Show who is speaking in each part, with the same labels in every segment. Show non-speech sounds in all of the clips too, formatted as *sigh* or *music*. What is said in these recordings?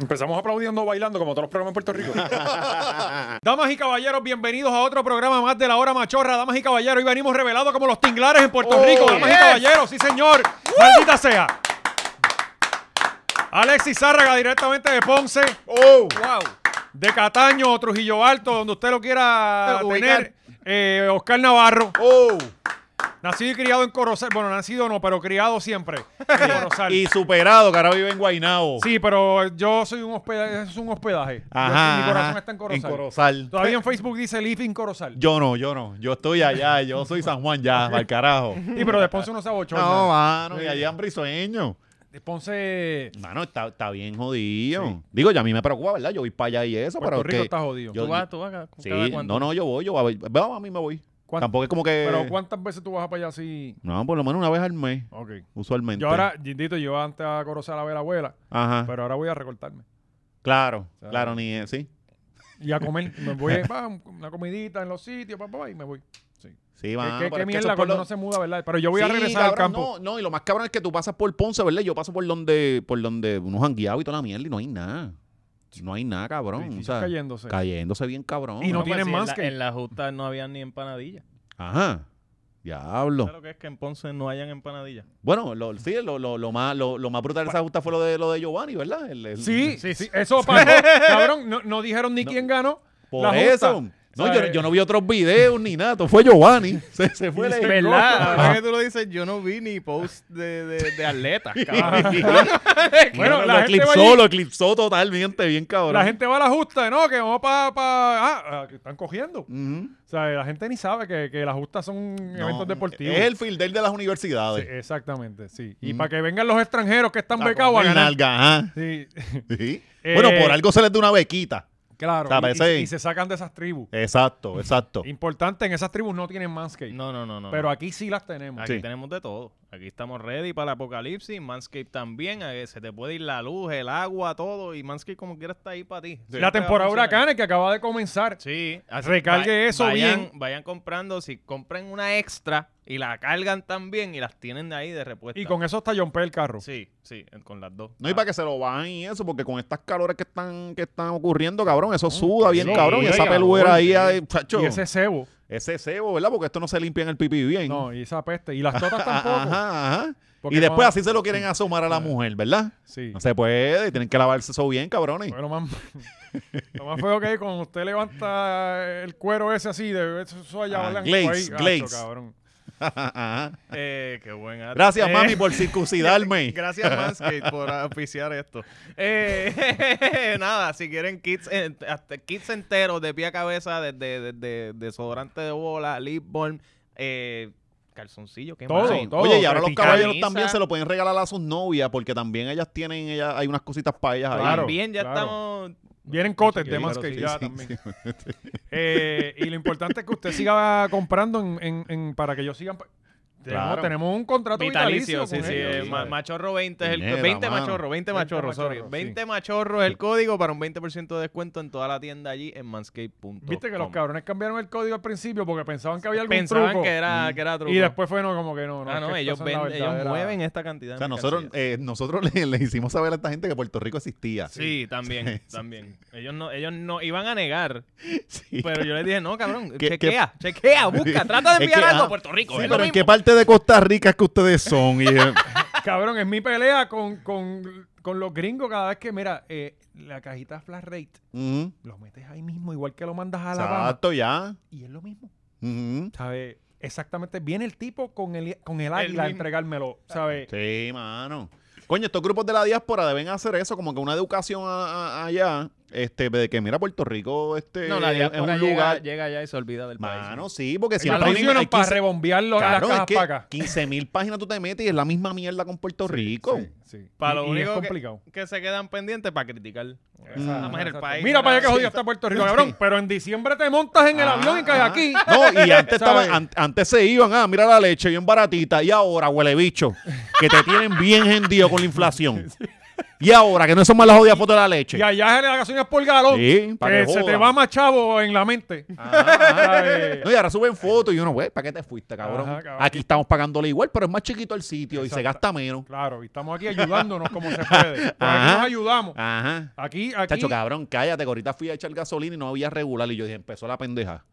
Speaker 1: Empezamos aplaudiendo, bailando, como todos los programas en Puerto
Speaker 2: *laughs*
Speaker 1: Rico. Damas y caballeros, bienvenidos a otro programa más de la hora machorra. Damas y caballeros, hoy venimos revelados como los tinglares en Puerto
Speaker 2: Oh,
Speaker 1: Rico. Damas
Speaker 2: yes.
Speaker 1: y caballeros, sí señor. Maldita sea. Alexis Zárraga, directamente de Ponce,
Speaker 2: ¡Oh!
Speaker 3: Wow.
Speaker 1: de Cataño o Trujillo Alto, donde usted lo quiera
Speaker 3: Pero
Speaker 1: tener. Eh, Oscar Navarro,
Speaker 2: ¡Oh!
Speaker 1: nacido y criado en Corozal. Bueno, nacido no, pero criado siempre
Speaker 2: *laughs*
Speaker 1: en Corozal.
Speaker 2: Y superado, que ahora vive en Guaynabo.
Speaker 1: Sí, pero yo soy un hospedaje. Es un hospedaje. Yo-
Speaker 2: Ajá.
Speaker 1: mi corazón
Speaker 2: ajá.
Speaker 1: está en Corozal.
Speaker 2: Corozal.
Speaker 1: Todavía en Facebook dice Living Corozal.
Speaker 2: Yo no, yo no. Yo estoy allá. Yo soy San
Speaker 1: *laughs*
Speaker 2: Juan ya, al carajo.
Speaker 1: Sí, pero de Ponce uno se abochona.
Speaker 2: No, ah. mano. Y allá en Brisoeño.
Speaker 1: De Ponce.
Speaker 2: Mano, está, está bien jodido. Digo, ya a mí me preocupa, ¿verdad? Yo voy para allá y eso,
Speaker 1: Puerto
Speaker 2: pero
Speaker 1: Rico
Speaker 2: que-
Speaker 1: está jodido.
Speaker 2: yo-
Speaker 3: Tú vas, tú vas cada-
Speaker 2: Sí,
Speaker 3: cada cuánto.
Speaker 2: no, no, yo voy, yo voy. Vamos, a mí me voy.
Speaker 1: ¿Cuán-
Speaker 2: Tampoco es como que...
Speaker 1: Pero ¿cuántas veces tú vas para allá así?
Speaker 2: No, por lo menos una vez al mes,
Speaker 1: Ok.
Speaker 2: usualmente.
Speaker 1: Yo ahora, Gindito, yo antes a Corozal a ver a la abuela,
Speaker 2: Ajá.
Speaker 1: pero ahora voy a recortarme.
Speaker 2: Claro,
Speaker 1: sea,
Speaker 2: claro, ni eh, sí.
Speaker 1: Y a comer. me
Speaker 2: *laughs*
Speaker 1: voy a una comidita en los sitios, papá, y me voy. Sí.
Speaker 2: Sí,
Speaker 1: ¿Qué-
Speaker 2: mano.
Speaker 1: ¿Qué,
Speaker 2: pero
Speaker 1: qué
Speaker 2: es
Speaker 1: mierda
Speaker 2: que eso es por
Speaker 1: cuando
Speaker 2: lo-
Speaker 1: no se muda, verdad? Pero yo voy a
Speaker 2: Sí,
Speaker 1: regresar al
Speaker 2: cabrón,
Speaker 1: campo.
Speaker 2: No, no, y lo más cabrón es que tú pasas por Ponce, ¿verdad? Yo paso por donde, por donde unos hangueados y toda la mierda y no hay nada. No hay nada, cabrón.
Speaker 1: Edificios
Speaker 2: o sea,
Speaker 1: cayéndose.
Speaker 2: cayéndose bien cabrón.
Speaker 1: pues. Y no
Speaker 3: Bueno,
Speaker 1: tienen
Speaker 3: si en
Speaker 1: más
Speaker 3: la-
Speaker 1: que-
Speaker 3: En la justa no habían ni empanadilla.
Speaker 2: Ajá. Diablo.
Speaker 3: ¿Sabes lo que es que en Ponce no hayan empanadilla?
Speaker 2: Bueno, lo, sí, lo, lo, lo más, lo, lo más brutal de esa justa fue lo de lo de Giovanni, ¿verdad? El- el-
Speaker 1: Sí, sí, sí.
Speaker 2: *laughs*
Speaker 1: Eso pasó. cabrón, no, no dijeron ni quién ganó.
Speaker 2: Por
Speaker 1: la justa.
Speaker 2: eso. No,
Speaker 1: O sea, eh,
Speaker 2: yo, yo no vi otros videos ni nada. Todo fue Giovanni. *laughs* Se, se fue
Speaker 1: Sí,
Speaker 2: el...
Speaker 1: ¿Verdad?
Speaker 3: Ahora que tú lo dices, yo no vi ni post de, de,
Speaker 1: *laughs*
Speaker 3: de atletas, cabrón.
Speaker 1: Bueno,
Speaker 2: Lo
Speaker 1: la gente va
Speaker 2: eclipsó,
Speaker 1: allí-
Speaker 2: lo eclipsó totalmente, bien cabrón.
Speaker 1: La gente va a la justa, ¿no? Que vamos para... ah, ah, que están cogiendo.
Speaker 2: Ujú.
Speaker 1: O sea, la gente ni sabe que, que las justas son
Speaker 2: No,
Speaker 1: eventos deportivos.
Speaker 2: Es el filder de las
Speaker 1: Sí,
Speaker 2: universidades.
Speaker 1: exactamente, sí. Y
Speaker 2: Mm.
Speaker 1: para que vengan los extranjeros que están
Speaker 2: A
Speaker 1: becados a
Speaker 2: comer
Speaker 1: ganar.
Speaker 2: nalga, ajá.
Speaker 1: Sí, *laughs*
Speaker 2: Sí.
Speaker 1: Eh,
Speaker 2: bueno, por algo se les da una bequita.
Speaker 1: claro.
Speaker 2: Sabe,
Speaker 1: y- y,
Speaker 2: sí.
Speaker 1: y se sacan de esas tribus.
Speaker 2: Exacto, exacto.
Speaker 1: Importante, en esas tribus no tienen manscape.
Speaker 3: No, no, no, no.
Speaker 1: Pero
Speaker 3: no.
Speaker 1: aquí sí las tenemos.
Speaker 3: Aquí
Speaker 2: Sí.
Speaker 3: tenemos de todo. Aquí estamos ready para el apocalipsis. Manscape también. eh, Se te puede ir la luz, el agua, todo. Y Manscape como quiera está ahí para ti. Siempre va
Speaker 1: La
Speaker 3: a
Speaker 1: temporada
Speaker 3: funcionar.
Speaker 1: huracanes que acaba de comenzar.
Speaker 3: Sí.
Speaker 1: Recargue eso
Speaker 3: vayan,
Speaker 1: bien.
Speaker 3: Vayan comprando. Si compren una extra y la cargan también y las tienen de ahí de repuesto.
Speaker 1: Y con eso hasta John P. el carro.
Speaker 3: Sí, sí, en- con las dos.
Speaker 2: No, y para que se lo bajen y eso, porque con estas calores que están, que están ocurriendo, cabrón, eso suda bien,
Speaker 1: sí,
Speaker 2: cabrón. Y esa
Speaker 1: cabrón,
Speaker 2: peluera ahí,
Speaker 1: sí.
Speaker 2: ahí, chacho,
Speaker 1: Y ese cebo.
Speaker 2: ese cebo, ¿verdad? Porque esto no se limpia en el pipí bien.
Speaker 1: No, y esa peste. Y las totas
Speaker 2: Ah,
Speaker 1: tampoco.
Speaker 2: ajá, ajá.
Speaker 1: Porque
Speaker 2: Y después
Speaker 1: cuando-
Speaker 2: así se lo quieren asomar a la mujer, ¿verdad?
Speaker 1: Ah. Sí.
Speaker 2: No se puede, tienen que lavarse eso bien, cabrones.
Speaker 1: Fue lo más, lo más feo que hay cuando usted levanta el cuero ese así, de eso, eso allá
Speaker 2: Ah,
Speaker 1: blanco
Speaker 2: glaze,
Speaker 1: ahí, gacho,
Speaker 2: glaze.
Speaker 1: cabrón.
Speaker 2: *laughs* Ajá.
Speaker 3: Eh, qué buen arte.
Speaker 2: Gracias,
Speaker 3: Eh,
Speaker 2: mami,
Speaker 1: *laughs*
Speaker 2: por circuncidarme.
Speaker 3: *laughs* Gracias, Manscaped, por oficiar esto. Eh, *laughs* nada, si quieren kits, en- hasta kits enteros de pie a cabeza, desde de, de- desodorante de bola, lip balm, eh, calzoncillo, ¿qué
Speaker 1: Todo,
Speaker 3: más?
Speaker 1: todo.
Speaker 2: Oye, y ahora los
Speaker 1: repicar.
Speaker 2: caballeros
Speaker 3: Camisa.
Speaker 2: también se lo pueden regalar a sus novias, porque también ellas tienen, ellas, hay unas cositas para ellas ahí.
Speaker 1: Claro,
Speaker 3: También ya
Speaker 1: claro.
Speaker 3: estamos...
Speaker 1: Vienen cotes
Speaker 2: Sí,
Speaker 1: de
Speaker 2: claro,
Speaker 1: más que
Speaker 2: sí,
Speaker 1: ya
Speaker 2: sí,
Speaker 1: también.
Speaker 2: sí.
Speaker 1: Eh, y lo importante es que usted siga comprando en, en- en- para que ellos sigan. pa- Tenemos,
Speaker 2: Claro.
Speaker 1: tenemos un contrato vitalicio.
Speaker 3: Vitalicio, sí,
Speaker 1: con
Speaker 3: sí.
Speaker 1: ellos,
Speaker 3: eh,
Speaker 1: ¿sabes?
Speaker 3: ma- machorro 20 es el
Speaker 2: Nena,
Speaker 3: 20
Speaker 2: mano.
Speaker 3: machorro,
Speaker 1: 20
Speaker 3: 20 machorro, sorry.
Speaker 1: machorro, sí.
Speaker 3: 20 machorro es el código para un 20% de descuento en toda la tienda allí en manscape.com.
Speaker 1: Viste que los cabrones cambiaron el código al principio porque pensaban que había algún
Speaker 3: Pensaban
Speaker 1: truco.
Speaker 3: que era, que era truco.
Speaker 1: Y después fue no, como que no. no
Speaker 3: Ah,
Speaker 1: es
Speaker 3: no,
Speaker 1: que estas
Speaker 3: ellos,
Speaker 1: son
Speaker 3: ven-
Speaker 1: la
Speaker 3: ellos
Speaker 1: verdadera-
Speaker 3: mueven esta cantidad de
Speaker 2: O sea, nosotros,
Speaker 3: mercancía.
Speaker 2: eh, nosotros le, le hicimos saber a esta gente que Puerto Rico existía.
Speaker 3: Sí, también,
Speaker 2: Sí, sí,
Speaker 3: también. Ellos no, ellos no iban a negar,
Speaker 2: *laughs* Sí.
Speaker 3: pero yo les dije, no, cabrón,
Speaker 2: ¿Qué- *laughs*
Speaker 3: chequea, chequea, busca, trata de
Speaker 2: Es
Speaker 3: enviar
Speaker 2: que,
Speaker 3: algo
Speaker 2: ah,
Speaker 3: a Puerto Rico.
Speaker 2: Sí,
Speaker 3: es lo
Speaker 2: pero ¿en
Speaker 3: mismo.
Speaker 2: qué parte de Costa Rica es que ustedes son? Y,
Speaker 3: *laughs*
Speaker 2: eh,
Speaker 1: *laughs* Cabrón, es mi pelea con, con, con los gringos cada vez que, mira, eh, la cajita flash rate,
Speaker 2: ujú,
Speaker 1: lo metes ahí mismo, igual que lo mandas a la
Speaker 2: mm, Exacto, ya. Mm-hmm.
Speaker 1: Y es lo mismo.
Speaker 2: Ujú.
Speaker 1: ¿Sabe? Exactamente. Viene el tipo con el, con el
Speaker 3: El
Speaker 1: águila a
Speaker 3: mismo.
Speaker 1: entregármelo. ¿Sabes?
Speaker 2: Sí, mano. Coño, estos grupos de la diáspora deben hacer eso, como que una educación a- a- allá, este, de que mira, Puerto Rico este,
Speaker 3: No, la
Speaker 2: es un
Speaker 3: diáspora llega,
Speaker 2: lugar.
Speaker 3: llega allá y se olvida del
Speaker 2: Mano,
Speaker 3: país.
Speaker 2: sí, porque
Speaker 1: La
Speaker 2: siempre hay- hay
Speaker 1: para
Speaker 2: 15
Speaker 1: rebombear los- las
Speaker 2: Cabrón,
Speaker 1: cajas
Speaker 2: es que
Speaker 1: para acá.
Speaker 2: 15 mil páginas tú te metes y es la misma mierda con Puerto Rico.
Speaker 1: Sí, sí.
Speaker 3: Para
Speaker 1: Y-
Speaker 3: lo
Speaker 1: y
Speaker 3: único
Speaker 1: es
Speaker 3: que-
Speaker 1: complicado.
Speaker 3: Que se quedan pendientes para criticar.
Speaker 1: Exacto,
Speaker 3: Nada más en el
Speaker 1: exacto.
Speaker 3: país,
Speaker 1: Mira para allá que
Speaker 3: nada.
Speaker 1: jodido está Puerto Rico, cabrón. Pero en diciembre te montas en el
Speaker 2: Ah,
Speaker 1: avión y caes
Speaker 2: ah.
Speaker 1: aquí.
Speaker 2: No,
Speaker 1: *laughs*
Speaker 2: y antes,
Speaker 1: ¿Sabes?
Speaker 2: estaban- an- antes se iban, ah, mira la leche bien baratita y ahora huele bicho, que te tienen bien hendido con la inflación. Y ahora, que no son más las jodidas fotos de la leche.
Speaker 1: Y allá es la gasolina por galón.
Speaker 2: Sí, para
Speaker 1: que
Speaker 2: que
Speaker 1: se te
Speaker 2: jodan. Ah.
Speaker 1: va más chavo en la
Speaker 2: *laughs*
Speaker 1: mente. Ay.
Speaker 2: No, y ahora suben fotos y uno, güey, ¿para qué te fuiste, cabrón?
Speaker 1: Ajá, cabrón.
Speaker 2: Aquí estamos pagándole igual, pero es más chiquito el sitio y se gasta menos.
Speaker 1: Claro, y estamos aquí ayudándonos como se puede. Por aquí
Speaker 2: Ajá.
Speaker 1: nos ayudamos.
Speaker 2: Ajá.
Speaker 1: Aquí, aquí.
Speaker 2: Chacho, cabrón, cállate, que ahorita fui a echar gasolina y no había regular. Y yo dije, empezó la pendeja.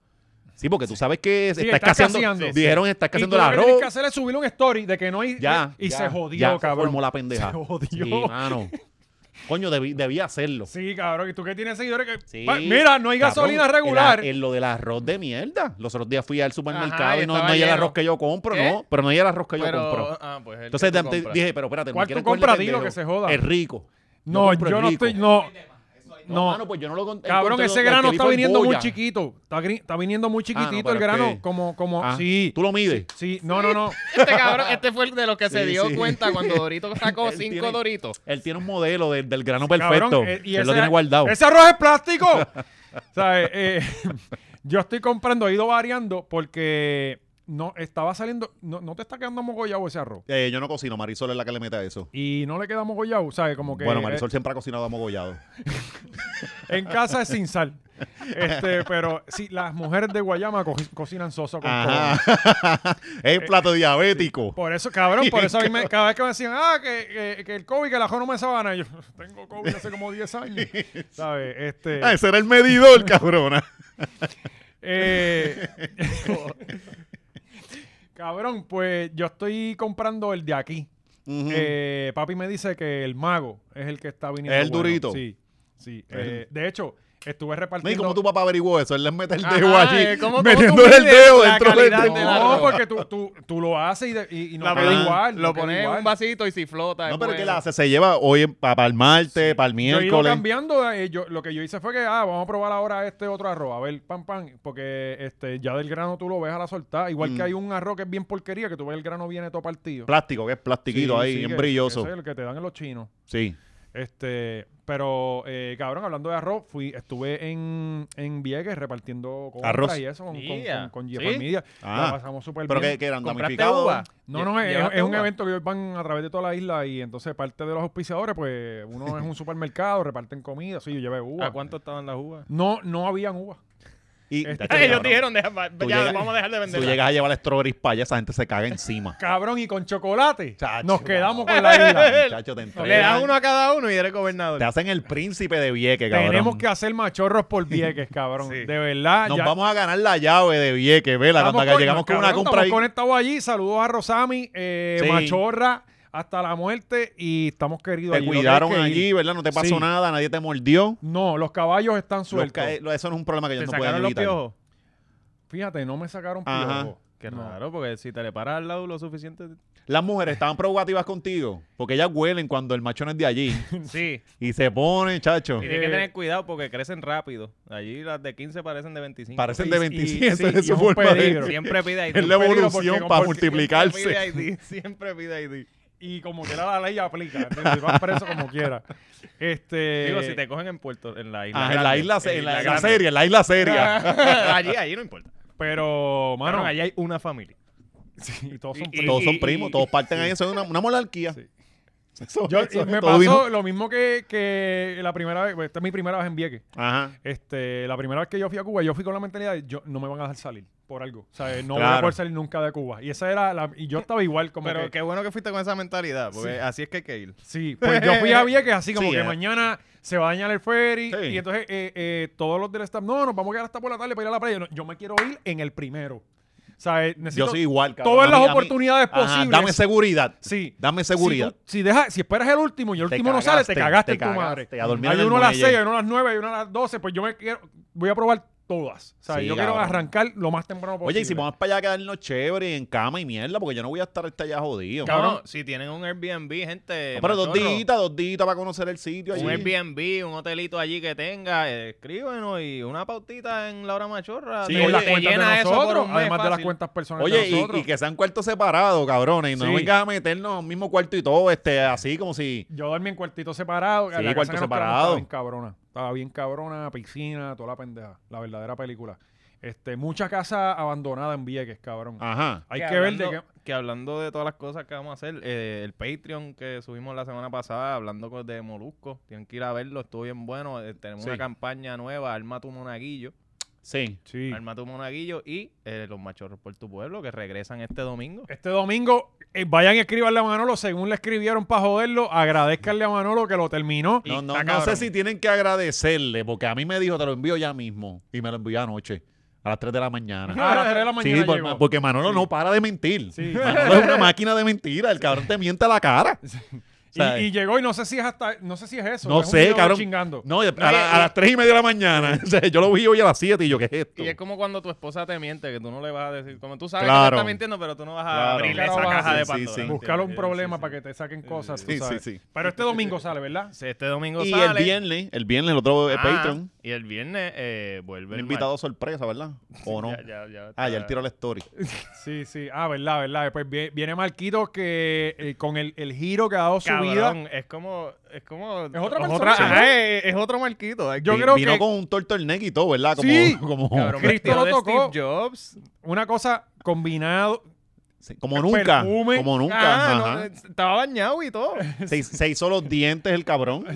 Speaker 2: Sí, porque tú sabes que
Speaker 1: Sí,
Speaker 2: está
Speaker 1: estás
Speaker 2: escaseando.
Speaker 1: caseando.
Speaker 2: Dijeron, está
Speaker 1: y tú
Speaker 2: escaseando el
Speaker 1: lo que tienes
Speaker 2: arroz.
Speaker 1: que hacer es subirle un story de que no hay.
Speaker 2: Ya.
Speaker 1: *laughs* y
Speaker 2: ya,
Speaker 1: se jodió,
Speaker 2: ya, se
Speaker 1: cabrón.
Speaker 2: formó la pendeja.
Speaker 1: Se jodió.
Speaker 2: Sí, mano. Coño, debí, debí hacerlo.
Speaker 1: Sí, cabrón. ¿Y tú que tienes seguidores? Que...
Speaker 2: Sí.
Speaker 1: Pa- Mira, no hay
Speaker 2: Cabrón,
Speaker 1: gasolina regular.
Speaker 2: el- el- lo del arroz de mierda. Los otros días fui al supermercado
Speaker 4: Ajá, y
Speaker 2: y no,
Speaker 4: estaba
Speaker 2: no hay el
Speaker 4: lleno.
Speaker 2: arroz que yo compro,
Speaker 4: ¿Qué?
Speaker 1: ¿Eh?
Speaker 2: no. Pero no hay el arroz que yo compro.
Speaker 4: Pero, ah, pues el
Speaker 2: Entonces
Speaker 4: que tú
Speaker 2: antes
Speaker 4: compras.
Speaker 2: dije, pero espérate,
Speaker 1: ¿Cuál
Speaker 2: me quieren
Speaker 1: tú compras?
Speaker 2: coger el
Speaker 1: Dilo,
Speaker 2: pendejo.
Speaker 1: que se joda.
Speaker 2: Es rico.
Speaker 1: no,
Speaker 2: compro el
Speaker 1: yo no
Speaker 2: rico.
Speaker 1: estoy. No.
Speaker 2: No,
Speaker 1: No.
Speaker 2: mano, pues yo no lo con-
Speaker 1: Cabrón,
Speaker 2: encontré
Speaker 1: ese
Speaker 2: lo-
Speaker 1: grano
Speaker 2: el
Speaker 1: está
Speaker 2: grifo en
Speaker 1: viniendo muy
Speaker 2: boya. Ah,
Speaker 1: chiquito. Está, gri- está viniendo muy chiquitito el
Speaker 2: pero es
Speaker 1: grano.
Speaker 2: que-
Speaker 1: Como, como,
Speaker 2: Ah,
Speaker 1: sí.
Speaker 2: ¿Tú lo mides?
Speaker 1: Sí, no, no, no.
Speaker 3: Este cabrón, este fue el de los que se
Speaker 2: *laughs* Sí,
Speaker 3: dio
Speaker 2: sí.
Speaker 3: cuenta cuando
Speaker 2: *laughs*
Speaker 3: Dorito sacó
Speaker 2: Él
Speaker 3: cinco
Speaker 2: tiene-
Speaker 3: Doritos.
Speaker 2: Él tiene un modelo del, del grano
Speaker 1: Cabrón,
Speaker 2: *laughs* perfecto.
Speaker 1: eh,
Speaker 2: él lo tiene guardado.
Speaker 1: Ese arroz es plástico. *laughs* O sea, eh, eh, *laughs* yo estoy comprando, he ido variando porque no estaba saliendo. No, no te está quedando mogollado ese arroz.
Speaker 2: Eh, yo no cocino, Marisol es la que le mete a eso.
Speaker 1: Y no le queda mogollado, ¿sabes? Como que
Speaker 2: bueno,
Speaker 1: eh,
Speaker 2: Marisol siempre ha cocinado a mogollado.
Speaker 1: en casa es sin sal. Este, pero sí, las mujeres de Guayama co- cocinan soso con cojones.
Speaker 2: Ajá. *laughs* Eh, es plato diabético.
Speaker 1: Por eso, cabrón, por eso a mí
Speaker 2: *laughs*
Speaker 1: me- cada vez que me decían, ah, que, que- que el COVID, que la jornada me sabana, yo tengo COVID hace como 10
Speaker 2: *laughs*
Speaker 1: años, ¿sabes? Este,
Speaker 2: Ah, ese era el medidor, *laughs* cabrona.
Speaker 1: eh, *laughs* cabrón, pues yo estoy comprando el de aquí.
Speaker 2: Ujú.
Speaker 1: Eh, papi me dice que el mago es el que está viniendo.
Speaker 2: Es el durito.
Speaker 1: Sí, sí. Eh, de hecho, estuve
Speaker 2: No, ¿Y
Speaker 1: repartiendo...
Speaker 2: cómo tu papá averiguó eso? Él les mete el
Speaker 3: Ajá,
Speaker 2: dedo
Speaker 3: eh,
Speaker 2: allí,
Speaker 3: ¿cómo- cómo
Speaker 2: metiendo
Speaker 3: tú
Speaker 2: el
Speaker 3: mides
Speaker 2: dedo
Speaker 3: la
Speaker 2: dentro del
Speaker 3: calidad
Speaker 2: dedo.
Speaker 3: de la-
Speaker 1: No,
Speaker 3: arroz.
Speaker 1: porque tú, tú, tú lo haces y, de- y, y no
Speaker 3: La
Speaker 1: queda
Speaker 3: verdad,
Speaker 1: igual.
Speaker 3: Ah, Lo
Speaker 1: no queda
Speaker 3: pones en
Speaker 1: igual.
Speaker 3: un vasito y si flota.
Speaker 2: No,
Speaker 3: es
Speaker 2: pero ¿qué
Speaker 3: bueno.
Speaker 2: le hace? Se lleva hoy para el martes, para el
Speaker 1: Yo he ido
Speaker 2: miércoles.
Speaker 1: cambiando. eh, yo, lo que yo hice fue que, ah, vamos a probar ahora este otro arroz. A ver, pam, pam. Porque este, ya del grano tú lo ves a la soltada. Igual
Speaker 2: Mm.
Speaker 1: que hay un arroz que es bien porquería, que tú ves el grano viene todo partido.
Speaker 2: Plástico, que es plastiquito
Speaker 1: Sí,
Speaker 2: ahí,
Speaker 1: sí,
Speaker 2: bien
Speaker 1: que-
Speaker 2: brilloso.
Speaker 1: ese es el que te dan en los chinos.
Speaker 2: Sí.
Speaker 1: Este, pero, eh, cabrón, hablando de arroz, fui, estuve en, en Vieques repartiendo compras
Speaker 2: Arroz.
Speaker 1: y eso con, con,
Speaker 4: Ya.
Speaker 1: con, con
Speaker 4: ¿Sí?
Speaker 1: Jeffal Media.
Speaker 2: Ah.
Speaker 1: La pasamos súper
Speaker 2: Pero
Speaker 1: bien.
Speaker 2: que, que eran
Speaker 4: ¿Compraste
Speaker 2: damnificados.
Speaker 4: uva?
Speaker 1: No,
Speaker 4: Lle-
Speaker 1: no, es,
Speaker 4: ¿llevaste
Speaker 1: es un
Speaker 4: uva?
Speaker 1: evento que van a través de toda la isla y entonces parte de los auspiciadores, pues uno es un supermercado, reparten comida, sí, yo llevé uva.
Speaker 4: ¿A cuánto estaban
Speaker 1: *laughs*
Speaker 4: las uvas?
Speaker 1: No, no habían uva.
Speaker 2: Y
Speaker 1: Este-
Speaker 2: Tacho,
Speaker 3: Ellos
Speaker 2: cabrón,
Speaker 3: dijeron, "Deja- va- ya,
Speaker 2: Tú llegas-
Speaker 3: vamos a dejar de
Speaker 2: Tú
Speaker 3: vender.
Speaker 2: llegas a llevar el strawberries para allá, esa gente se caga *laughs* encima.
Speaker 1: Cabrón, y con chocolate.
Speaker 2: Chacho.
Speaker 1: Nos quedamos con la
Speaker 2: *laughs*
Speaker 1: isla.
Speaker 2: Chacho, te
Speaker 4: Le das
Speaker 2: entregan.
Speaker 4: uno a cada uno y eres gobernador.
Speaker 2: Te hacen el príncipe de Vieques, cabrón.
Speaker 1: Tenemos que hacer machorros por
Speaker 2: *laughs*
Speaker 1: Vieques, cabrón.
Speaker 4: Sí.
Speaker 1: De verdad.
Speaker 2: Nos
Speaker 1: Ah, ya-
Speaker 2: vamos a ganar la llave de Vieques, vela.
Speaker 1: estamos
Speaker 2: Cuando acá
Speaker 1: con-
Speaker 2: llegamos con
Speaker 1: cabrón,
Speaker 2: una compra
Speaker 1: Estamos
Speaker 2: ahí.
Speaker 1: conectados allí. Saludos a Rosami, eh,
Speaker 2: Sí.
Speaker 1: machorra, hasta la muerte y estamos queridos
Speaker 2: Te
Speaker 1: allí. no
Speaker 2: cuidaron
Speaker 1: tienes que ir.
Speaker 2: allí, ¿verdad? No te pasó
Speaker 1: Sí.
Speaker 2: nada, nadie te mordió.
Speaker 1: No, los caballos están
Speaker 2: Los
Speaker 1: sueltos.
Speaker 2: ca- eh, lo- Eso no es un problema que
Speaker 4: ¿Te
Speaker 2: ellos no pueden
Speaker 4: sacaron los
Speaker 2: evitar.
Speaker 4: piojos?
Speaker 1: Fíjate, no me sacaron
Speaker 2: Ajá.
Speaker 1: piojo.
Speaker 4: Qué
Speaker 1: No.
Speaker 4: raro, porque si te le paras al lado lo suficiente...
Speaker 2: Las mujeres estaban provocativas contigo, porque ellas huelen cuando el macho no es de allí.
Speaker 1: *laughs*
Speaker 4: Sí.
Speaker 2: y se ponen, chacho.
Speaker 4: Y tienes que tener cuidado porque crecen rápido. Allí las de 15 parecen de 25.
Speaker 2: Parecen
Speaker 1: y-
Speaker 2: de
Speaker 1: y-
Speaker 2: 27, *laughs*
Speaker 1: sí,
Speaker 2: esa
Speaker 1: y
Speaker 2: es
Speaker 1: es
Speaker 2: su
Speaker 1: un
Speaker 2: forma
Speaker 1: peligro.
Speaker 2: de...
Speaker 4: Siempre pide ID.
Speaker 2: Es la
Speaker 1: un peligro
Speaker 2: evolución
Speaker 1: porque-
Speaker 2: para
Speaker 1: porque-
Speaker 2: multiplicarse.
Speaker 4: Siempre
Speaker 2: *laughs*
Speaker 4: pide ID. Siempre pide ID.
Speaker 1: Y como que la ley aplica, ¿entiendes? vas preso como quiera. Este,
Speaker 4: Digo, si te cogen en Puerto, en la isla.
Speaker 2: Ah, en la
Speaker 4: grande,
Speaker 2: isla, se- en la, en la
Speaker 4: grande.
Speaker 2: serie, en la isla
Speaker 1: Ah,
Speaker 2: seria.
Speaker 4: allí, allí no importa.
Speaker 1: Pero, mano,
Speaker 4: Bueno, allí hay una familia.
Speaker 1: sí, y todos son
Speaker 4: y-
Speaker 1: primos.
Speaker 2: Pues todos son primos, todos parten ahí, eso es una, una monarquía.
Speaker 1: Sí.
Speaker 2: Eso-
Speaker 1: Yo-
Speaker 2: eso
Speaker 1: y
Speaker 2: es
Speaker 1: me
Speaker 2: todo
Speaker 1: pasó
Speaker 2: vino-
Speaker 1: lo mismo que, que la primera vez, pues, esta es mi primera vez en Vieques.
Speaker 2: Ajá.
Speaker 1: Este, la primera vez que yo fui a Cuba, yo fui con la mentalidad de yo no me van a dejar salir por algo. O sea, no voy
Speaker 2: Claro.
Speaker 1: a poder salir nunca de Cuba. Y esa era la, y yo estaba igual como
Speaker 4: Pero
Speaker 1: que,
Speaker 4: qué bueno que fuiste con esa mentalidad, porque
Speaker 1: Sí.
Speaker 4: así es que hay que ir.
Speaker 1: Sí, pues yo fui a Vieques así como
Speaker 2: Sí,
Speaker 1: que
Speaker 2: eh.
Speaker 1: mañana se va a dañar el ferry
Speaker 2: Sí.
Speaker 1: y entonces eh, eh, todos los del staff, no, nos vamos a quedar hasta por la tarde para ir a la playa. No, yo me quiero ir en el primero. O sea, eh, necesito
Speaker 2: Yo soy igual, cabrón.
Speaker 1: todas
Speaker 2: A
Speaker 1: las
Speaker 2: mí- a mí-
Speaker 1: oportunidades
Speaker 2: Ajá,
Speaker 1: posibles.
Speaker 2: Dame seguridad.
Speaker 1: Sí.
Speaker 2: Dame
Speaker 1: Si,
Speaker 2: seguridad.
Speaker 1: tú- si deja- si esperas el último y el
Speaker 2: Te
Speaker 1: último no
Speaker 2: cagaste,
Speaker 1: sale, te cagaste,
Speaker 2: te
Speaker 1: en tu
Speaker 2: cagaste,
Speaker 1: madre.
Speaker 2: a dormir
Speaker 1: hay
Speaker 2: en el
Speaker 1: uno a las
Speaker 2: muelle.
Speaker 1: 6, hay uno a las 9, hay uno a las 12, pues yo me quiero voy a probar todas. O sea,
Speaker 2: Sí,
Speaker 1: yo quiero
Speaker 2: cabrón.
Speaker 1: arrancar lo más temprano posible.
Speaker 2: Oye, y si vamos para allá a quedarnos chévere en cama y mierda, porque yo no voy a estar hasta allá jodido.
Speaker 1: Cabrón.
Speaker 4: No, si tienen un Airbnb, gente.
Speaker 1: Ah,
Speaker 2: No, pero dos
Speaker 4: machorro,
Speaker 2: días, dos días para conocer el sitio allí.
Speaker 4: Un Airbnb, un hotelito allí que tenga, eh, escríbenos y una pautita en la hora machorra.
Speaker 1: Sí,
Speaker 4: te-
Speaker 1: con las
Speaker 4: te
Speaker 1: cuentas de
Speaker 4: llena eso por
Speaker 1: nosotros,
Speaker 4: un mes
Speaker 1: además de las
Speaker 4: fácil.
Speaker 1: cuentas personales
Speaker 2: Oye,
Speaker 1: de
Speaker 2: y-
Speaker 1: nosotros.
Speaker 2: y, que sean cuartos separados, cabrones. Y no
Speaker 1: Sí.
Speaker 2: vengan a meternos al mismo cuarto y todo, este, así como si.
Speaker 1: Yo dormí en cuartito separado.
Speaker 2: Sí,
Speaker 1: la
Speaker 2: cuarto
Speaker 1: casa que nos quedamos
Speaker 2: separado.
Speaker 1: Estaba bien cabrona. Estaba bien cabrona, piscina, toda la pendeja. La verdadera película. Este, mucha casa abandonada en Vieques, cabrón.
Speaker 2: Ajá.
Speaker 1: Hay que ver de qué.
Speaker 3: hablando- que hablando de todas las cosas que vamos a hacer, eh, el Patreon que subimos la semana pasada, hablando con- de Molusco, tienen que ir a verlo, estuvo bien bueno. eh, tenemos
Speaker 2: Sí.
Speaker 3: una campaña nueva, Arma tu Monaguillo.
Speaker 2: Sí.
Speaker 1: Sí.
Speaker 3: Arma tu Monaguillo y eh, Los Machorros por tu Pueblo, que regresan este domingo.
Speaker 1: Este domingo, eh, vayan y escribanle a Manolo, según le escribieron para joderlo, agradezcanle a Manolo que lo terminó.
Speaker 2: No, no,
Speaker 1: Está
Speaker 2: no sé
Speaker 1: cabrón.
Speaker 2: si tienen que agradecerle, porque a mí me dijo, te lo envío ya mismo. Y me lo envió anoche, a las 3 de la mañana.
Speaker 1: Ah, *laughs* a las tres de la mañana
Speaker 2: sí, por-
Speaker 1: llegó.
Speaker 2: porque Manolo
Speaker 1: Sí.
Speaker 2: no para de mentir.
Speaker 1: Sí.
Speaker 2: Manolo es una máquina de mentira. El cabrón te miente a la cara.
Speaker 1: Y,
Speaker 2: ¿Sabes?
Speaker 1: y llegó y no sé si es hasta, no sé si es eso.
Speaker 2: No
Speaker 1: es un
Speaker 2: sé,
Speaker 1: video de
Speaker 2: cabrón.
Speaker 1: Chingando.
Speaker 2: No, y a, la- a las 3 y media de la mañana. *laughs* O sea, yo lo vi hoy a las 7 y yo, ¿qué es esto?
Speaker 4: Y es como cuando tu esposa te miente, que tú no le vas a decir, como tú sabes
Speaker 2: Claro.
Speaker 4: que te está mintiendo, pero tú no vas a
Speaker 2: Claro.
Speaker 4: abrirle
Speaker 1: Claro,
Speaker 4: esa
Speaker 1: vas a-
Speaker 4: caja
Speaker 2: sí, sí,
Speaker 4: de Pandora.
Speaker 2: sí.
Speaker 4: ¿entiendes?
Speaker 1: Buscar un
Speaker 4: Sí,
Speaker 1: problema
Speaker 4: sí,
Speaker 1: para que te saquen cosas. tú
Speaker 2: Sí, sí,
Speaker 1: sabes.
Speaker 2: sí.
Speaker 1: Pero este
Speaker 2: *laughs*
Speaker 1: domingo sale, ¿verdad?
Speaker 3: Sí, Este domingo
Speaker 2: Y
Speaker 3: sale.
Speaker 2: el viernes, el viernes, el otro eh,
Speaker 3: Ah,
Speaker 2: Patreon,
Speaker 3: Y el viernes eh, vuelve
Speaker 2: un
Speaker 3: el
Speaker 2: invitado sorpresa, ¿verdad? ¿O no?
Speaker 3: Mar- Ya, ya, ya
Speaker 2: Ah, ya
Speaker 3: está.
Speaker 2: el tiro a la story.
Speaker 1: Sí, sí. Ah, verdad, verdad. Después vie- viene Marquito que eh, con el, el giro que ha dado su vida.
Speaker 3: Cabrón, es como, es como...
Speaker 1: Es otra persona,
Speaker 3: Ajá,
Speaker 1: sí.
Speaker 3: es, es otro marquito. hay
Speaker 1: Yo
Speaker 2: Vi-
Speaker 1: creo
Speaker 2: Vino
Speaker 1: que-
Speaker 2: con un turtleneck y todo, ¿verdad? Como,
Speaker 1: Sí.
Speaker 2: como,
Speaker 3: Cabrón,
Speaker 1: Cristo
Speaker 3: vestido
Speaker 1: lo
Speaker 3: de
Speaker 1: tocó.
Speaker 3: Steve Jobs.
Speaker 1: Una cosa combinado.
Speaker 2: sí, como nunca.
Speaker 1: perfume.
Speaker 2: Como nunca.
Speaker 3: Ah, no,
Speaker 2: ajá.
Speaker 3: eh, estaba bañado y todo.
Speaker 2: se, se hizo los dientes el cabrón. O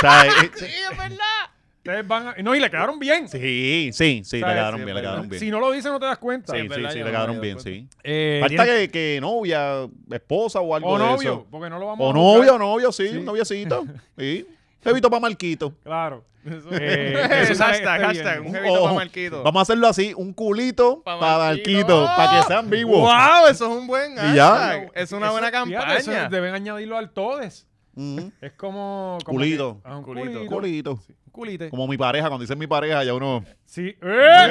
Speaker 2: sea, eh, eh,
Speaker 4: es verdad.
Speaker 1: Ustedes van a- No, y le quedaron bien.
Speaker 2: sí, sí, sí, le
Speaker 1: ¿Sabes?
Speaker 2: quedaron
Speaker 3: Sí,
Speaker 2: bien,
Speaker 3: es
Speaker 2: le
Speaker 3: verdad.
Speaker 2: quedaron bien.
Speaker 1: Si no lo dices, no te das cuenta.
Speaker 2: Sí,
Speaker 3: es
Speaker 2: sí,
Speaker 3: verdad,
Speaker 2: sí,
Speaker 3: yo
Speaker 2: le
Speaker 3: no
Speaker 2: quedaron
Speaker 3: me
Speaker 2: bien,
Speaker 3: había
Speaker 2: sí.
Speaker 1: Eh,
Speaker 2: Falta
Speaker 1: tiene-
Speaker 2: que, que novia, esposa o algo
Speaker 1: O
Speaker 2: de
Speaker 1: novio,
Speaker 2: eso.
Speaker 1: porque no lo vamos
Speaker 2: O
Speaker 1: a buscar.
Speaker 2: novia, o novio, sí,
Speaker 1: Sí. *laughs*
Speaker 2: un noviecito. Sí. Jevito para Marquito.
Speaker 1: Claro.
Speaker 3: Eso-
Speaker 1: Eh,
Speaker 3: eso
Speaker 1: eso
Speaker 3: es
Speaker 1: sale
Speaker 3: hashtag,
Speaker 1: este
Speaker 3: hashtag.
Speaker 1: viernes.
Speaker 3: Un jevito
Speaker 2: Ojo,
Speaker 3: pa' Marquito.
Speaker 2: Vamos a hacerlo así, un culito
Speaker 4: Pa'
Speaker 2: para Marquito,
Speaker 1: Oh.
Speaker 4: Marquito.
Speaker 2: para que sean vivos.
Speaker 3: ¡Wow! Eso es un buen
Speaker 2: Y ya.
Speaker 3: hashtag. Es una
Speaker 1: Eso-
Speaker 3: buena
Speaker 1: fíjate,
Speaker 3: campaña.
Speaker 1: eso deben añadirlo al todes.
Speaker 2: Ujú.
Speaker 1: Es como. como
Speaker 2: Culito.
Speaker 1: que- ah, un
Speaker 3: Culito.
Speaker 1: culito.
Speaker 2: Mm, Culito.
Speaker 1: Un culite.
Speaker 2: Como mi pareja, cuando dicen mi pareja, ya uno.
Speaker 1: Sí.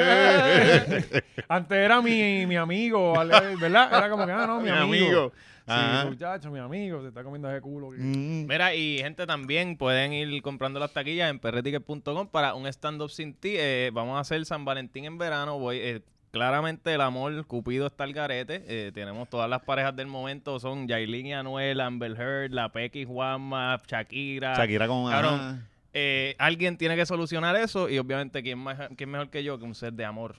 Speaker 2: *laughs*
Speaker 1: ¡Eh! Antes era mi, mi amigo, ¿vale? ¿verdad? Era como que, ah, no, mi, amigo.
Speaker 2: Ajá.
Speaker 1: Sí, muchacho, mi amigo, se está comiendo ese culo. que-
Speaker 2: Ah, Mm.
Speaker 3: Mira, y gente también pueden ir comprando las taquillas en perreticket.com para un stand-up sin ti. Eh, vamos a hacer San Valentín en verano. Voy, eh, claramente el amor, Cupido está al garete. Eh, tenemos todas las parejas del momento. Son Yailin y Anuel, Amber Heard, La Pequi, Juanma, Shakira.
Speaker 2: Shakira con. ah, ajá.
Speaker 3: Cabrón. Eh, alguien tiene que solucionar eso y obviamente, ¿quién, más, quién mejor que yo que un set de amor?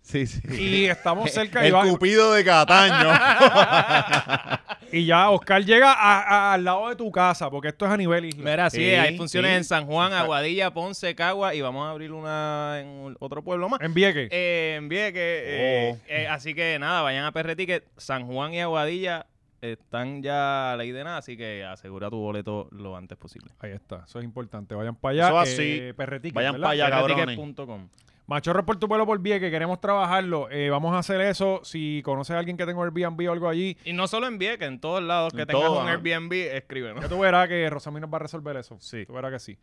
Speaker 2: Sí, sí.
Speaker 1: Y estamos cerca y,
Speaker 2: El
Speaker 1: va-
Speaker 2: cupido de Cataño.
Speaker 1: *laughs* y ya Oscar llega a- a- al lado de tu casa, porque esto es a nivel isla.
Speaker 3: Mira, sí,
Speaker 2: Sí,
Speaker 3: Eh, hay funciones
Speaker 2: sí.
Speaker 3: en San Juan, Aguadilla, Ponce, Cagua y vamos a abrir una en otro pueblo más.
Speaker 1: En Vieques.
Speaker 3: Eh, en Vieques. eh,
Speaker 2: Oh.
Speaker 3: eh, así que nada, vayan a PR Ticket. San Juan y Aguadilla están ya a ley de nada, así que asegura tu boleto lo antes posible.
Speaker 1: Ahí está, eso es importante. Vayan para allá.
Speaker 2: Eso así.
Speaker 1: perretique,
Speaker 2: Vayan
Speaker 1: ¿verdad?
Speaker 2: pa' allá. Ya, cabrones.
Speaker 3: PRTicket.com.
Speaker 1: Machorro por tu pueblo por Vieques, queremos trabajarlo. Eh, vamos a hacer eso. Si conoces a alguien que tenga Airbnb o algo allí,
Speaker 3: Y no solo en Vieques, en todos lados que
Speaker 2: En
Speaker 3: tengas
Speaker 2: todo,
Speaker 3: un
Speaker 2: ajá.
Speaker 3: Airbnb, escríbenos.
Speaker 1: ya tú verás que Rosamí nos va a resolver eso.
Speaker 3: Sí.
Speaker 1: Tú verás que sí.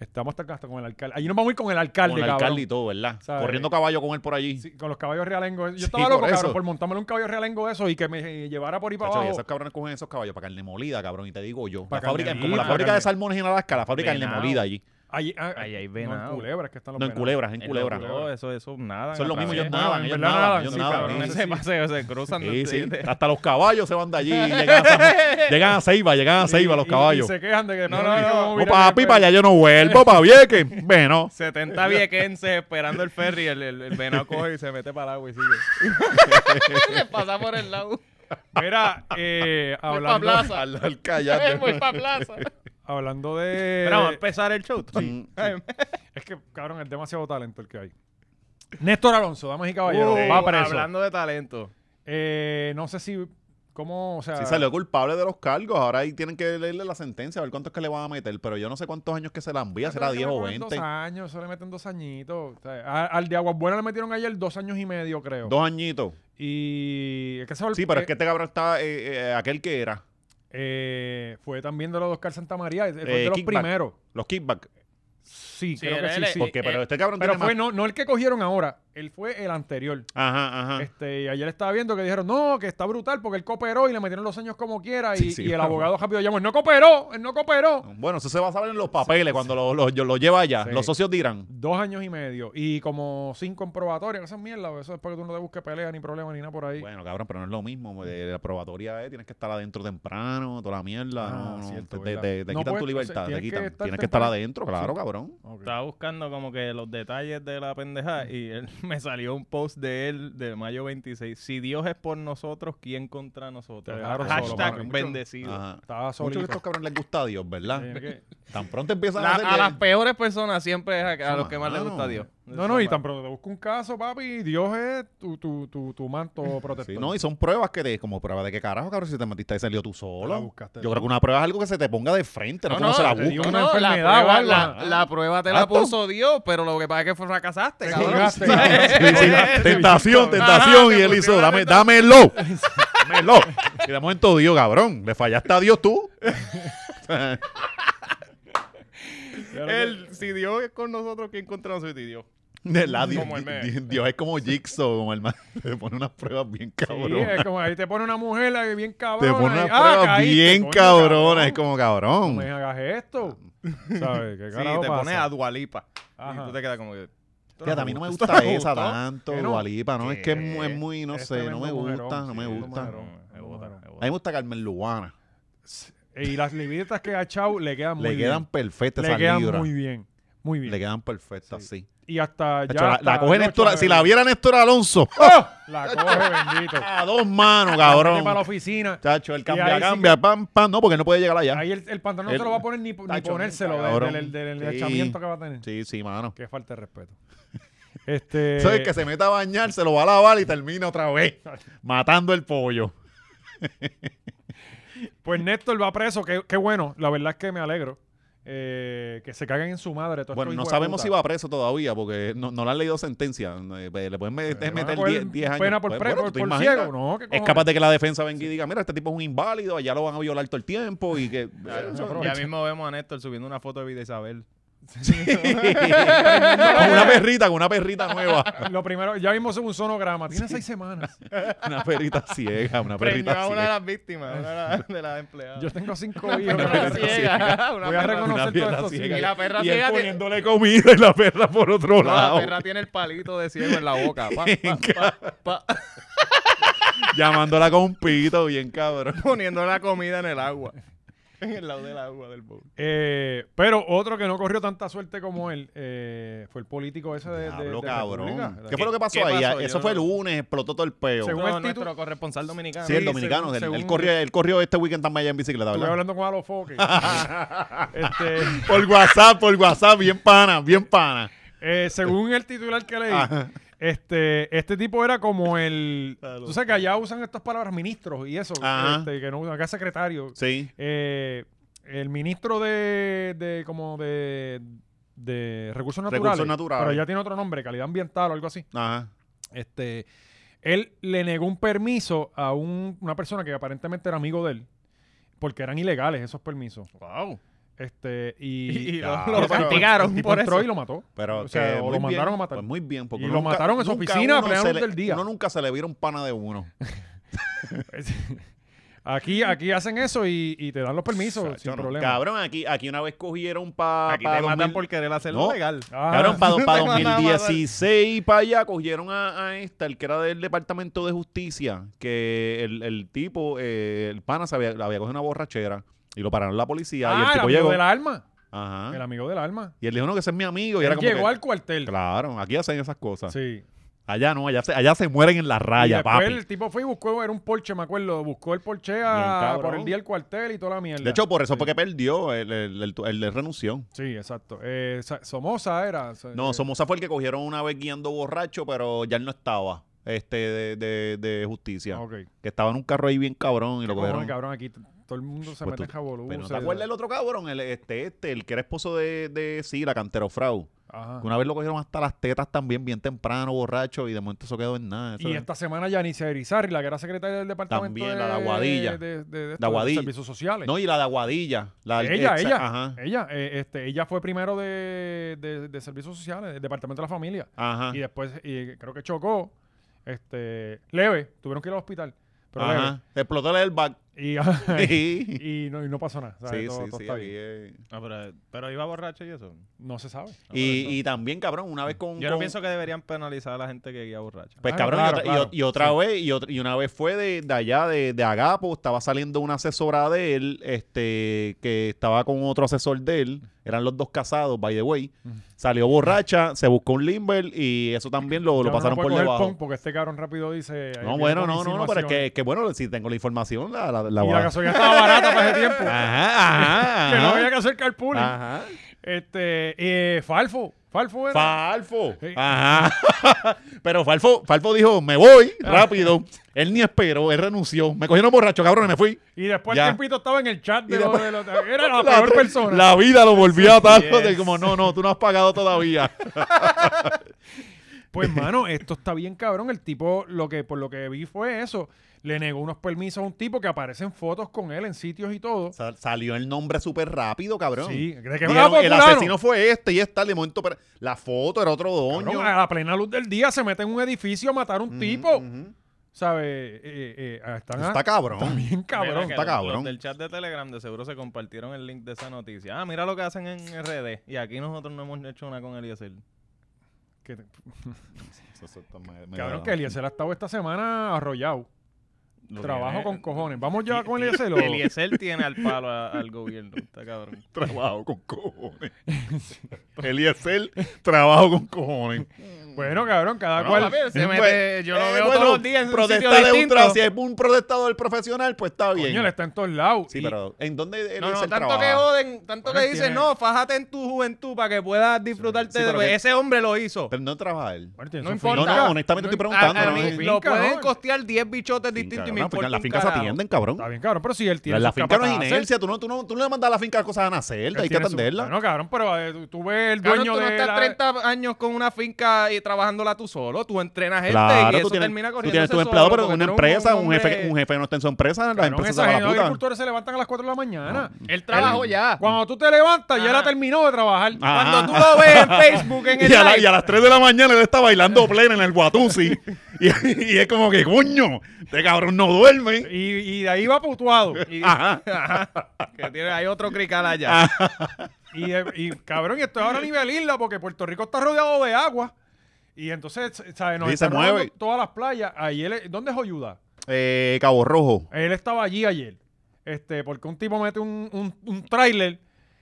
Speaker 1: Estamos hasta hasta con el alcalde. Allí nos vamos a ir con el alcalde,
Speaker 2: con el
Speaker 1: cabrón.
Speaker 2: alcalde y todo, ¿verdad?
Speaker 1: ¿Sabe?
Speaker 2: Corriendo caballo con él por allí.
Speaker 1: Sí, con los caballos realengos. Yo
Speaker 2: Sí,
Speaker 1: estaba loco,
Speaker 2: por eso.
Speaker 1: cabrón, por montármelo un caballo realengo de eso y que me eh, llevara por ahí para
Speaker 2: Chacho, y
Speaker 1: abajo.
Speaker 2: esos cabrones cogen esos caballos para carne molida, cabrón. Y te digo yo.
Speaker 1: Pa'
Speaker 2: la fábrica,
Speaker 1: carne
Speaker 2: como la
Speaker 1: molida,
Speaker 2: fábrica
Speaker 1: carne-
Speaker 2: de salmones en Alaska, la fábrica de carne
Speaker 3: Venado.
Speaker 2: molida allí.
Speaker 1: Allí, ah,
Speaker 3: Ahí hay
Speaker 1: No,
Speaker 3: venado.
Speaker 1: en culebras, que están los
Speaker 2: No, en
Speaker 1: venados.
Speaker 2: culebras, en
Speaker 3: En
Speaker 2: culebras.
Speaker 3: los dos, eso, eso, nada.
Speaker 2: Son
Speaker 3: en
Speaker 2: lo
Speaker 3: la
Speaker 2: mismo,
Speaker 3: playa.
Speaker 2: ellos
Speaker 1: no,
Speaker 2: nadan,
Speaker 1: en
Speaker 2: ellos
Speaker 1: verdad
Speaker 2: nadan,
Speaker 1: nadan,
Speaker 2: ellos
Speaker 1: sí,
Speaker 2: nadan.
Speaker 1: cabrón,
Speaker 2: sí.
Speaker 1: eso
Speaker 3: se paseo, se cruzan.
Speaker 2: Sí, sí.
Speaker 3: de-
Speaker 2: Hasta los caballos se van de allí. Llegan a, San- llegan
Speaker 1: *laughs*
Speaker 2: a Ceiba, llegan a
Speaker 1: Y-
Speaker 2: Ceiba los
Speaker 1: y- Y,
Speaker 2: caballos.
Speaker 1: se quejan de que
Speaker 3: No, no, no.
Speaker 1: vamos a
Speaker 2: No,
Speaker 1: mirar
Speaker 2: papi,
Speaker 1: después.
Speaker 2: para allá yo no vuelvo, pa' Vieques.
Speaker 1: *laughs*
Speaker 2: Bueno.
Speaker 3: 70 viequenses esperando el ferry, el, el, el venado coge y se mete para el agua y sigue.
Speaker 4: Se pasa por el lado.
Speaker 1: Mira, eh,
Speaker 3: *laughs*
Speaker 4: Voy pa'
Speaker 1: hablando,
Speaker 4: plaza.
Speaker 2: Al, al
Speaker 4: *laughs*
Speaker 2: callate.
Speaker 1: pues,
Speaker 4: Voy pa' plaza.
Speaker 1: hablando de.
Speaker 3: Pero vamos a empezar el show.
Speaker 2: Sí.
Speaker 3: Ay,
Speaker 1: Es que, cabrón, es demasiado talento el que hay. Néstor Alonso, damas y caballeros,
Speaker 3: Uh,
Speaker 1: va preso.
Speaker 3: Hablando de talento.
Speaker 1: Eh, no sé si. ¿Cómo? O sea.
Speaker 2: Sí, salió culpable de los cargos. Ahora ahí tienen que leerle la sentencia, a ver cuántos que le van a meter. Pero yo no sé cuántos años que se la envía, será
Speaker 1: Creo que
Speaker 2: 10
Speaker 1: le
Speaker 2: o
Speaker 1: ponen
Speaker 2: 20.
Speaker 1: Dos años, eso le meten dos añitos. O sea, a- al de Aguas Buenas le metieron ayer dos años y medio, creo.
Speaker 2: Dos añitos.
Speaker 1: Y. Es que se vol-
Speaker 2: Sí, pero es que
Speaker 1: eh,
Speaker 2: este cabrón estaba eh, eh, aquel que era.
Speaker 1: eh, fue también de los Oscar Santa María. eh, Fue
Speaker 2: Eh,
Speaker 1: de los
Speaker 2: kickback.
Speaker 1: primeros.
Speaker 2: Los kickbacks.
Speaker 1: Sí,
Speaker 3: Sí,
Speaker 1: creo
Speaker 3: era
Speaker 1: que sí,
Speaker 3: él,
Speaker 1: sí.
Speaker 3: eh,
Speaker 2: Porque, pero
Speaker 3: eh,
Speaker 2: este cabrón
Speaker 1: Pero
Speaker 2: tiene
Speaker 1: fue
Speaker 2: más-
Speaker 1: no, no el que cogieron ahora, él fue el anterior.
Speaker 2: Ajá, ajá.
Speaker 1: Este, y ayer estaba viendo que dijeron, no, que está brutal porque él cooperó y le metieron los años como quiera. Y,
Speaker 2: Sí, sí,
Speaker 1: y
Speaker 2: *laughs*
Speaker 1: el
Speaker 2: vamos.
Speaker 1: abogado rápido llamó, él no cooperó, él no cooperó.
Speaker 2: Bueno, eso se va a saber en los papeles cuando lo, lo- yo- lo lleva allá.
Speaker 1: Sí.
Speaker 2: Los socios dirán.
Speaker 1: Dos años y medio y como cinco en probatoria, que esas mierdas, eso es para que tú no te busques pelea ni problema ni nada por ahí.
Speaker 2: Bueno, cabrón, pero no es lo mismo. pues, de- de la probatoria es, tienes que estar adentro temprano, toda la mierda.
Speaker 1: Ah,
Speaker 2: no, no,
Speaker 1: cierto,
Speaker 2: te,
Speaker 1: ¿verdad?
Speaker 2: te- te
Speaker 1: No
Speaker 2: quitan
Speaker 1: puedes-
Speaker 2: tu
Speaker 1: o sea,
Speaker 2: libertad,
Speaker 1: tienes
Speaker 2: te
Speaker 1: que
Speaker 2: quitan.
Speaker 1: estar
Speaker 2: tienes que estar
Speaker 1: temprano.
Speaker 2: adentro, claro,
Speaker 1: Sí.
Speaker 2: cabrón. cabrón.
Speaker 1: Ok.
Speaker 3: Estaba buscando como que los detalles de la pendeja y él- *laughs* me salió un post de él de mayo 26. Si Dios es por nosotros, ¿quién contra nosotros?
Speaker 1: Te dejaron
Speaker 3: Hashtag
Speaker 1: solo, mano.
Speaker 3: bendecido.
Speaker 2: Ajá.
Speaker 1: Estaba
Speaker 2: Muchos de
Speaker 1: solito.
Speaker 2: estos cabrones les gusta a Dios, ¿verdad?
Speaker 1: Tiene
Speaker 2: *laughs*
Speaker 1: que-
Speaker 2: Tan pronto empiezan
Speaker 3: La-
Speaker 2: a hacer
Speaker 3: a
Speaker 2: que-
Speaker 3: las peores personas siempre es a, a
Speaker 2: Eso,
Speaker 3: los que más les gusta a
Speaker 2: mano.
Speaker 3: Dios.
Speaker 1: No, no, y tan pronto te busco un caso, papi, Dios es tu, tu, tu, tu manto protector.
Speaker 2: Sí, no, y son pruebas que te, como prueba de qué carajo, cabrón, si te metiste y salió tú
Speaker 1: Te la
Speaker 2: solo.
Speaker 1: buscaste,
Speaker 2: Yo
Speaker 1: ¿no?
Speaker 2: creo que una prueba es algo que se te ponga de frente, no,
Speaker 3: No,
Speaker 2: que uno se la
Speaker 1: te dio
Speaker 2: busca.
Speaker 1: una
Speaker 3: No, la
Speaker 1: enfermedad o
Speaker 3: prueba,
Speaker 1: algo.
Speaker 3: la, la prueba te la
Speaker 2: Exacto.
Speaker 3: puso Dios, pero lo que pasa es que fracasaste, cabrón.
Speaker 1: Llegaste,
Speaker 2: *laughs* *laughs* Sí, sí, tentación, tentación.
Speaker 3: Ajá,
Speaker 2: y él
Speaker 3: te
Speaker 2: hizo,
Speaker 3: pusieron
Speaker 2: dame,
Speaker 3: la
Speaker 2: dámelo. *laughs* dámelo. Y de momento, Dios, cabrón, le fallaste a Dios tú.
Speaker 3: Él, si Dios es con nosotros, ¿quién contra nosotros? Y Dios.
Speaker 2: De la- Dios,
Speaker 3: Como
Speaker 2: *laughs*
Speaker 3: el meme.
Speaker 2: Dios- Dios es como Jigsaw, como *laughs* el man. Le pone unas pruebas bien
Speaker 1: Sí,
Speaker 2: cabronas.
Speaker 1: es como ahí te pone una mujer ahí bien
Speaker 2: te
Speaker 1: cabrona.
Speaker 2: pone unas
Speaker 1: y, ah,
Speaker 2: pruebas
Speaker 1: caíste,
Speaker 2: bien
Speaker 1: coño,
Speaker 2: cabronas. Es como
Speaker 1: No
Speaker 2: cabrón.
Speaker 1: me hagas
Speaker 3: *laughs*
Speaker 1: esto. ¿Sabes? ¿Qué
Speaker 3: Mm. Sí,
Speaker 1: carajo
Speaker 3: te
Speaker 1: pasa?
Speaker 3: pones a Dualipa.
Speaker 1: Ajá.
Speaker 3: Y tú te quedas como que. esto
Speaker 2: Fíjate, a mí no me gusta
Speaker 3: esto no me
Speaker 2: esa
Speaker 3: gustó.
Speaker 2: tanto,
Speaker 1: Que no.
Speaker 2: Dualipa, ¿no? Es que es muy, es muy, no
Speaker 1: este Es
Speaker 2: sé, no
Speaker 1: tremendo
Speaker 2: me
Speaker 1: mujerón,
Speaker 2: gusta, no
Speaker 1: sí,
Speaker 2: me
Speaker 1: es un
Speaker 2: gusta.
Speaker 1: mujerón.
Speaker 3: Me gusta, me
Speaker 2: A mí
Speaker 3: gusta.
Speaker 2: me gusta Carmen Luana.
Speaker 1: Y las libritas que ha echado le quedan muy
Speaker 2: Le quedan
Speaker 1: bien.
Speaker 2: perfectas
Speaker 1: Le
Speaker 2: esas
Speaker 1: quedan
Speaker 2: libras.
Speaker 1: muy bien. Muy bien.
Speaker 2: Le quedan perfectas, sí.
Speaker 1: Y hasta
Speaker 2: De
Speaker 1: ya.
Speaker 2: hecho, la, la
Speaker 1: hasta
Speaker 2: coge
Speaker 1: Nacho
Speaker 2: Néstor,
Speaker 1: le-
Speaker 2: si la viera Néstor Alonso, *laughs*
Speaker 1: ¡Oh! La coge, bendito.
Speaker 2: a dos manos,
Speaker 1: *laughs* Vete para la
Speaker 2: cabrón.
Speaker 1: oficina.
Speaker 2: Chacho, él
Speaker 1: Y
Speaker 2: cambia,
Speaker 1: ahí sí
Speaker 2: cambia, pam, pam. No, porque él no puede llegar allá.
Speaker 1: Ahí el, el pantalón
Speaker 2: Él-
Speaker 1: no se lo va a poner ni, ni
Speaker 2: Tacho,
Speaker 1: ponérselo de-
Speaker 2: cabrón.
Speaker 1: del, del, del
Speaker 2: Sí.
Speaker 1: echamiento que va a tener.
Speaker 2: Sí, sí, mano.
Speaker 1: Qué falta de respeto. Este.
Speaker 2: *laughs* Eso es que se meta a bañar, se lo va a lavar y termina otra vez. Matando el pollo.
Speaker 1: Pues Néstor va preso, qué, qué bueno, la verdad es que me alegro. Eh, que se caguen en su madre. todos
Speaker 2: Bueno,
Speaker 1: estos
Speaker 2: no
Speaker 1: hijos de
Speaker 2: sabemos
Speaker 1: puta.
Speaker 2: si va preso todavía porque no, no le han leído sentencia. Eh, pues, Le pueden met-
Speaker 1: Le van a
Speaker 2: meter
Speaker 1: coger
Speaker 2: 10 10 años.
Speaker 1: Pena por,
Speaker 2: Pues,
Speaker 1: pre-
Speaker 2: bueno,
Speaker 1: por,
Speaker 2: ¿tú te
Speaker 1: por
Speaker 2: imaginas?
Speaker 1: ciego, no, ¿qué
Speaker 2: Es
Speaker 1: cojones?
Speaker 2: capaz de que la defensa venga y diga, mira, este tipo es un inválido, allá lo van a violar todo el tiempo y que... Eso-
Speaker 3: Ya mismo vemos a Néstor subiendo una foto de
Speaker 1: *laughs*
Speaker 3: Vida Isabel.
Speaker 2: con una perrita, con una perrita nueva.
Speaker 1: Lo primero, ya vimos un sonograma, tiene seis
Speaker 2: *laughs*
Speaker 1: semanas.
Speaker 2: Una perrita ciega, una
Speaker 3: Premió
Speaker 2: perrita
Speaker 3: a una de
Speaker 2: ciega.
Speaker 3: las víctimas, una de las- de las empleadas.
Speaker 1: Yo tengo cinco
Speaker 3: Una
Speaker 1: hijos.
Speaker 3: perra
Speaker 2: ciega.
Speaker 3: ciega, una
Speaker 1: Voy a
Speaker 3: perra-
Speaker 1: reconocer todo esto. sí.
Speaker 3: Y la perra
Speaker 2: él
Speaker 3: ciega tiene-
Speaker 2: poniéndole comida y la perra por otro
Speaker 3: No, la
Speaker 2: lado.
Speaker 3: perra tiene el palito de ciego en la boca.
Speaker 2: *laughs*
Speaker 3: pa, pa, pa, pa,
Speaker 2: Llamándola con pito, bien cabrón.
Speaker 3: poniendo la comida en el agua. *laughs* En el lado del agua del bowl.
Speaker 1: *laughs* Eh, pero otro que no corrió tanta suerte como él eh, fue el político ese de. de-
Speaker 2: Diablo,
Speaker 1: de
Speaker 2: cabrón.
Speaker 1: República.
Speaker 2: ¿Qué fue lo que pasó
Speaker 3: ¿Qué
Speaker 2: ahí? Ah,
Speaker 3: pasó?
Speaker 2: Eso
Speaker 3: Yo
Speaker 2: fue el
Speaker 3: no-
Speaker 2: lunes, explotó todo el peo.
Speaker 1: Según
Speaker 3: No,
Speaker 1: el título-
Speaker 3: nuestro corresponsal dominicano.
Speaker 2: Sí, el
Speaker 1: Sí,
Speaker 2: dominicano.
Speaker 1: según-
Speaker 2: él- él,
Speaker 1: según-
Speaker 2: corrió, él corrió este weekend también allá en bicicleta,
Speaker 1: Estuve
Speaker 2: ¿verdad?
Speaker 1: hablando con
Speaker 2: *laughs*
Speaker 1: Alofoque. este,
Speaker 2: Por WhatsApp, por WhatsApp, bien pana, bien pana. Ah,
Speaker 1: eh, según el titular que leí,
Speaker 2: Ajá.
Speaker 1: este, este tipo era como el.
Speaker 3: Alofoque.
Speaker 1: Tú sabes que allá usan estas palabras ministros y eso.
Speaker 2: Ajá.
Speaker 1: Este, que no usan, acá es secretario.
Speaker 2: Sí.
Speaker 1: Eh, el ministro de, de como de, de recursos naturales,
Speaker 2: Recursos naturales.
Speaker 1: pero ya tiene otro nombre, calidad ambiental o algo así.
Speaker 2: Ajá.
Speaker 1: Este, él le negó un permiso a un- una persona que aparentemente era amigo de él, porque eran ilegales esos permisos.
Speaker 3: Wow.
Speaker 1: Este
Speaker 3: Y,
Speaker 1: y,
Speaker 3: *laughs* y lo,
Speaker 2: Ya,
Speaker 3: lo
Speaker 1: pero-
Speaker 3: castigaron
Speaker 1: el tipo
Speaker 3: por
Speaker 1: entró
Speaker 3: eso.
Speaker 1: y lo mató.
Speaker 2: Pero
Speaker 1: o sea,
Speaker 2: que
Speaker 1: o
Speaker 2: muy
Speaker 1: lo
Speaker 2: bien,
Speaker 1: mandaron a matar.
Speaker 2: Pues muy bien, porque
Speaker 1: Y lo mataron en su
Speaker 2: nunca
Speaker 1: oficina a
Speaker 2: uno
Speaker 1: plena
Speaker 2: se
Speaker 1: luz
Speaker 2: le-
Speaker 1: del día.
Speaker 2: Uno nunca se le viera un pana de uno.
Speaker 1: *laughs* aquí, aquí hacen eso y, y te dan los permisos
Speaker 2: Chacho,
Speaker 1: sin
Speaker 2: no.
Speaker 1: problema.
Speaker 2: Cabrón, aquí, aquí una vez cogieron para.
Speaker 3: Aquí te matan por querer hacerlo
Speaker 2: No.
Speaker 3: legal.
Speaker 1: Ah,
Speaker 2: Cabrón, para
Speaker 3: Te van a matar.
Speaker 2: 2016 para allá cogieron a, a esta, el que era del Departamento de Justicia, que el, el tipo, eh, el pana, se había, le había cogido una borrachera y lo pararon la policía y
Speaker 1: ah,
Speaker 2: el tipo
Speaker 1: amigo
Speaker 2: llegó.
Speaker 1: del alma.
Speaker 2: Ajá.
Speaker 1: El amigo del alma.
Speaker 2: Y él dijo, no, que ese es mi amigo. Y
Speaker 1: Él
Speaker 2: era como
Speaker 1: llegó
Speaker 2: que-
Speaker 1: al cuartel.
Speaker 2: Claro, aquí hacen esas cosas.
Speaker 1: Sí.
Speaker 2: Allá no, allá se, allá se mueren en la
Speaker 1: y
Speaker 2: raya,
Speaker 1: después
Speaker 2: Ah, papi.
Speaker 1: el tipo fue y buscó, era un Porsche, me acuerdo, buscó el Porsche a-
Speaker 2: Bien, cabrón.
Speaker 1: por el día del cuartel y toda la mierda.
Speaker 2: De hecho, por eso fue que perdió, él, él- él- él- él renunció.
Speaker 1: Sí, exacto. Eh, Sa- Somoza era. Sa-
Speaker 2: No,
Speaker 1: eh,
Speaker 2: Somoza fue el que cogieron una vez guiando borracho, pero ya él no estaba este de, de- de justicia.
Speaker 1: ah, ok.
Speaker 2: Que estaba en un carro ahí bien cabrón y lo
Speaker 1: Cojones,
Speaker 2: cogieron.
Speaker 1: cabrón, aquí t- todo el mundo se
Speaker 2: Pues
Speaker 1: mete
Speaker 2: tú-
Speaker 1: en jabolú.
Speaker 2: Pero no
Speaker 1: Uh, se-
Speaker 2: te acuerdas del otro cabrón, el, este, este, el que era esposo de, de Sila, Cantero Frau.
Speaker 1: Ajá.
Speaker 2: Que Una vez lo cogieron hasta las tetas también, bien temprano, borracho, y de momento eso quedó en nada. Eso
Speaker 1: Y
Speaker 2: era-
Speaker 1: esta semana Yanice Erizarri, la que era secretaria del departamento
Speaker 2: También,
Speaker 1: de,
Speaker 2: la de Aguadilla.
Speaker 1: De, de- de- de esto,
Speaker 2: De Aguadilla.
Speaker 1: de servicios sociales.
Speaker 2: No, y la de Aguadilla. La,
Speaker 1: ella,
Speaker 2: exa-
Speaker 1: ella,
Speaker 2: Ajá.
Speaker 1: ella, eh, este, ella fue primero de, de- de servicios sociales, del departamento de la familia.
Speaker 2: Ajá.
Speaker 1: Y después, y creo que chocó, este, leve, tuvieron que ir al hospital. Pero leve.
Speaker 2: ajá. Explotó el airbag.
Speaker 1: *laughs* Y,
Speaker 2: Sí,
Speaker 1: y no, y no pasó nada. ¿sabes?
Speaker 2: sí,
Speaker 1: Todo-
Speaker 2: sí,
Speaker 1: todo
Speaker 2: sí,
Speaker 1: está
Speaker 2: aquí
Speaker 1: bien.
Speaker 2: es-
Speaker 3: Ah, pero, pero iba borracho y eso.
Speaker 1: No se sabe.
Speaker 2: Y, y también, cabrón, una vez con...
Speaker 3: Yo no
Speaker 2: con-
Speaker 3: pienso que deberían penalizar a la gente que guía borracha.
Speaker 2: Pues
Speaker 1: Ah,
Speaker 2: cabrón,
Speaker 1: claro,
Speaker 2: y otra, y
Speaker 1: claro.
Speaker 2: o- y otra vez, y, otra- y una vez fue de, de allá, de, de Agapo, estaba saliendo una asesora de él, este, que estaba con otro asesor de él, eran los dos casados, by the way, salió borracha, se buscó un limber y eso también lo, lo
Speaker 1: Ya uno no
Speaker 2: pasaron
Speaker 1: puede
Speaker 2: por
Speaker 1: coger
Speaker 2: debajo.
Speaker 1: pon porque este cabrón rápido dice. ahí
Speaker 2: No,
Speaker 1: viene
Speaker 2: bueno,
Speaker 1: con
Speaker 2: no, no, no, pero es que,
Speaker 1: insinuaciones.
Speaker 2: es que bueno, si tengo la información, la, la, la
Speaker 1: Y
Speaker 2: voy a-
Speaker 1: la gasolina estaba barata para ese tiempo.
Speaker 2: *laughs*
Speaker 1: *laughs*
Speaker 2: Ajá, Ah.
Speaker 1: que no había
Speaker 2: ajá,
Speaker 1: que hacer carpooling.
Speaker 2: ajá.
Speaker 1: Este, eh, Falfo. Falfo era.
Speaker 2: Falfo.
Speaker 1: Sí.
Speaker 2: Ajá. *laughs* Pero Falfo, Falfo dijo, me voy
Speaker 1: Ah.
Speaker 2: rápido. Él ni esperó, él renunció. Me cogieron borracho, cabrón, y me fui.
Speaker 1: y después
Speaker 2: Ya.
Speaker 1: el tiempito estaba en el chat de,
Speaker 2: Y
Speaker 1: lo-
Speaker 2: después-
Speaker 1: de lo- Era la, peor persona.
Speaker 2: La vida lo volvió a tal.
Speaker 3: yes.
Speaker 2: de Como, no, no, tú no has pagado *laughs* todavía. *laughs*
Speaker 1: Pues, mano, esto está bien cabrón. El tipo, lo que por lo que vi fue eso. Le negó unos permisos a un tipo que aparecen fotos con él en sitios y todo.
Speaker 2: Sal- salió el nombre súper rápido, cabrón.
Speaker 1: Sí, de que
Speaker 2: Dijeron,
Speaker 1: "Ah, pues,
Speaker 2: el
Speaker 1: fulano".
Speaker 2: asesino fue este y está de momento. pero La foto era otro
Speaker 1: Cabrón,
Speaker 2: doño.
Speaker 1: a la plena luz del día se mete en un edificio a matar a un
Speaker 2: Ujú,
Speaker 1: tipo.
Speaker 2: ujú.
Speaker 1: ¿Sabes? Eh, eh, ah, están
Speaker 2: mm, Está cabrón.
Speaker 1: están bien
Speaker 3: Mira
Speaker 1: cabrón.
Speaker 3: que
Speaker 2: está
Speaker 3: los-
Speaker 2: cabrón.
Speaker 3: Los del chat de Telegram de seguro se compartieron el link de esa noticia. Ah, mira lo que hacen en RD. Y aquí nosotros no hemos hecho una con Eliezer.
Speaker 1: Que-
Speaker 2: Eso- eso está me- me
Speaker 1: cabrón,
Speaker 2: da-
Speaker 1: que Eliezer ha estado esta semana arrollado.
Speaker 3: Lo
Speaker 1: Trabajo
Speaker 3: tiene-
Speaker 1: con cojones. Vamos ya con Eliezer. o-
Speaker 3: Eliezer tiene al palo a- al gobierno. Está cabrón.
Speaker 2: Trabajo con
Speaker 4: *laughs*
Speaker 2: cojones. Eliezer, trabajo con cojones.
Speaker 1: Bueno, cabrón, cada
Speaker 2: No,
Speaker 1: cual.
Speaker 2: a ver,
Speaker 4: Se
Speaker 2: Eh,
Speaker 4: mete-
Speaker 2: bueno,
Speaker 4: yo lo
Speaker 2: eh,
Speaker 4: veo
Speaker 2: bueno,
Speaker 4: todos los días en un sitio
Speaker 2: protestar es un
Speaker 4: distinto.
Speaker 2: tra- Si es un protestador profesional, pues está bien.
Speaker 1: Coño, él está en todos lados.
Speaker 2: Sí,
Speaker 1: Y-
Speaker 2: pero ¿en dónde él
Speaker 4: No, no,
Speaker 2: es el
Speaker 4: tanto
Speaker 2: trabajo?
Speaker 4: que joden, tanto
Speaker 1: Bueno,
Speaker 4: que dicen,
Speaker 1: tiene-
Speaker 4: no, fájate en tu juventud para que puedas disfrutarte
Speaker 2: sí,
Speaker 4: de
Speaker 2: pero
Speaker 4: lo
Speaker 2: que-
Speaker 4: Ese hombre lo hizo.
Speaker 2: Pero no trabaja él.
Speaker 1: Bueno, tiene
Speaker 4: No
Speaker 1: su
Speaker 4: importa.
Speaker 2: No,
Speaker 1: finca.
Speaker 2: no, honestamente
Speaker 4: No,
Speaker 2: estoy
Speaker 4: a-
Speaker 2: preguntando.
Speaker 4: a
Speaker 2: ¿no?
Speaker 4: mí
Speaker 2: Sí.
Speaker 1: Finca,
Speaker 4: lo pueden
Speaker 1: ¿no?
Speaker 4: costear 10 bichotes distintos y me
Speaker 2: Cabrón, porque
Speaker 4: importa
Speaker 2: en la
Speaker 4: un
Speaker 2: finca se
Speaker 4: carajo.
Speaker 2: atienden, cabrón.
Speaker 1: Está bien, cabrón, pero si él tiene.
Speaker 2: En la
Speaker 1: sus
Speaker 2: finca no es
Speaker 1: capataces,
Speaker 2: inercia. Tú no, tú, no, tú no le mandas a la finca cosas a nacer,
Speaker 1: él
Speaker 2: hay que
Speaker 1: tiene su-
Speaker 2: atenderla.
Speaker 1: Bueno, cabrón, pero eh, tú- tú ves el
Speaker 4: Cabrón,
Speaker 1: dueño
Speaker 4: tú no
Speaker 1: de.
Speaker 4: estás
Speaker 1: la-
Speaker 4: 30 años con una finca y trabajándola tú solo. Tú entrenas gente
Speaker 2: claro,
Speaker 4: y eso
Speaker 2: tú tienes,
Speaker 4: termina
Speaker 2: tú
Speaker 4: corriendo.
Speaker 2: tienes tu empleado, pero una empresa, un, jefe, un jefe no está en su empresa, las
Speaker 1: Cabrón,
Speaker 2: empresas
Speaker 1: esa
Speaker 2: a
Speaker 1: gente,
Speaker 2: pues la
Speaker 1: los
Speaker 2: puta.
Speaker 1: agricultores se levantan a las 4 de la mañana.
Speaker 4: El
Speaker 1: *laughs*
Speaker 4: trabajo ya.
Speaker 1: Cuando tú te levantas, ya
Speaker 4: Ajá.
Speaker 1: la terminó de trabajar.
Speaker 2: Ah.
Speaker 4: Cuando tú
Speaker 2: *laughs*
Speaker 4: lo ves en Facebook, en el
Speaker 2: Y a, la-
Speaker 4: live,
Speaker 2: y a las 3 de la mañana él está bailando
Speaker 4: *laughs*
Speaker 2: plena en el Guatusi. y, *laughs* y es como que, coño, este cabrón no duerme.
Speaker 1: Y, y de ahí va
Speaker 2: *laughs*
Speaker 1: putuado.
Speaker 4: y- *laughs*
Speaker 2: Ajá.
Speaker 4: que tiene, hay otro crical allá.
Speaker 1: Y, eh, y, cabrón, y esto es ahora a nivel isla porque Puerto Rico está rodeado de agua. Y entonces, ¿sabes? Nos
Speaker 2: Sí, se
Speaker 1: están robando
Speaker 2: mueve.
Speaker 1: todas las playas. Ayer, ¿dónde es Oyuda?
Speaker 2: Eh, Cabo Rojo.
Speaker 1: Él estaba allí ayer. Este, porque un tipo mete un, un, un tráiler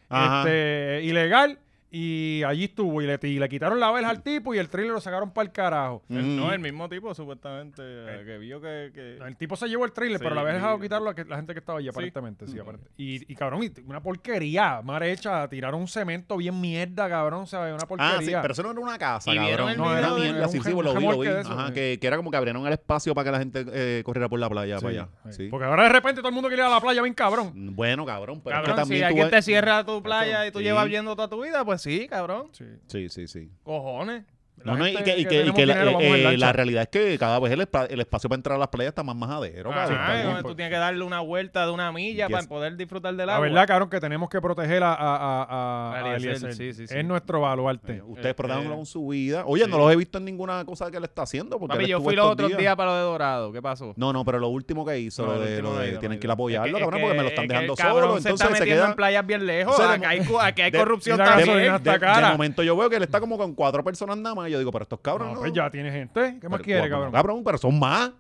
Speaker 2: Ajá.
Speaker 1: este, ilegal y allí estuvo. Y le, y le quitaron la verja al tipo y el tráiler lo sacaron para el carajo.
Speaker 3: El-
Speaker 2: Mm.
Speaker 3: no, el mismo tipo, supuestamente, eh, que vio que... que-
Speaker 4: Eh,
Speaker 1: El tipo se llevó el tráiler,
Speaker 3: Sí,
Speaker 1: pero la había
Speaker 3: sí.
Speaker 1: dejado quitarlo a que- la gente que estaba allí, aparentemente. Sí, aparente. y, y cabrón, y una porquería mal hecha. Tiraron un cemento bien mierda, cabrón. ¿sabes? Una porquería.
Speaker 2: Ah, sí, pero eso no era una casa,
Speaker 3: Y vieron
Speaker 2: cabrón.
Speaker 3: el
Speaker 2: No era
Speaker 1: video
Speaker 2: una
Speaker 1: de-
Speaker 2: mierda,
Speaker 1: era un
Speaker 2: sí, sí,
Speaker 1: gem-
Speaker 2: lo vi, lo vi.
Speaker 1: remolque de eso,
Speaker 2: Ajá,
Speaker 1: sí.
Speaker 2: que, que era como que abrieron el espacio para que la gente eh, corriera por la playa,
Speaker 1: Sí,
Speaker 2: para allá.
Speaker 1: sí.
Speaker 2: Sí.
Speaker 1: Porque ahora de repente todo el mundo quiere ir a la playa bien cabrón.
Speaker 2: Bueno, cabrón, pero es que
Speaker 4: Cabrón, si
Speaker 2: también tú
Speaker 4: alguien
Speaker 2: ves-
Speaker 4: te cierra tu playa y tú
Speaker 2: Sí.
Speaker 4: llevas viendo toda tu vida, pues sí, cabrón.
Speaker 1: Sí.
Speaker 2: Sí, sí, sí.
Speaker 4: Cojones.
Speaker 1: La
Speaker 2: No, no, y
Speaker 1: gente
Speaker 2: que, y
Speaker 1: que
Speaker 2: que- y
Speaker 1: tenemos
Speaker 2: que la,
Speaker 1: dinero, vamos
Speaker 2: eh,
Speaker 1: en
Speaker 2: eh,
Speaker 1: lancha.
Speaker 2: la realidad es que cada vez el, espa- el espacio para entrar a las playas está más majadero,
Speaker 3: Ah,
Speaker 2: cabrón.
Speaker 4: Ajá,
Speaker 1: bien,
Speaker 3: donde
Speaker 1: pues.
Speaker 3: tú tienes que darle una vuelta de una milla
Speaker 2: Yes.
Speaker 3: para poder disfrutar del
Speaker 1: La
Speaker 3: agua.
Speaker 1: verdad, cabrón, que tenemos que proteger a, a, a- a-
Speaker 3: A
Speaker 1: a
Speaker 3: Eliezer,
Speaker 1: Eliezer.
Speaker 3: sí, sí, sí.
Speaker 1: Es nuestro baluarte.
Speaker 2: Ustedes
Speaker 3: Eh,
Speaker 2: protaron
Speaker 3: eh.
Speaker 2: con su vida. Oye, no los he visto en ninguna cosa que le está haciendo. Porque
Speaker 4: Papi,
Speaker 2: él
Speaker 4: yo
Speaker 2: estuvo
Speaker 4: fui los
Speaker 2: estos
Speaker 4: otros días. para lo de Dorado. ¿qué pasó?
Speaker 2: No, no, pero lo último que hizo,
Speaker 3: No,
Speaker 2: lo
Speaker 3: el
Speaker 2: de,
Speaker 3: último
Speaker 2: lo
Speaker 3: no he
Speaker 2: de-
Speaker 3: ido,
Speaker 2: tienen
Speaker 3: no he
Speaker 2: que ir a apoyarlo,
Speaker 4: Es que-
Speaker 2: cabrón,
Speaker 4: es
Speaker 2: porque me lo
Speaker 4: que
Speaker 2: están
Speaker 4: el
Speaker 2: dejando
Speaker 4: cabrón
Speaker 2: solo.
Speaker 4: se está
Speaker 2: Entonces se
Speaker 4: metiendo
Speaker 2: quedan.
Speaker 4: en playas bien lejos.
Speaker 2: Se le-
Speaker 4: Acá hay, co- acá hay
Speaker 2: de-
Speaker 4: corrupción
Speaker 1: y la
Speaker 2: De,
Speaker 4: también.
Speaker 1: gasolina
Speaker 2: de-
Speaker 1: está cara.
Speaker 2: de momento yo veo que él está como con cuatro personas nada más. Y yo digo, pero estos cabrones.
Speaker 1: No,
Speaker 2: no.
Speaker 1: pues ya tiene gente. ¿Qué más
Speaker 2: Pero,
Speaker 1: quiere,
Speaker 2: pues,
Speaker 1: cabrón?
Speaker 2: Cabrón, pero son más.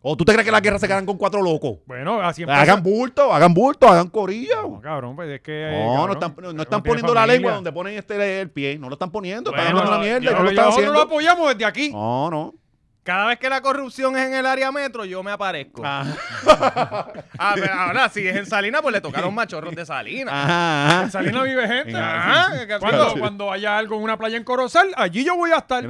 Speaker 2: ¿O tú te crees que las guerras se quedan con cuatro locos?
Speaker 1: Bueno, así empieza.
Speaker 2: Hagan bulto, hagan bulto, hagan corilla.
Speaker 1: No, cabrón, pues es que. eh,
Speaker 2: No,
Speaker 1: cabrón,
Speaker 2: no están, no- no
Speaker 1: uno
Speaker 2: están
Speaker 1: tiene
Speaker 2: poniendo la
Speaker 1: familia.
Speaker 2: lengua donde ponen este el pie. No lo están poniendo. están
Speaker 1: Bueno,
Speaker 2: hablando una
Speaker 1: yo-
Speaker 2: mierda. y No lo
Speaker 1: yo-
Speaker 2: están
Speaker 1: Nosotros lo
Speaker 2: haciendo.
Speaker 1: apoyamos desde aquí.
Speaker 2: No, no.
Speaker 4: Cada vez que la corrupción es en el área metro, yo me aparezco.
Speaker 2: *laughs* Ajá,
Speaker 4: Ah, pero ahora, si es en Salinas, pues le tocaron machorros de Salinas.
Speaker 1: *laughs*
Speaker 2: Ah, ajá.
Speaker 1: En Salinas
Speaker 2: *laughs*
Speaker 1: vive gente.
Speaker 2: Ajá.
Speaker 1: Ajá. Cuando,
Speaker 2: Sí.
Speaker 1: cuando haya algo en una playa en Corozal, allí yo voy a estar.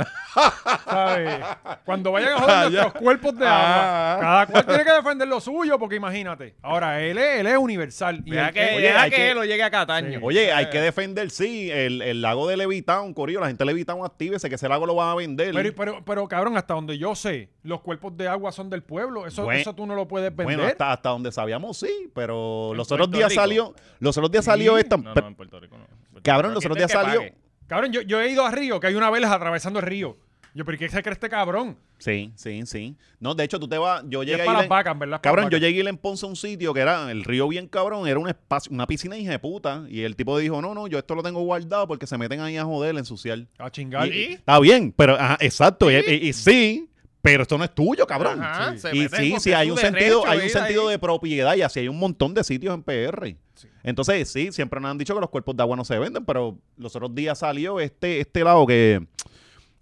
Speaker 1: ¿Sabes? Cuando vayan a
Speaker 2: *laughs* Ah,
Speaker 1: joder
Speaker 2: ya.
Speaker 1: nuestros cuerpos de
Speaker 2: Ah,
Speaker 1: agua,
Speaker 2: ah.
Speaker 1: cada cual tiene que defender lo suyo, porque imagínate. Ahora, él es, él es universal. Y
Speaker 4: Deja
Speaker 1: él-
Speaker 4: que,
Speaker 1: él-
Speaker 2: eh, oye,
Speaker 4: deja
Speaker 2: hay
Speaker 4: que,
Speaker 2: que-
Speaker 4: lo llegue a Cataño.
Speaker 2: Oye, hay que defender, sí, el, el lago de Levitown, Corillo. La gente de Levitown, actívese, que ese lago lo van a vender.
Speaker 1: pero, pero, pero, cabrón, hasta donde yo sé, los cuerpos de agua son del pueblo. Eso,
Speaker 2: Buen-
Speaker 1: eso tú no lo puedes vender.
Speaker 2: bueno, hasta, hasta donde sabíamos, sí, pero los otros
Speaker 3: Puerto
Speaker 2: días
Speaker 3: Rico?
Speaker 2: salió. Los otros días salió esta.
Speaker 3: No,
Speaker 2: pero-
Speaker 3: no, en Puerto Rico no. En Puerto
Speaker 2: cabrón,
Speaker 3: Rico
Speaker 2: los
Speaker 3: no.
Speaker 2: otros
Speaker 4: tiene
Speaker 2: días
Speaker 4: que
Speaker 2: salió.
Speaker 4: pague.
Speaker 1: Cabrón, yo, yo he ido a Río, que hay una verja atravesando el río. Yo, pero ¿y ¿qué se cree este cabrón?
Speaker 2: Sí, sí, sí. No, de hecho, tú te vas. Yo
Speaker 1: Y es
Speaker 2: llegué a
Speaker 1: para
Speaker 2: ir
Speaker 1: las
Speaker 2: en-
Speaker 1: vacas, ¿verdad? Para
Speaker 2: Cabrón,
Speaker 1: las
Speaker 2: yo
Speaker 1: vacas.
Speaker 2: llegué y le Ponce a un sitio que era el río bien cabrón, era un espacio, una piscina hija de puta. Y el tipo dijo, no, no, yo esto lo tengo guardado porque se meten ahí a joder, a ensuciar.
Speaker 1: A chingar.
Speaker 2: Y- Está bien, pero ajá, exacto, y, y- y sí, pero esto no es tuyo, cabrón.
Speaker 4: Ajá,
Speaker 1: sí.
Speaker 4: se
Speaker 2: Y
Speaker 4: meten
Speaker 2: sí,
Speaker 4: porque
Speaker 2: sí,
Speaker 4: es
Speaker 2: hay
Speaker 4: su
Speaker 2: un
Speaker 4: derecho
Speaker 2: sentido, hay un
Speaker 4: ir
Speaker 2: sentido
Speaker 4: ahí.
Speaker 2: de propiedad y así hay un montón de sitios en PR.
Speaker 1: Sí.
Speaker 2: Entonces, sí, siempre nos han dicho que los cuerpos de agua no se venden, pero los otros días salió este, este lado que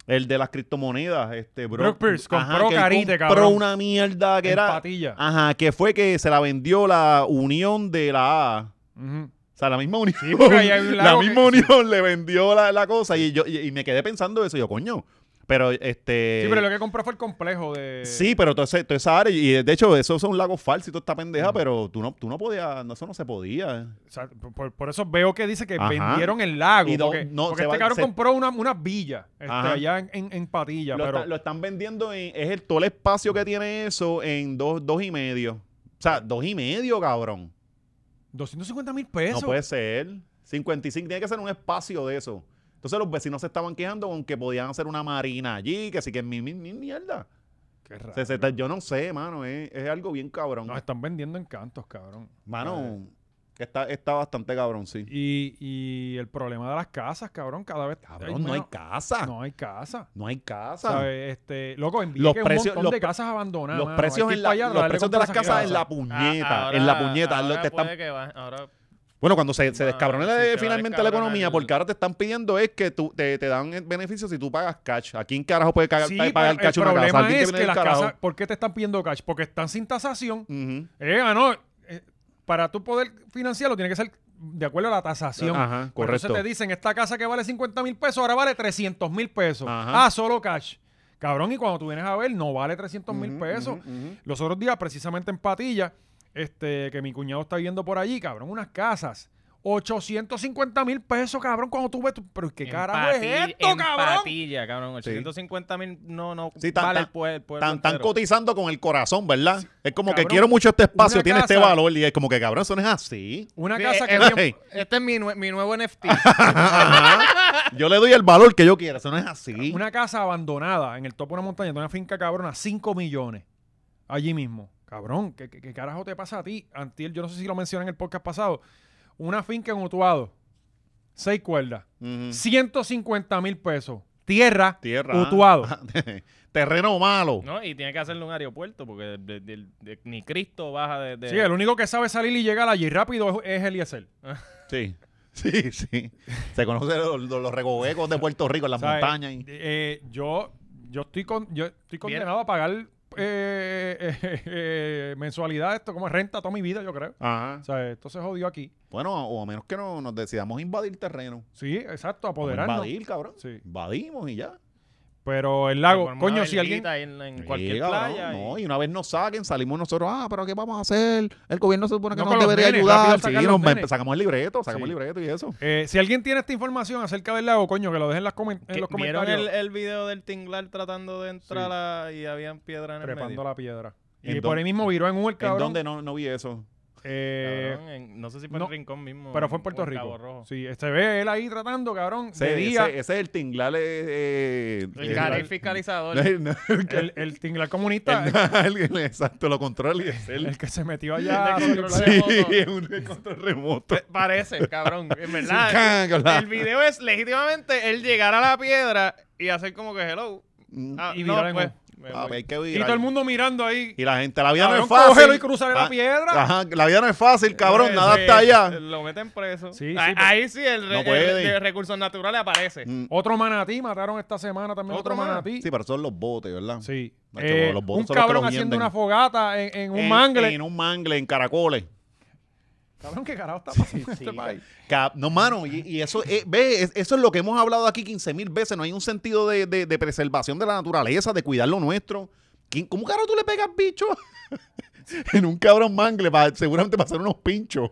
Speaker 2: el de las criptomonedas, este bro,
Speaker 1: Brock Pierce compró
Speaker 2: que él
Speaker 1: carite,
Speaker 2: compró
Speaker 1: cabrón.
Speaker 2: una mierda que
Speaker 1: en
Speaker 2: era
Speaker 1: patilla.
Speaker 2: Ajá, que fue que se la vendió la unión de la A.
Speaker 1: Ujú.
Speaker 2: O sea, la misma unión.
Speaker 1: porque ahí hay un
Speaker 2: *laughs* la
Speaker 1: lago que-
Speaker 2: misma unión le vendió la, la cosa. Y yo y, y me quedé pensando eso. Yo, coño. Pero este.
Speaker 1: Sí, pero lo que compró fue el complejo de...
Speaker 2: Sí, pero toda esa, toda esa área, y de hecho, eso es un lago falso y toda esta pendeja, pero tú no, tú no podías, no, eso no se podía.
Speaker 1: O sea, por, por eso veo que dice que
Speaker 2: Ajá.
Speaker 1: vendieron el lago.
Speaker 2: Y no-
Speaker 1: porque
Speaker 2: no,
Speaker 1: porque
Speaker 2: se
Speaker 1: este
Speaker 2: va-
Speaker 1: cabrón
Speaker 2: se-
Speaker 1: compró una, una villa este,
Speaker 2: Ajá.
Speaker 1: allá en, en, en Patilla.
Speaker 2: Lo,
Speaker 1: pero
Speaker 2: está- lo están vendiendo en, es el, todo el espacio que tiene eso en dos, dos y medio. O sea, dos y medio, cabrón.
Speaker 1: 250 mil pesos.
Speaker 2: No puede ser. 55, tiene que ser un espacio de eso. Entonces los vecinos se estaban quejando con que podían hacer una marina allí, que sí que es mi, mi- mi mierda.
Speaker 1: Qué raro.
Speaker 2: Se- se está- yo no sé, mano, es, es algo bien cabrón.
Speaker 1: Nos están vendiendo encantos, cabrón.
Speaker 2: mano, está, está bastante cabrón, sí.
Speaker 1: Y, y el problema de las casas, cabrón, cada vez...
Speaker 2: Cabrón, no hay
Speaker 1: mano,
Speaker 2: casa. No,
Speaker 1: No hay casa.
Speaker 2: hay casa.
Speaker 1: ¿Sabes? Este, loco, en
Speaker 2: Los
Speaker 1: los precios,
Speaker 2: precios-
Speaker 1: un montón
Speaker 2: los
Speaker 1: de
Speaker 2: pre-
Speaker 1: casas abandonadas.
Speaker 2: Los
Speaker 1: Ah, mano. Hay
Speaker 2: precios,
Speaker 1: que ir
Speaker 2: en
Speaker 1: pa'
Speaker 2: la,
Speaker 1: allá,
Speaker 2: los
Speaker 1: darle
Speaker 2: precios
Speaker 1: contra
Speaker 2: de las
Speaker 1: esas
Speaker 2: casas en la
Speaker 4: Ah,
Speaker 2: puñeta.
Speaker 4: ahora-
Speaker 2: en la puñeta.
Speaker 4: ahora
Speaker 2: Lo- te están-
Speaker 1: pues,
Speaker 4: puede que va- ahora-
Speaker 2: Bueno, cuando se, se
Speaker 4: Ah,
Speaker 2: descabrona la-
Speaker 4: sí, se va a
Speaker 2: finalmente la
Speaker 4: descabronar
Speaker 2: economía,
Speaker 4: el-
Speaker 2: porque ahora te están pidiendo es que tú, te, te dan el beneficio si tú pagas cash. ¿A quién carajo puede cagar-
Speaker 1: Sí,
Speaker 2: pa-
Speaker 1: pero
Speaker 2: pagar cash
Speaker 1: el
Speaker 2: una casa?
Speaker 1: problema
Speaker 2: ¿Alguien te
Speaker 1: es
Speaker 2: viene
Speaker 1: que
Speaker 2: del
Speaker 1: las
Speaker 2: carajo?
Speaker 1: casas... ¿Por qué te están pidiendo cash? Porque están sin tasación.
Speaker 2: Ujú.
Speaker 1: Eh, ah, no. eh, para tú poder financiarlo tiene que ser de acuerdo a la tasación.
Speaker 2: Ajá,
Speaker 1: Pero
Speaker 2: Ah, correcto.
Speaker 1: Entonces te dicen, esta casa que vale 50 mil pesos, ahora vale 300 mil pesos.
Speaker 2: Ajá.
Speaker 1: Ah, solo cash. Cabrón, y cuando tú vienes a ver, no vale 300 mil
Speaker 2: Ujú,
Speaker 1: pesos.
Speaker 2: ujú, ujú.
Speaker 1: Los otros días, precisamente en Patilla, este, que mi cuñado está viendo por allí, cabrón, unas casas. 850 mil pesos, cabrón, cuando tú ves... tú- pero ¿qué
Speaker 3: En
Speaker 1: carajo
Speaker 3: Pati-
Speaker 1: es esto,
Speaker 3: en
Speaker 1: cabrón?
Speaker 3: Patilla, cabrón.
Speaker 2: Sí.
Speaker 3: 850 mil no, no
Speaker 2: Sí, tan-
Speaker 3: vale el
Speaker 2: tan-
Speaker 3: pue- el pueblo
Speaker 2: Están, están
Speaker 3: entero.
Speaker 2: cotizando con el corazón, ¿verdad? es como que
Speaker 1: Cabrón,
Speaker 2: quiero mucho este espacio,
Speaker 1: una
Speaker 2: tiene este
Speaker 1: casa-
Speaker 2: valor. Y es como que, cabrón, eso no es así.
Speaker 1: Una
Speaker 4: Eh,
Speaker 1: casa que...
Speaker 4: eh,
Speaker 1: es bien-
Speaker 2: Ey,
Speaker 4: Este es mi, nue- mi nuevo *laughs* NFT.
Speaker 2: ajá. yo le doy el valor que yo quiera, eso no es así.
Speaker 1: Una casa abandonada en el topo de una montaña, de una finca cabrona, 5 millones. Allí mismo. Cabrón, ¿qué, qué- qué carajo te pasa a ti? Antiel, yo no sé si lo mencioné en el podcast pasado. Una finca en Utuado. Seis cuerdas.
Speaker 2: Ujú.
Speaker 1: 150 mil pesos. Tierra.
Speaker 2: Mm. Tierra. ah,
Speaker 1: Utuado.
Speaker 2: *laughs* Terreno malo.
Speaker 3: *laughs* No, y tiene que hacerle un aeropuerto porque de- de- de- ni Cristo baja de... de-
Speaker 2: Este
Speaker 1: Sí, el único que sabe salir y llegar allí rápido es, es Eliezer.
Speaker 2: Sí. *laughs* Sí, sí. Se conocen los, los, los recovecos de Puerto Rico, en las
Speaker 1: ¿Sabes?
Speaker 2: montañas. y-
Speaker 1: Eh, yo, yo estoy con, yo estoy condenado a pagar eh, eh, *laughs* eh, eh, mensualidad, esto como renta toda mi vida, yo creo.
Speaker 2: Ajá.
Speaker 1: O sea, esto se jodió aquí.
Speaker 2: Bueno, o a menos que no, nos decidamos invadir terreno.
Speaker 1: Sí, exacto,
Speaker 2: Vamos a
Speaker 1: apoderarnos.
Speaker 2: Invadir, cabrón.
Speaker 1: Sí.
Speaker 2: Invadimos y ya.
Speaker 1: Pero el
Speaker 3: Por
Speaker 1: lago,
Speaker 3: una
Speaker 1: coño, si alguien.
Speaker 3: velita En, en
Speaker 2: Sí,
Speaker 3: cualquier
Speaker 2: cabrón,
Speaker 3: playa. y-
Speaker 2: No, y una vez nos saquen, salimos nosotros, ah, pero ¿qué vamos a hacer? El gobierno se supone que
Speaker 1: No,
Speaker 2: nos
Speaker 1: con los
Speaker 2: debería
Speaker 1: nenes,
Speaker 2: ayudar.
Speaker 1: rápido
Speaker 2: Sí,
Speaker 1: sacar los
Speaker 2: nos-
Speaker 1: nenes.
Speaker 2: sacamos el libreto, sacamos
Speaker 1: Sí.
Speaker 2: el libreto y eso.
Speaker 1: eh, si alguien tiene esta información acerca del lago, coño, que lo dejen en, las comen- en
Speaker 3: ¿Qué-
Speaker 1: los
Speaker 3: ¿Vieron
Speaker 1: comentarios.
Speaker 3: el, el video del tinglar tratando de entrar
Speaker 1: Sí.
Speaker 3: a- y habían piedra en el
Speaker 1: trepando
Speaker 3: medio?
Speaker 1: la piedra.
Speaker 2: ¿En
Speaker 1: Y por
Speaker 2: dónde?
Speaker 1: ahí mismo viró en un el cabrón.
Speaker 2: ¿En dónde no, no vi eso?
Speaker 1: Eh,
Speaker 3: Cabrón, en- no sé si fue
Speaker 1: no,
Speaker 3: en Rincón mismo.
Speaker 1: pero fue en Puerto
Speaker 3: o Cabo
Speaker 1: Rico.
Speaker 3: Rojo.
Speaker 1: Sí, se ve él ahí tratando, cabrón. de
Speaker 2: Ese,
Speaker 1: día,
Speaker 2: ese- ese es el tinglar. eh, eh,
Speaker 4: El
Speaker 2: eh,
Speaker 4: Cari
Speaker 2: *laughs*
Speaker 4: fiscalizador.
Speaker 2: no, el- no, el-
Speaker 1: el, el tinglar comunista, el,
Speaker 2: *laughs* el- el- exacto, lo controla y es él.
Speaker 1: que se
Speaker 2: *laughs*
Speaker 1: metió allá.
Speaker 4: El de control.
Speaker 2: Sí,
Speaker 4: remoto.
Speaker 2: es un control remoto.
Speaker 1: Eh,
Speaker 4: Parece, cabrón.
Speaker 1: *laughs*
Speaker 4: En verdad.
Speaker 2: Can, con la-
Speaker 4: El video es legítimamente él llegar a la piedra y hacer como que hello.
Speaker 2: Mm,
Speaker 4: Ah,
Speaker 1: Y
Speaker 4: no,
Speaker 1: virar en
Speaker 4: pues,
Speaker 1: un-
Speaker 4: me
Speaker 2: papi,
Speaker 4: voy.
Speaker 2: hay que
Speaker 1: y
Speaker 2: virar.
Speaker 1: todo el mundo mirando ahí.
Speaker 2: Y la gente, la vida
Speaker 1: Cabrón,
Speaker 2: no es fácil. Ah,
Speaker 1: cógelo y cruzaré la piedra.
Speaker 2: Ajá, la vida no es fácil, cabrón,
Speaker 3: Ese-
Speaker 2: nada está allá.
Speaker 3: Lo meten preso.
Speaker 1: Sí, sí,
Speaker 4: Ah,
Speaker 1: pero-
Speaker 4: ahí sí el, re-
Speaker 2: No
Speaker 4: el
Speaker 2: puede.
Speaker 4: de recursos naturales aparece.
Speaker 2: Mm,
Speaker 1: Otro manatí, mataron esta semana también. Otro,
Speaker 4: ¿Otro más?
Speaker 1: manatí.
Speaker 2: Sí, pero son los botes, ¿verdad?
Speaker 1: Sí.
Speaker 2: Macho,
Speaker 1: Eh,
Speaker 2: los botes
Speaker 1: un
Speaker 2: son los que
Speaker 1: cabrón
Speaker 2: los Eh,
Speaker 1: haciendo
Speaker 2: hienden.
Speaker 1: una fogata en, en un
Speaker 2: En-
Speaker 1: mangle.
Speaker 2: En un mangle, en caracoles.
Speaker 1: Cabrón, ¿qué carajo está pasando en este país?
Speaker 2: Cap- No, mano, y, y eso, eh, ve, es- eso es lo que hemos hablado aquí 15 mil veces. No hay un sentido de, de- de preservación de la naturaleza, de cuidar lo nuestro. ¿Quién- ¿Cómo caro tú le pegas bicho? *laughs* en un cabrón mangle, pa- seguramente para hacer unos pinchos.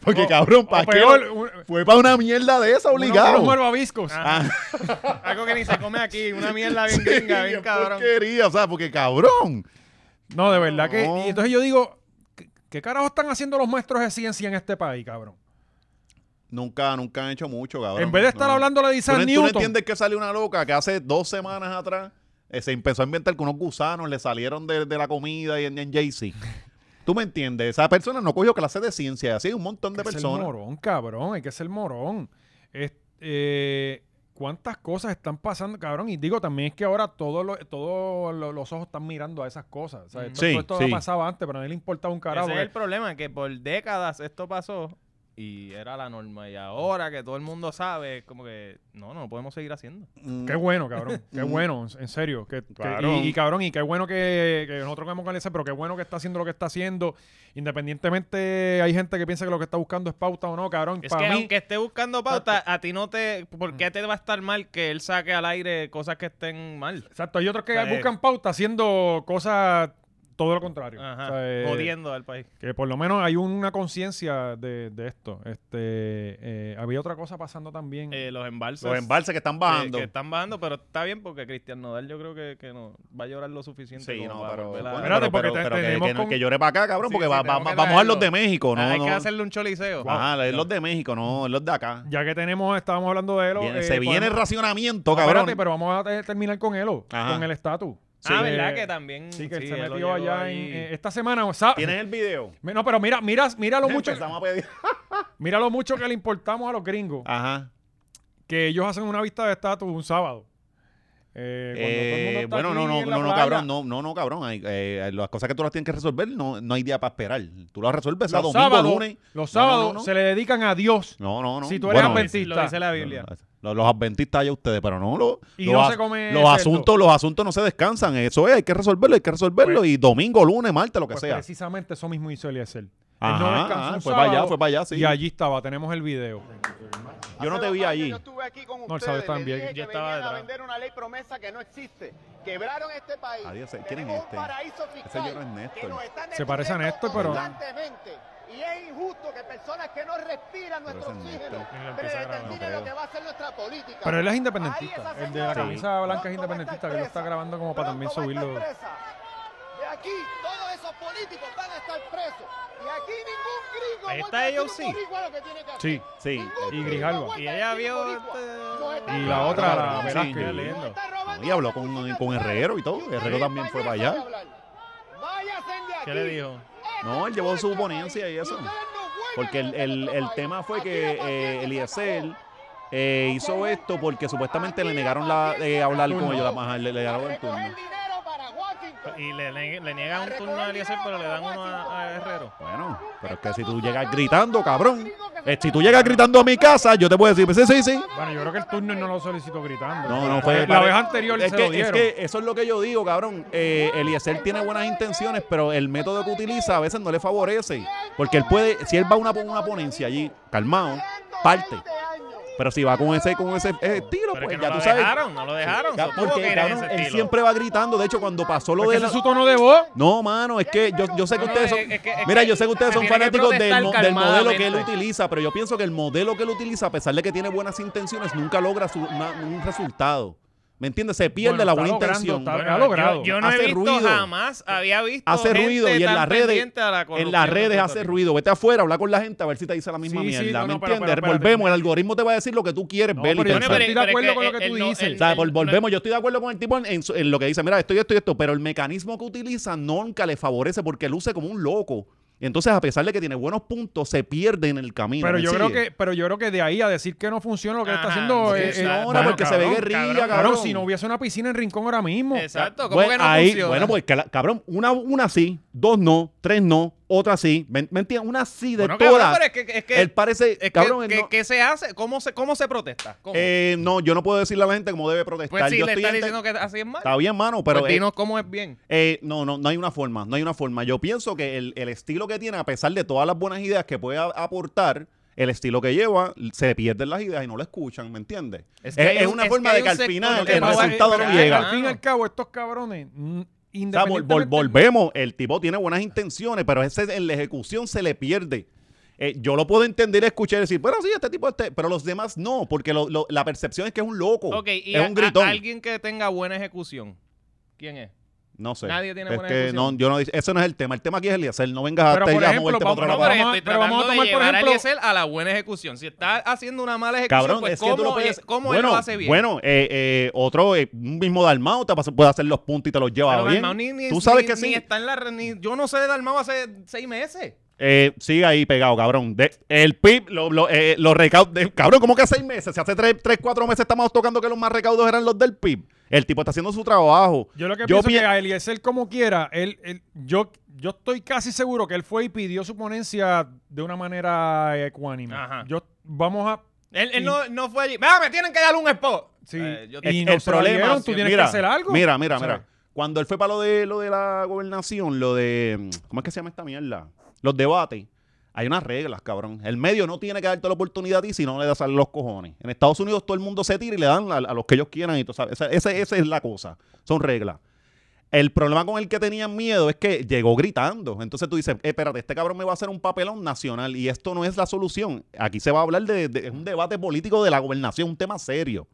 Speaker 2: Porque,
Speaker 1: O-
Speaker 2: cabrón,
Speaker 1: O
Speaker 2: ¿para qué?
Speaker 1: peor, un,
Speaker 2: Fue para una mierda de esa obligado.
Speaker 1: unos
Speaker 2: *laughs*
Speaker 1: malvaviscos.
Speaker 2: Ah,
Speaker 4: Algo que ni se come aquí.
Speaker 1: *laughs*
Speaker 4: Una mierda bien gringa, bien
Speaker 2: qué
Speaker 4: cabrón.
Speaker 2: porquería, o sea, porque cabrón.
Speaker 1: No, de verdad que.
Speaker 2: No.
Speaker 1: Y entonces yo digo, ¿qué, qué carajo están haciendo los maestros de ciencia en este país, cabrón?
Speaker 2: Nunca, nunca han hecho mucho, cabrón.
Speaker 1: en vez de estar
Speaker 2: No.
Speaker 1: hablando de
Speaker 2: ¿Tú no,
Speaker 1: Isaac
Speaker 2: tú no
Speaker 1: Newton.
Speaker 2: entiendes que salió una loca que hace dos semanas atrás eh, se empezó a inventar que unos gusanos le salieron de, de la comida y en, en Jay-Z? ¿Tú me entiendes? Esa persona no cogió clases de ciencia, así un montón de
Speaker 1: Hay que ser
Speaker 2: personas.
Speaker 1: morón, cabrón. Hay que ser morón. Es- eh, ¿Cuántas cosas están pasando, cabrón? Y digo también es que ahora todos lo- todos lo- los ojos están mirando a esas cosas. O sea, esto,
Speaker 2: Sí,
Speaker 1: todo esto
Speaker 2: sí.
Speaker 1: lo pasaba antes, pero a nadie le importaba un carajo.
Speaker 3: Mm. Ese es
Speaker 1: porque-
Speaker 3: el problema, que por décadas esto pasó y era la norma. Y ahora que todo el mundo sabe, es como que no, no lo podemos seguir haciendo.
Speaker 2: Mm,
Speaker 1: Qué bueno,
Speaker 2: *laughs*
Speaker 1: cabrón. Qué
Speaker 2: Mm.
Speaker 1: bueno, en- en serio. Que, que-
Speaker 2: Claro.
Speaker 1: y, y, cabrón, y qué bueno que, que nosotros vemos con ese, pero qué bueno que está haciendo lo que está haciendo. Independientemente, hay gente que piensa que lo que está buscando es pauta o no, cabrón.
Speaker 3: Es
Speaker 1: Para
Speaker 3: que
Speaker 1: mí, Mm.
Speaker 3: aunque esté buscando pauta, a ti no te... ¿Por qué te va a estar mal que él saque al aire cosas que estén mal?
Speaker 1: exacto, hay otros que
Speaker 3: O sea, eh,
Speaker 1: buscan pauta haciendo cosas todo lo contrario.
Speaker 3: Ajá,
Speaker 1: O sea, eh,
Speaker 3: jodiendo al país.
Speaker 1: Que por lo menos hay una conciencia de, de esto. Este, eh, había otra cosa pasando también.
Speaker 3: Eh, los embalses.
Speaker 2: Los embalses que están
Speaker 3: que-
Speaker 2: bajando.
Speaker 3: Que, están bajando, pero está bien porque Cristian Nodal yo creo que, que no va a llorar lo suficiente.
Speaker 2: Sí,
Speaker 3: como
Speaker 2: no,
Speaker 3: para
Speaker 2: pero,
Speaker 3: volver a-
Speaker 2: bueno,
Speaker 1: Espérate,
Speaker 2: pero-
Speaker 1: porque
Speaker 2: pero-
Speaker 1: te-
Speaker 2: pero que-
Speaker 1: tenemos
Speaker 2: que, no-
Speaker 1: con-
Speaker 2: que llore para acá, cabrón,
Speaker 3: Sí,
Speaker 2: porque
Speaker 3: sí,
Speaker 2: va- va-
Speaker 3: tenemos que
Speaker 2: vamos a ver los de
Speaker 3: traerlo.
Speaker 2: México, ¿no?
Speaker 3: Ah, hay
Speaker 2: no,
Speaker 3: que hacerle un choliseo.
Speaker 2: Ajá, es los de México, no, es los de acá.
Speaker 1: ya que tenemos, estábamos hablando de Elo.
Speaker 2: Viene-
Speaker 1: eh,
Speaker 2: se viene el
Speaker 1: podemos-
Speaker 2: racionamiento,
Speaker 1: No, espérate,
Speaker 2: cabrón.
Speaker 1: pero vamos a te- terminar con Elo,
Speaker 2: Ajá.
Speaker 1: con el estatus.
Speaker 3: Ah,
Speaker 1: Eh,
Speaker 3: ¿verdad? Que también...
Speaker 1: Sí, que él se
Speaker 3: él lo
Speaker 1: metió
Speaker 3: llevó
Speaker 1: allá
Speaker 3: ahí.
Speaker 1: en, eh, esta semana. o sea,
Speaker 2: ¿Tienes el video?
Speaker 1: No, pero mira, mira, mira
Speaker 2: *laughs*
Speaker 1: lo mucho,
Speaker 2: Empezamos a pedir.
Speaker 1: mira lo mucho que le importamos a los gringos.
Speaker 2: Ajá.
Speaker 1: Que ellos hacen una vista de estatus un sábado. Eh, cuando todo el mundo
Speaker 2: Eh,
Speaker 1: está
Speaker 2: bueno, no,
Speaker 1: aquí
Speaker 2: no,
Speaker 1: en la
Speaker 2: no, no,
Speaker 1: playa.
Speaker 2: cabrón, no, no, no, cabrón. Hay, eh, las cosas que tú las tienes que resolver, no, no hay día para esperar. Tú las resuelves a
Speaker 1: Los
Speaker 2: domingo,
Speaker 1: sábados,
Speaker 2: lunes.
Speaker 1: los
Speaker 2: No, no, no,
Speaker 1: sábados
Speaker 2: no.
Speaker 1: se le dedican a Dios.
Speaker 2: No, no, no.
Speaker 1: Si tú eres
Speaker 2: Bueno, eh,
Speaker 1: adventista.
Speaker 3: Lo dice la Biblia.
Speaker 2: Los, los adventistas allá ustedes, pero no los,
Speaker 1: Y
Speaker 2: los
Speaker 1: no
Speaker 2: as-
Speaker 1: se come
Speaker 2: los
Speaker 1: cerdo.
Speaker 2: asuntos, los asuntos no se descansan, eso es, hay que resolverlo, hay que resolverlo y domingo, lunes, martes, lo que
Speaker 1: Pues
Speaker 2: sea.
Speaker 1: precisamente eso mismo hizo Eliezer. Él
Speaker 2: Ajá,
Speaker 1: no descansó
Speaker 2: ajá,
Speaker 1: un
Speaker 2: fue para allá,
Speaker 1: sábado,
Speaker 2: fue para allá, sí.
Speaker 1: Y allí estaba, tenemos el video.
Speaker 2: Yo no
Speaker 5: Hace
Speaker 2: te
Speaker 5: dos
Speaker 2: vi
Speaker 5: años
Speaker 2: allí.
Speaker 5: Yo estuve aquí con
Speaker 1: No, él
Speaker 5: ustedes.
Speaker 1: sabe
Speaker 5: les
Speaker 1: también.
Speaker 3: Yo
Speaker 5: dije que
Speaker 3: estaba
Speaker 5: venían a
Speaker 3: detrás.
Speaker 5: vender una ley promesa que no existe. Quebraron este país.
Speaker 2: Adiós, ¿quién es
Speaker 5: Tenemos
Speaker 2: este?
Speaker 5: un paraíso fiscal
Speaker 2: yo creo que es Néstor.
Speaker 5: que nos están
Speaker 1: Se parece a
Speaker 5: destruyendo
Speaker 1: Néstor, pero-
Speaker 5: constantemente. Y es injusto que personas que no
Speaker 2: Pero
Speaker 5: respiran
Speaker 2: ese
Speaker 5: nuestro
Speaker 2: es
Speaker 5: oxígeno
Speaker 2: Néstor.
Speaker 3: empieza a
Speaker 5: predeterminen lo que va a ser nuestra política.
Speaker 1: Pero él es
Speaker 5: Ahí
Speaker 1: independentista.
Speaker 5: esa
Speaker 1: El de la
Speaker 5: señora
Speaker 1: camisa blanca es
Speaker 5: pronto va a
Speaker 1: independentista,
Speaker 5: estar
Speaker 1: que lo está
Speaker 5: presa.
Speaker 1: grabando como para también
Speaker 5: Pronto va a estar
Speaker 1: subirlo.
Speaker 5: presa. De aquí, todos esos políticos van a estar presos. Y aquí ningún gringo
Speaker 3: Ahí
Speaker 5: vuelve
Speaker 3: está
Speaker 5: a decir un
Speaker 3: AOC.
Speaker 5: boricua lo que tiene que hacer.
Speaker 1: Sí.
Speaker 2: Sí.
Speaker 5: Ningún
Speaker 1: Y
Speaker 5: gringo
Speaker 1: Grijalva.
Speaker 5: vuelve
Speaker 3: Y
Speaker 5: a
Speaker 3: ella
Speaker 5: decir
Speaker 3: vio...
Speaker 5: boricua.
Speaker 3: este-
Speaker 5: Nos están
Speaker 1: Y la
Speaker 5: robando
Speaker 1: otra, la
Speaker 5: país.
Speaker 1: Velázquez.
Speaker 5: Nos
Speaker 3: lindo.
Speaker 5: están robando
Speaker 2: Y habló
Speaker 5: la
Speaker 2: con-
Speaker 5: cultura
Speaker 2: con Herrero y todo.
Speaker 5: ustedes
Speaker 2: Herrero también fue para allá.
Speaker 5: no saben hablar. Váyanse de
Speaker 3: ¿Qué le
Speaker 5: aquí.
Speaker 3: dijo?
Speaker 5: Este
Speaker 2: No, él
Speaker 5: es
Speaker 2: llevó su
Speaker 5: nuestro
Speaker 2: ponencia
Speaker 5: país.
Speaker 2: y eso.
Speaker 5: ustedes no vuelven
Speaker 2: Porque
Speaker 5: a
Speaker 2: el,
Speaker 5: meter
Speaker 2: el-
Speaker 5: nuestro
Speaker 2: el
Speaker 5: país.
Speaker 2: tema fue
Speaker 5: Aquí
Speaker 2: que
Speaker 5: la
Speaker 2: eh,
Speaker 5: paciencia se
Speaker 2: Eliezer
Speaker 5: acabó.
Speaker 2: eh, hizo esto porque supuestamente le negaron la, eh, hablar con ellos, la maja, le, le negaron el turno.
Speaker 5: Recoger dinero para Washington.
Speaker 3: Y le, le- le niegan un turno a Eliezer, pero le dan uno a, a Herrero.
Speaker 2: Bueno, pero es que si tú llegas gritando, cabrón, eh, si tú llegas gritando a mi casa, yo te puedo decir, sí, sí, sí.
Speaker 1: Bueno, yo creo que el turno él no lo solicitó gritando.
Speaker 2: No, no fue.
Speaker 1: La vez anterior
Speaker 2: es
Speaker 1: se
Speaker 2: que,
Speaker 1: lo dieron.
Speaker 2: Es que eso es lo que yo digo, cabrón. Eh, Eliezer tiene buenas intenciones, pero
Speaker 5: Pues
Speaker 2: el método que utiliza a veces no le favorece. Porque él puede, si él va a una, una ponencia allí, calmado, parte.
Speaker 5: 120 años.
Speaker 2: Pero si va con ese, con ese eh, estilo,
Speaker 3: Pero
Speaker 2: pues
Speaker 3: es que no
Speaker 2: ya
Speaker 3: lo
Speaker 2: tú sabes.
Speaker 3: dejaron, no lo dejaron.
Speaker 2: Ya,
Speaker 3: so tuvo que
Speaker 2: porque
Speaker 3: ir en
Speaker 2: cabrón,
Speaker 3: ese
Speaker 2: él
Speaker 3: estilo.
Speaker 2: siempre va gritando. De hecho, cuando pasó lo
Speaker 1: Porque
Speaker 2: de
Speaker 1: ese
Speaker 2: la-
Speaker 1: es su tono de voz.
Speaker 2: No, mano, es que yo, yo sé que
Speaker 3: No,
Speaker 2: ustedes son.
Speaker 3: es- es que- es
Speaker 2: mira,
Speaker 3: que
Speaker 2: yo sé que ustedes
Speaker 3: se
Speaker 2: son
Speaker 3: tiene que
Speaker 2: fanáticos del,
Speaker 3: protestar
Speaker 2: mo- del modelo que él
Speaker 3: calmadamente.
Speaker 2: utiliza, pero yo pienso que el modelo que él utiliza, a pesar de que tiene buenas intenciones, nunca logra su- una- un resultado. ¿Me entiendes? Se pierde
Speaker 1: Bueno,
Speaker 2: la
Speaker 1: está
Speaker 2: buena
Speaker 1: logrando,
Speaker 2: intención.
Speaker 1: está-
Speaker 3: Bueno,
Speaker 1: ha logrado.
Speaker 3: Yo, yo no
Speaker 2: Hace
Speaker 3: he visto
Speaker 2: ruido.
Speaker 3: jamás, había visto.
Speaker 2: hace
Speaker 3: gente
Speaker 2: ruido y en
Speaker 3: tan
Speaker 2: las redes
Speaker 3: pendiente a la
Speaker 2: en
Speaker 3: corrupción
Speaker 2: las
Speaker 3: de
Speaker 2: redes
Speaker 3: Puerto
Speaker 2: hace
Speaker 3: Rico.
Speaker 2: ruido vete afuera habla con la gente a ver si te dice la misma
Speaker 1: Sí, sí,
Speaker 2: mierda
Speaker 1: no,
Speaker 2: ¿me
Speaker 1: no, pero,
Speaker 2: entiendes?
Speaker 1: pero, espérate.
Speaker 2: volvemos el algoritmo te va a decir lo que tú quieres
Speaker 1: No,
Speaker 2: ver y
Speaker 1: pero yo no
Speaker 2: pensar.
Speaker 1: estoy de
Speaker 3: pero
Speaker 1: acuerdo
Speaker 3: es
Speaker 1: con
Speaker 3: que
Speaker 1: lo que tú
Speaker 3: él no-
Speaker 1: dices.
Speaker 3: él-
Speaker 2: O sea, vol-
Speaker 3: no-
Speaker 2: volvemos, yo estoy de acuerdo con el tipo en, en su- en lo que dice, mira, esto y esto y esto, pero el mecanismo que utiliza nunca le favorece porque luce como un loco. Y entonces, a pesar de que tiene buenos puntos, se pierde en el camino.
Speaker 1: Pero
Speaker 2: ¿me
Speaker 1: yo creo
Speaker 2: sigue? Ah,
Speaker 1: que, pero yo creo que de ahí a decir que no funciona lo que él está
Speaker 3: Ajá,
Speaker 1: haciendo
Speaker 3: sí,
Speaker 1: eh,
Speaker 3: sí,
Speaker 1: eh,
Speaker 2: ahora,
Speaker 1: bueno,
Speaker 2: porque se ve
Speaker 1: cabrón,
Speaker 2: guerrilla,
Speaker 1: cabrón,
Speaker 2: cabrón.
Speaker 1: si no hubiese una piscina en Rincón ahora mismo.
Speaker 3: Exacto, ¿cómo
Speaker 2: Bueno,
Speaker 3: que no
Speaker 2: ahí-
Speaker 3: funciona?
Speaker 2: Bueno, pues cala- cabrón, una, una sí, dos no, tres no, otra sí. ¿Me, me entiendes? Una sí de
Speaker 3: Bueno, cabrón,
Speaker 2: todas.
Speaker 3: pero es que- es que-
Speaker 2: él parece,
Speaker 3: Es que-
Speaker 2: cabrón, él
Speaker 3: que-
Speaker 2: no-
Speaker 3: ¿qué se hace? ¿Cómo se, cómo se protesta? ¿Cómo?
Speaker 2: eh, no, yo no puedo decirle a la gente cómo debe protestar.
Speaker 3: pues si
Speaker 2: yo
Speaker 3: le
Speaker 2: estoy
Speaker 3: están
Speaker 2: ente-
Speaker 3: diciendo que así es mal.
Speaker 2: Está bien, mano, pero...
Speaker 3: pues
Speaker 2: eh,
Speaker 3: dinos cómo es bien.
Speaker 2: Eh, no, no, no hay una forma, no hay una forma. Yo pienso que el, el estilo que tiene, a pesar de todas las buenas ideas que puede a- aportar, el estilo que lleva, se le pierden las ideas y no lo escuchan, ¿me entiendes? Es,
Speaker 3: Es que hay
Speaker 2: es
Speaker 3: un-
Speaker 2: una
Speaker 3: es que
Speaker 2: forma
Speaker 3: hay
Speaker 2: de
Speaker 3: un
Speaker 2: que al
Speaker 3: sector
Speaker 2: final
Speaker 3: que
Speaker 2: el
Speaker 3: no va-
Speaker 2: resultado
Speaker 1: pero
Speaker 2: no
Speaker 1: al- Al
Speaker 2: llega.
Speaker 1: fin y
Speaker 3: Claro.
Speaker 1: al cabo, estos cabrones, mm,
Speaker 2: O sea, vol- vol-
Speaker 1: independientemente.
Speaker 2: volvemos, el tipo tiene buenas intenciones, pero ese, en la ejecución se le pierde. Eh, yo lo puedo entender, escuchar y decir, bueno, sí, este tipo, este, pero los demás no, porque lo- lo- la percepción es que es un loco,
Speaker 3: Ok, y
Speaker 2: es
Speaker 3: a-
Speaker 2: un
Speaker 3: a-
Speaker 2: gritón.
Speaker 3: alguien que tenga buena ejecución. ¿Quién es?
Speaker 2: No sé.
Speaker 3: Nadie tiene
Speaker 2: es
Speaker 3: buena
Speaker 2: que no,
Speaker 3: ejecución.
Speaker 2: yo no, ese no es el tema. El tema aquí es Eliezer. No vengas
Speaker 1: Pero,
Speaker 2: a
Speaker 1: por
Speaker 2: Tesla a
Speaker 1: ejemplo,
Speaker 2: moverte para
Speaker 1: vamos-
Speaker 2: otro
Speaker 1: no,
Speaker 2: lado.
Speaker 1: pero
Speaker 2: Vamos-
Speaker 1: vamos a-
Speaker 4: estoy
Speaker 1: pero vamos a
Speaker 4: tratando
Speaker 1: tomar,
Speaker 4: de
Speaker 1: por
Speaker 4: llevar
Speaker 1: ejemplo-
Speaker 4: a Eliezer a la buena ejecución. Si está haciendo una mala ejecución,
Speaker 2: Cabrón,
Speaker 4: pues
Speaker 2: es que
Speaker 4: ¿cómo,
Speaker 2: tú no puedes.
Speaker 4: él- cómo
Speaker 2: bueno,
Speaker 4: él lo hace bien?
Speaker 2: Bueno, eh, eh, otro, eh, un mismo Dalmauta pasa- puede hacer los puntos y te los lleva
Speaker 4: Pero
Speaker 2: bien.
Speaker 4: Dalmau ni- ni-
Speaker 2: tú sabes
Speaker 4: ni-
Speaker 2: que
Speaker 4: ni
Speaker 2: sí.
Speaker 4: está en la re- ni- yo no sé de Dalmau hace seis meses.
Speaker 2: Eh, sigue ahí pegado, cabrón. De- el PIB, lo- lo, eh, los recaudos. de- Cabrón, ¿cómo que seis meses? Si hace tres, tres, cuatro meses estamos tocando que los más recaudos eran los del PIB. El tipo está haciendo su trabajo.
Speaker 1: Yo lo que
Speaker 2: Yo
Speaker 1: pienso
Speaker 2: pi-
Speaker 1: que a Eliezer como quiera, él, él- yo, yo estoy casi seguro que él fue y pidió su ponencia de una manera ecuánime.
Speaker 4: Ajá.
Speaker 1: Yo vamos a
Speaker 4: Él, él
Speaker 1: Y-
Speaker 4: no, no fue allí. ¡Ah, me tienen que dar un spot!
Speaker 1: sí,
Speaker 4: Eh, yo-
Speaker 1: y
Speaker 2: Es-
Speaker 1: no se lo dieron, tú tienes
Speaker 2: mira,
Speaker 1: que hacer algo.
Speaker 2: Mira, mira,
Speaker 1: O sea,
Speaker 2: mira. Cuando él fue para lo de lo de la gobernación, lo de ¿cómo es que se llama esta mierda? Los debates. Hay unas reglas, cabrón. El medio no tiene que darte la oportunidad a ti si no le das a los cojones. En Estados Unidos todo el mundo se tira y le dan a, a los que ellos quieran y tú sabes. Esa, esa- esa es la cosa. Son reglas. El problema con el que tenían miedo es que llegó gritando. Entonces tú dices, "Eh, espérate, este cabrón me va a hacer un papelón nacional y esto no es la solución. Aquí se va a hablar de, de- es un debate político de la gobernación, un tema serio.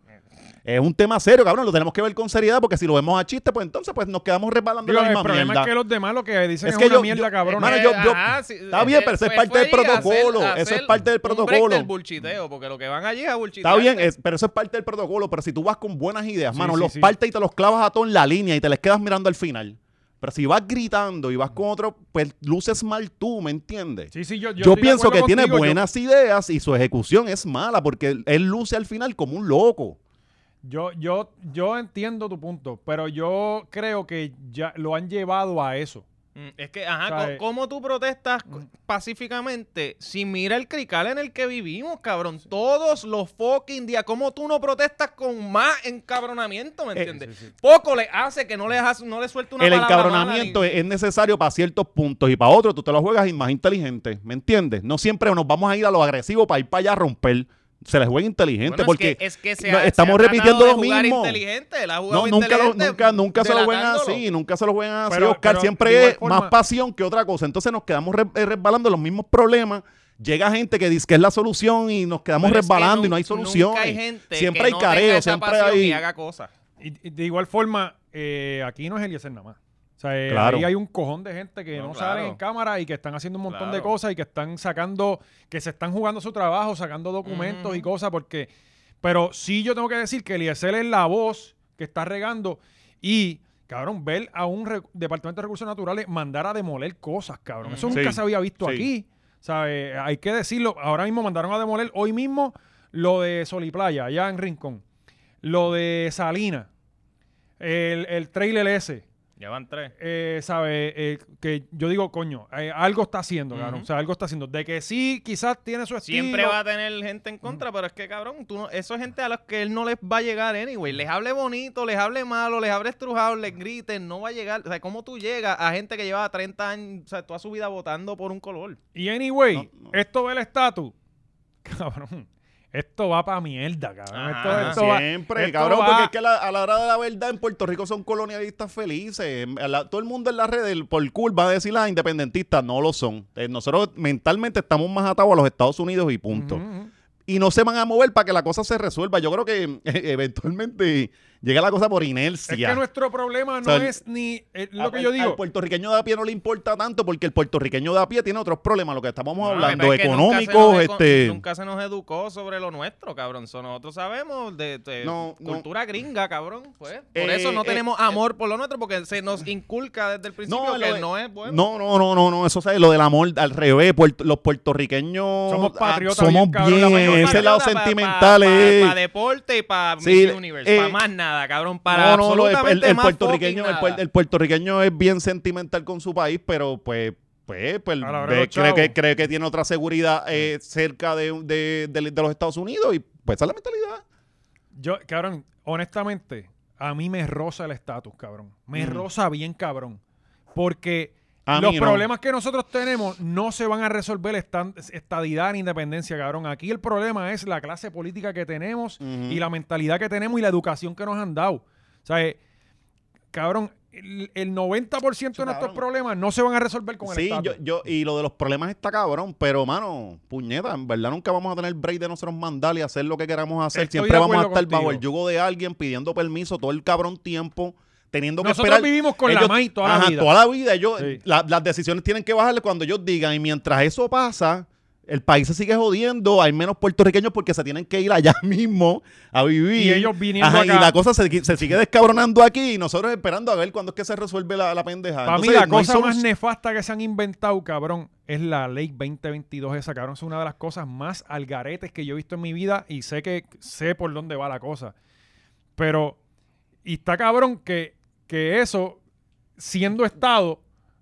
Speaker 2: Es un tema serio, cabrón. Lo tenemos que ver con seriedad porque si lo vemos a chiste, pues entonces pues nos quedamos resbalando en
Speaker 1: digo,
Speaker 2: la
Speaker 1: el
Speaker 2: misma
Speaker 1: problema
Speaker 2: mierda.
Speaker 1: es que los demás lo que dicen
Speaker 2: Es
Speaker 1: es,
Speaker 2: que
Speaker 1: una
Speaker 2: yo-
Speaker 1: mierda
Speaker 2: yo-
Speaker 1: cabrona.
Speaker 2: hermano, yo- yo- está bien, pero eso es parte del protocolo, eso es parte del protocolo.
Speaker 4: El bulchiteo, porque lo que van allí es a bulchitear.
Speaker 2: Está bien, es- pero eso es parte del protocolo. Pero si tú vas con buenas ideas,
Speaker 1: Sí,
Speaker 2: mano,
Speaker 1: sí,
Speaker 2: los
Speaker 1: sí.
Speaker 2: partes y te los clavas a todo en la línea y te les quedas mirando al final. Pero si vas gritando y vas con otro, pues luces mal tú, ¿me entiendes?
Speaker 1: Sí, sí, yo, yo
Speaker 2: Yo,
Speaker 1: estoy de
Speaker 2: pienso que
Speaker 1: acuerdo
Speaker 2: tiene
Speaker 1: contigo, yo-
Speaker 2: buenas ideas y su ejecución es mala porque él- él luce al final como un loco.
Speaker 1: Yo, yo, yo entiendo tu punto, pero yo creo que ya lo han llevado a eso.
Speaker 4: Mm, Es que, ajá,
Speaker 1: O sea,
Speaker 4: co-
Speaker 1: eh,
Speaker 4: ¿cómo tú protestas
Speaker 2: Mm.
Speaker 4: co- pacíficamente si mira el crical en el que vivimos, cabrón? Todos los fucking días. ¿Cómo tú no protestas con más encabronamiento, me
Speaker 2: Eh,
Speaker 4: entiendes? Poco le hace que no le, hace- no le suelte una
Speaker 2: el
Speaker 4: palabra mala
Speaker 2: encabronamiento
Speaker 4: ni-
Speaker 2: es es necesario para ciertos puntos y para otros tú te lo juegas y más inteligente, ¿me entiendes? No siempre nos vamos a ir a lo agresivo para ir para allá a romper. Se les juega inteligente
Speaker 4: Bueno, es
Speaker 2: porque
Speaker 4: que- es que se
Speaker 2: no,
Speaker 4: ha- se
Speaker 2: estamos
Speaker 4: ha tratado
Speaker 2: repitiendo
Speaker 4: de
Speaker 2: lo
Speaker 4: jugar
Speaker 2: mismo.
Speaker 4: inteligente, él ha jugado
Speaker 2: No, nunca, lo-
Speaker 4: inteligente
Speaker 2: nunca, nunca se lo juegan
Speaker 4: delatándolo.
Speaker 2: así, nunca se lo juegan así,
Speaker 1: Pero-
Speaker 2: Oscar.
Speaker 1: pero de
Speaker 2: siempre
Speaker 1: igual
Speaker 2: es
Speaker 1: forma-
Speaker 2: más pasión que otra cosa. Entonces nos quedamos re- eh, resbalando en los mismos problemas. Llega gente que dice que es la solución y nos quedamos
Speaker 4: Pero es que
Speaker 2: resbalando y no
Speaker 4: nun-
Speaker 2: hay solución.
Speaker 4: Nunca hay gente
Speaker 2: siempre
Speaker 4: que
Speaker 2: hay
Speaker 4: no tenga
Speaker 2: careo,
Speaker 4: esa
Speaker 2: siempre
Speaker 4: pasión
Speaker 2: hay.
Speaker 4: Y haga cosas.
Speaker 1: Y, y de igual forma, eh, aquí no es Eliezer nada más. O sea, eh,
Speaker 2: Claro.
Speaker 1: ahí hay un cojón de gente que no,
Speaker 4: No,
Speaker 1: salen
Speaker 4: claro.
Speaker 1: en cámara y que están haciendo un montón de
Speaker 4: Claro.
Speaker 1: cosas y que están sacando, que se están jugando su trabajo, sacando documentos y
Speaker 4: Ujú.
Speaker 1: cosas, porque. Pero sí yo tengo que decir que Eliezer es la voz que está regando y. Cabrón, ver a un re- departamento de recursos naturales mandar a demoler cosas, cabrón. Eso
Speaker 2: Ujú.
Speaker 1: nunca
Speaker 2: Sí,
Speaker 1: se había visto
Speaker 2: sí.
Speaker 1: aquí. ¿Sabe? Hay que decirlo. Ahora mismo mandaron a demoler, hoy mismo, lo de Soliplaya, allá en Rincón. Lo de Salina, el, el trailer ese,
Speaker 3: Ya van tres.
Speaker 1: eh, ¿sabe? Eh, que yo digo, coño, eh, algo está haciendo, cabrón.
Speaker 4: Ujú.
Speaker 1: O sea, algo está haciendo. De que sí, quizás tiene su estilo.
Speaker 4: Siempre va a tener gente en contra, pero es que cabrón, tú no, eso es gente a los que él no les va a llegar anyway. Les hable bonito, les hable malo, les hable estrujado, les griten, no va a llegar. O sea, ¿cómo tú llegas a gente que lleva 30 años, o sea, toda su vida votando por un color?
Speaker 1: Y anyway,
Speaker 2: No, no.
Speaker 1: esto del estatus, *laughs* cabrón, esto va para mierda, cabrón. Esto-
Speaker 4: Ajá.
Speaker 1: esto va-
Speaker 2: Siempre,
Speaker 1: esto
Speaker 2: cabrón,
Speaker 1: va-
Speaker 2: porque es que la- a la hora de la verdad en Puerto Rico son colonialistas felices. En- a la- todo el mundo en las redes, el- por cool, va a decir las independentistas, no lo son. Eh, nosotros mentalmente estamos más atados a los Estados Unidos y punto.
Speaker 1: Ujú, ujú.
Speaker 2: Y no se van a mover para que la cosa se resuelva. Yo creo que *laughs* eh, eventualmente llega la cosa por inercia.
Speaker 1: Es que nuestro problema no
Speaker 2: O sea,
Speaker 1: es ni eh,
Speaker 2: A-
Speaker 1: lo que yo
Speaker 2: al-
Speaker 1: digo.
Speaker 2: Al puertorriqueño de a pie no le importa tanto porque el puertorriqueño de a pie tiene otros problemas, lo que estamos hablando,
Speaker 4: Lo que pasa es que nunca se
Speaker 2: económicos,
Speaker 4: nos eco-
Speaker 2: este...
Speaker 4: Nunca se nos educó sobre lo nuestro, cabrón. So, nosotros sabemos de, de
Speaker 2: No, no.
Speaker 4: cultura gringa, cabrón. Pues. Por
Speaker 2: Eh,
Speaker 4: eso no
Speaker 2: eh,
Speaker 4: tenemos amor por lo nuestro, porque se nos inculca desde el
Speaker 2: lo
Speaker 4: principio que
Speaker 2: de-
Speaker 4: no es bueno.
Speaker 2: No, no, no, no, no, eso es lo del amor al revés. puert- los puertorriqueños
Speaker 1: Somos
Speaker 2: ah,
Speaker 1: patriotas
Speaker 2: somos
Speaker 1: bien, cabrón, la
Speaker 2: bien,
Speaker 1: mayoría.
Speaker 2: Eh, ese lado sentimental
Speaker 4: Para
Speaker 2: es.
Speaker 4: deporte y para
Speaker 2: Sí,
Speaker 4: Miss Universe.
Speaker 2: eh,
Speaker 4: para más nada, cabrón. Para
Speaker 2: no, no, lo- el-
Speaker 4: absolutamente
Speaker 2: el, el
Speaker 4: más
Speaker 2: puertorriqueño,
Speaker 4: fucking
Speaker 2: el, puer-
Speaker 4: nada.
Speaker 2: el puertorriqueño es bien sentimental con su país, pero pues, pues, pues,
Speaker 1: A la hora
Speaker 2: ve-
Speaker 1: de los
Speaker 2: cree, que,
Speaker 1: chavos.
Speaker 2: cree que tiene otra seguridad eh, cerca de, de- de- de los Estados Unidos y pues esa es la mentalidad.
Speaker 1: Yo, cabrón, honestamente, a mí me roza el estatus, cabrón. Me
Speaker 2: Mm.
Speaker 1: roza bien, cabrón. Porque
Speaker 2: A
Speaker 1: los
Speaker 2: mí no.
Speaker 1: problemas que nosotros tenemos no se van a resolver estan- estadidad ni independencia, cabrón. Aquí el problema es la clase política que tenemos
Speaker 2: Ujú.
Speaker 1: y la mentalidad que tenemos y la educación que nos han dado. O sea, eh, cabrón, el, el 90% de
Speaker 2: Sí,
Speaker 1: nuestros
Speaker 2: cabrón.
Speaker 1: problemas no se van a resolver con el
Speaker 2: Sí, yo,
Speaker 1: estatus.
Speaker 2: yo, y lo de los problemas está cabrón, pero mano, puñeta, en verdad nunca vamos a tener break de nosotros mandar y hacer lo que queramos hacer.
Speaker 1: Estoy
Speaker 2: Siempre
Speaker 1: de
Speaker 2: vamos a
Speaker 1: acuerdo
Speaker 2: estar bajo
Speaker 1: contigo.
Speaker 2: el yugo de alguien pidiendo permiso todo el cabrón tiempo, teniendo que
Speaker 1: Nosotros
Speaker 2: esperar. Eh,
Speaker 1: vivimos con la maíz toda la
Speaker 2: ajá,
Speaker 1: vida.
Speaker 2: toda la vida. Ellos,
Speaker 1: Sí.
Speaker 2: la- las decisiones tienen que bajarle cuando ellos digan. Y mientras eso pasa, el país se sigue jodiendo. Hay menos puertorriqueños porque se tienen que ir allá *laughs* mismo a vivir.
Speaker 1: Y ellos viniendo
Speaker 2: Ajá,
Speaker 1: acá.
Speaker 2: Y la cosa se, se sigue descabronando aquí. Y nosotros esperando a ver cuándo es que se resuelve la, la pendeja.
Speaker 1: Para mí
Speaker 2: Ah,
Speaker 1: la
Speaker 2: Entonces, no hay
Speaker 1: cosa más
Speaker 2: solu-
Speaker 1: nefasta que se han inventado, cabrón, es la ley 2022 esa, cabrón. Es una de las cosas más algaretes que yo he visto en mi vida y sé que sé por dónde va la cosa. Pero, y está cabrón que, que eso, siendo Estado,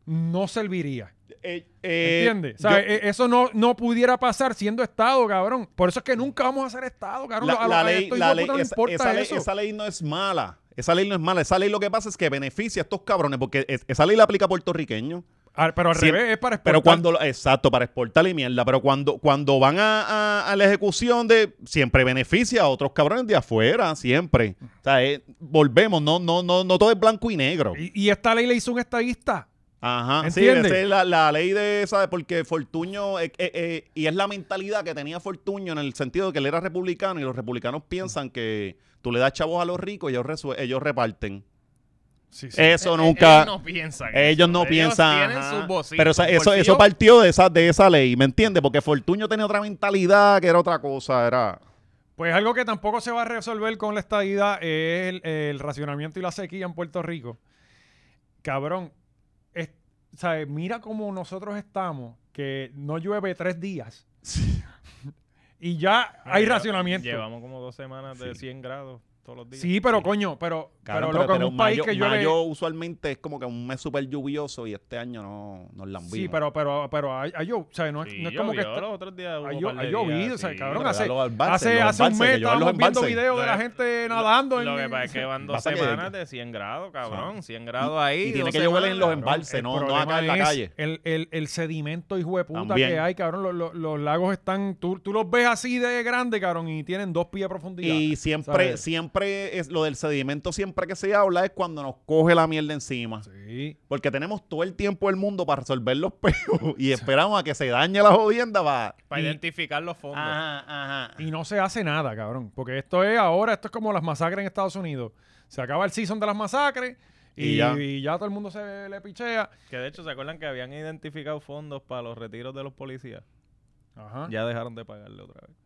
Speaker 1: no serviría.
Speaker 2: Eh, eh,
Speaker 1: ¿Entiendes? O
Speaker 2: yo-
Speaker 1: sea, e- eso no, no pudiera pasar siendo Estado, cabrón. Por eso es que nunca vamos a ser Estado, cabrón.
Speaker 2: La,
Speaker 1: A los-
Speaker 2: la
Speaker 1: a
Speaker 2: ley,
Speaker 1: estos
Speaker 2: la
Speaker 1: hijos de
Speaker 2: ley-
Speaker 1: puta no
Speaker 2: esa,
Speaker 1: importa
Speaker 2: esa ley,
Speaker 1: eso.
Speaker 2: esa ley no es mala. Esa ley no es mala. Esa ley lo que pasa es que beneficia a estos cabrones porque es- esa ley la aplica a puertorriqueños.
Speaker 1: Ah, pero al
Speaker 2: Sí,
Speaker 1: revés, es para exportar.
Speaker 2: Pero cuando, lo- exacto, para exportar y mierda, pero cuando, cuando van a, a- a la ejecución de, siempre beneficia a otros cabrones de afuera, siempre. O sea, eh, volvemos, no, no, no, no todo es blanco y negro.
Speaker 1: Y, y esta ley la hizo un estadista.
Speaker 2: Ajá,
Speaker 1: ¿Entiendes?
Speaker 2: sí, esa es la, la ley de esa, porque Fortuño, eh, eh, eh, y es la mentalidad que tenía Fortuño en el sentido de que él era republicano y los republicanos piensan que tú le das chavos a los ricos y ellos, resue- ellos reparten.
Speaker 1: Sí, sí.
Speaker 2: Eso
Speaker 3: Eh,
Speaker 2: nunca...
Speaker 3: Ellos no piensan.
Speaker 2: Ellos no
Speaker 3: eso.
Speaker 2: piensan.
Speaker 3: tienen
Speaker 2: ajá.
Speaker 3: sus bolsillos.
Speaker 2: pero o sea, eso, eso
Speaker 3: Bolsillos
Speaker 2: partió de esa, de esa ley, ¿me entiendes? Porque Fortuño tenía otra mentalidad que era otra cosa, era.
Speaker 1: Pues algo que tampoco se va a resolver con la estadidad es el, el racionamiento y la sequía en Puerto Rico. Cabrón, es- ¿sabes? mira cómo nosotros estamos, que no llueve tres días. *laughs* Y ya hay
Speaker 3: Lleva-
Speaker 1: racionamiento.
Speaker 3: Llevamos como dos semanas de 100 grados todos los días.
Speaker 1: Sí, pero coño, pero,
Speaker 2: Cabrón,
Speaker 1: pero loco, en
Speaker 2: pero
Speaker 1: un país
Speaker 2: mayo,
Speaker 1: que llueve...
Speaker 2: mayo usualmente es como que un mes súper lluvioso y este año no nos lambimos.
Speaker 1: sí, pero, pero, pero hay, hay lluv- o sea, no, es- no es como que...
Speaker 3: los otros días hubo
Speaker 1: Ha
Speaker 3: un
Speaker 1: llo-
Speaker 3: par de
Speaker 1: ha llovido,
Speaker 3: días,
Speaker 1: o sea,
Speaker 3: sí.
Speaker 1: cabrón,
Speaker 2: Pero
Speaker 1: hace,
Speaker 2: dale los embalses,
Speaker 1: hace,
Speaker 2: los
Speaker 1: hace un
Speaker 2: embalses,
Speaker 1: mes
Speaker 2: que llevan los
Speaker 1: estábamos viendo
Speaker 2: embalses.
Speaker 1: videos de la gente nadando en...
Speaker 3: Lo que pasa es que van dos
Speaker 2: Pasa que-
Speaker 3: semanas de 100 grados, cabrón. 100 grados ahí.
Speaker 2: y tiene
Speaker 3: dos
Speaker 2: que llover en
Speaker 3: semanas.
Speaker 2: los embalses,
Speaker 1: El
Speaker 2: no, no
Speaker 1: problema
Speaker 2: acá en la
Speaker 1: es
Speaker 2: calle.
Speaker 1: El, el- el sedimento, hijo de puta,
Speaker 2: También.
Speaker 1: que hay, cabrón. Los, los- los lagos están. Tú, tú los ves así de grande, cabrón, y tienen dos pies de profundidad.
Speaker 2: Y siempre,
Speaker 1: ¿sabes?
Speaker 2: siempre es lo del sedimento, siempre que se habla es cuando nos coge la mierda encima.
Speaker 1: Sí.
Speaker 2: Porque tenemos todo el tiempo del mundo para resolver los *laughs* peos y esperamos a que se dañe la jodienda para.
Speaker 3: Para identificar los fondos.
Speaker 2: Ah. Ajá, ajá.
Speaker 1: Y no se hace nada, cabrón. Porque esto es ahora, esto es como las masacres en Estados Unidos. Se acaba el season de las masacres y,
Speaker 2: Y ya.
Speaker 1: y ya todo el mundo se le pichea.
Speaker 3: Que de hecho, ¿se acuerdan que habían identificado fondos para los retiros de los policías?
Speaker 1: Ajá.
Speaker 3: Ya dejaron de pagarle otra *laughs* vez.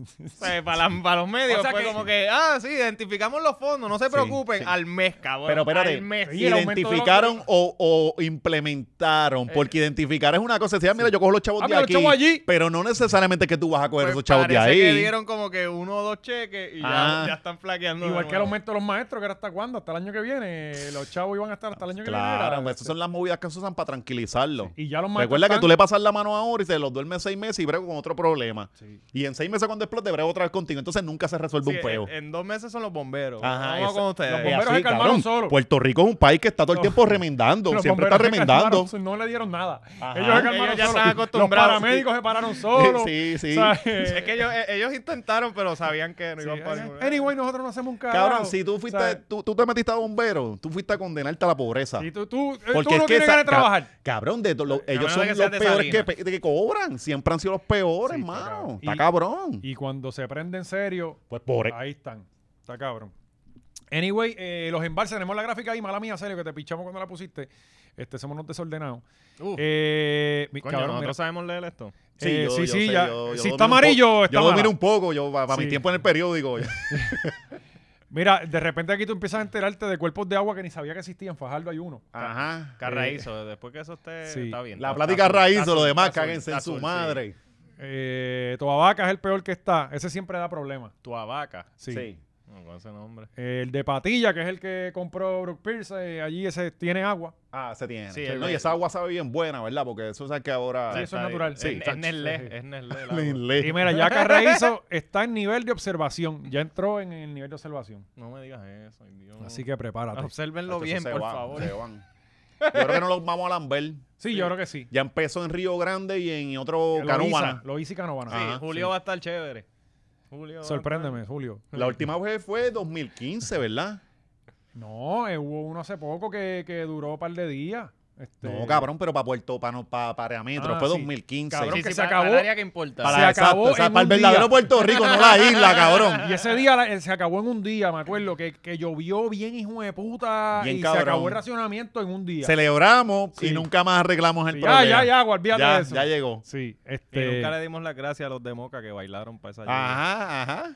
Speaker 3: O sea, para, la- para los medios
Speaker 4: O sea
Speaker 3: fue
Speaker 4: que-
Speaker 3: como que, ah, sí, identificamos los fondos, no se
Speaker 2: Sí,
Speaker 3: preocupen,
Speaker 2: sí.
Speaker 3: al mes, cabrón.
Speaker 2: Pero espérate,
Speaker 3: al mes.
Speaker 1: Sí, el aumento de los- Eh.
Speaker 2: identificaron o, o implementaron, porque identificar es una cosa, decía, mira, yo cojo los chavos
Speaker 1: Ah,
Speaker 2: de
Speaker 1: mira, los
Speaker 2: aquí,
Speaker 1: chavos allí.
Speaker 2: pero no necesariamente que tú vas a coger
Speaker 3: Pues
Speaker 2: esos chavos de
Speaker 3: parece que
Speaker 2: ahí.
Speaker 3: dieron como que uno o dos cheques y ya,
Speaker 2: Ah.
Speaker 3: ya están flaqueando. de
Speaker 1: Igual que el
Speaker 3: nuevo.
Speaker 1: aumento de los maestros, que era hasta cuándo, hasta el año que viene. Los chavos iban a estar hasta el año que viene.
Speaker 2: Claro,
Speaker 1: era-
Speaker 2: pues, esas son las movidas que se usan para tranquilizarlo.
Speaker 1: Y ya los maestros.
Speaker 2: Recuerda que
Speaker 1: están-
Speaker 2: tú le pasas la mano ahora y te los duermes seis meses y brego con otro problema.
Speaker 1: Sí.
Speaker 2: Y en seis meses cuando explote, brego otra vez contigo. Entonces nunca se resuelve
Speaker 3: Sí,
Speaker 2: un peo.
Speaker 1: eh,
Speaker 3: en, en dos meses son los bomberos.
Speaker 2: Ajá,
Speaker 3: Vamos
Speaker 2: esa-
Speaker 3: con
Speaker 1: los
Speaker 3: ustedes.
Speaker 1: bomberos se calmaron solos.
Speaker 2: Puerto Rico es un país que está todo el
Speaker 1: Los-
Speaker 2: tiempo remendando.
Speaker 1: Los
Speaker 2: Siempre está
Speaker 1: eh, bomberos se
Speaker 2: remendando.
Speaker 1: calmaron, pues, No le dieron nada.
Speaker 2: Ajá.
Speaker 1: Ellos se calmaron
Speaker 3: Ellos ya
Speaker 1: solos.
Speaker 3: están acostumbrados.
Speaker 1: Los paramédicos se pararon solos.
Speaker 2: Sí, sí.
Speaker 1: ¿sabes?
Speaker 3: Es que ellos, eh, ellos intentaron, pero sabían que no
Speaker 1: Sí,
Speaker 3: iban para ningún lado.
Speaker 1: anyway, nosotros no hacemos un carajo.
Speaker 2: Cabrón, si tú fuiste,
Speaker 1: ¿sabes?
Speaker 2: tú, tú te metiste a bombero, tú fuiste a condenarte a la pobreza.
Speaker 1: Si tú, tú, eh,
Speaker 2: Ah. Porque
Speaker 1: tú
Speaker 2: es
Speaker 1: no
Speaker 2: que
Speaker 1: tienes
Speaker 2: esa-
Speaker 1: ganas de
Speaker 2: ca-
Speaker 1: trabajar.
Speaker 2: Cabrón, de, lo- ellos
Speaker 3: menos
Speaker 2: son
Speaker 3: que
Speaker 2: los
Speaker 3: seas de
Speaker 2: peores que,
Speaker 3: Salinas.
Speaker 2: pe- que cobran. Siempre han sido los peores,
Speaker 1: Sí, está
Speaker 2: mano.
Speaker 1: cabrón.
Speaker 2: Está
Speaker 1: Y-
Speaker 2: cabrón.
Speaker 1: Y cuando se prende en serio,
Speaker 2: pues pobre.
Speaker 1: ahí están. Está cabrón. Anyway, eh, los embalses, tenemos la gráfica ahí, mala mía, serio, que te pichamos cuando la pusiste. Este, somos unos desordenados.
Speaker 3: Uf.
Speaker 1: Eh, mi-
Speaker 3: Coño,
Speaker 1: cabrón,
Speaker 3: nosotros
Speaker 1: mira.
Speaker 3: sabemos leer esto.
Speaker 1: eh, sí, sí,
Speaker 2: sé,
Speaker 1: ya.
Speaker 2: yo- yo
Speaker 1: si
Speaker 2: domino
Speaker 1: está
Speaker 2: un po-
Speaker 1: amarillo, está
Speaker 2: Yo
Speaker 1: mala.
Speaker 2: domino un poco, yo para mi
Speaker 1: Sí.
Speaker 2: tiempo en el periódico.
Speaker 1: Mira, de repente aquí tú empiezas a enterarte de cuerpos de agua que ni sabía que existían. Fajardo hay uno.
Speaker 2: Ajá.
Speaker 3: Carraízo, después que eso esté,
Speaker 1: sí.
Speaker 3: está bien.
Speaker 2: La
Speaker 3: Está-
Speaker 2: plática
Speaker 3: está azul,
Speaker 2: raíz
Speaker 3: está
Speaker 2: o lo
Speaker 3: azul,
Speaker 2: demás,
Speaker 3: está azul,
Speaker 2: cáguense en
Speaker 3: está
Speaker 2: su
Speaker 3: azul, sí.
Speaker 2: madre.
Speaker 1: Eh, Toabaca es el peor que está. Ese siempre da problemas.
Speaker 3: Tuavaca.
Speaker 1: Sí.
Speaker 3: No, con ese nombre.
Speaker 1: El de Patilla, que es el que compró Brook Pierce, eh, allí ese tiene agua.
Speaker 2: Ah, se tiene.
Speaker 3: Sí,
Speaker 2: Sí,
Speaker 3: el-
Speaker 2: no, y esa agua sabe bien buena, ¿verdad? Porque eso es que ahora.
Speaker 1: Sí, eso es natural.
Speaker 3: Sí,
Speaker 1: Sí,
Speaker 3: es Nestlé,
Speaker 2: *laughs*
Speaker 3: es Nestlé. el agua.
Speaker 2: Le-
Speaker 1: Y mira, *laughs* ya Carraízo está en nivel de observación. Ya entró en el nivel de observación.
Speaker 3: No me digas eso, ay, Dios.
Speaker 1: Así que prepárate.
Speaker 3: Obsérvenlo
Speaker 2: Hacho,
Speaker 3: bien,
Speaker 2: se
Speaker 3: por
Speaker 2: van,
Speaker 3: favor.
Speaker 2: se van. Yo creo que no los vamos a lamber.
Speaker 1: Sí, yo creo que sí.
Speaker 2: Ya empezó en Río Grande y en otro
Speaker 1: Lo
Speaker 2: Canubana.
Speaker 1: hice- Lo hice Canovana.
Speaker 3: Sí,
Speaker 2: Ajá,
Speaker 3: Julio
Speaker 2: sí.
Speaker 3: va a estar chévere. Julio va a
Speaker 1: Sorpréndeme, Julio.
Speaker 2: La última vez fue 2015, ¿verdad?
Speaker 1: No, eh, hubo uno hace poco que, que duró un par de días. Este,
Speaker 2: No, cabrón, pero para Puerto, para, no- para, para metro,
Speaker 1: Ah,
Speaker 2: fue
Speaker 1: sí.
Speaker 2: 2015.
Speaker 1: Cabrón,
Speaker 2: Sí,
Speaker 1: que
Speaker 2: sí,
Speaker 1: se
Speaker 4: para
Speaker 1: acabó.
Speaker 4: el área que importa.
Speaker 1: Para-
Speaker 2: para,
Speaker 1: se acabó
Speaker 2: exacto, o sea,
Speaker 1: en
Speaker 2: para el
Speaker 1: un día.
Speaker 2: verdadero Puerto Rico, no la isla, cabrón.
Speaker 1: *laughs* Y ese día la- eh, se acabó en un día, me acuerdo, que, que llovió bien, hijo de puta. y
Speaker 2: Bien
Speaker 1: se
Speaker 2: cabrón.
Speaker 1: acabó el racionamiento en un día.
Speaker 2: Celebramos y
Speaker 1: Sí.
Speaker 2: nunca más arreglamos el
Speaker 1: Sí, ya,
Speaker 2: problema.
Speaker 1: ya, ya, olvídate
Speaker 2: Ya,
Speaker 1: de eso.
Speaker 2: ya llegó.
Speaker 1: Sí,
Speaker 3: Y
Speaker 1: este.
Speaker 3: nunca le dimos las gracias a los de Moca que bailaron para esa lluvia.
Speaker 2: Ajá, ajá.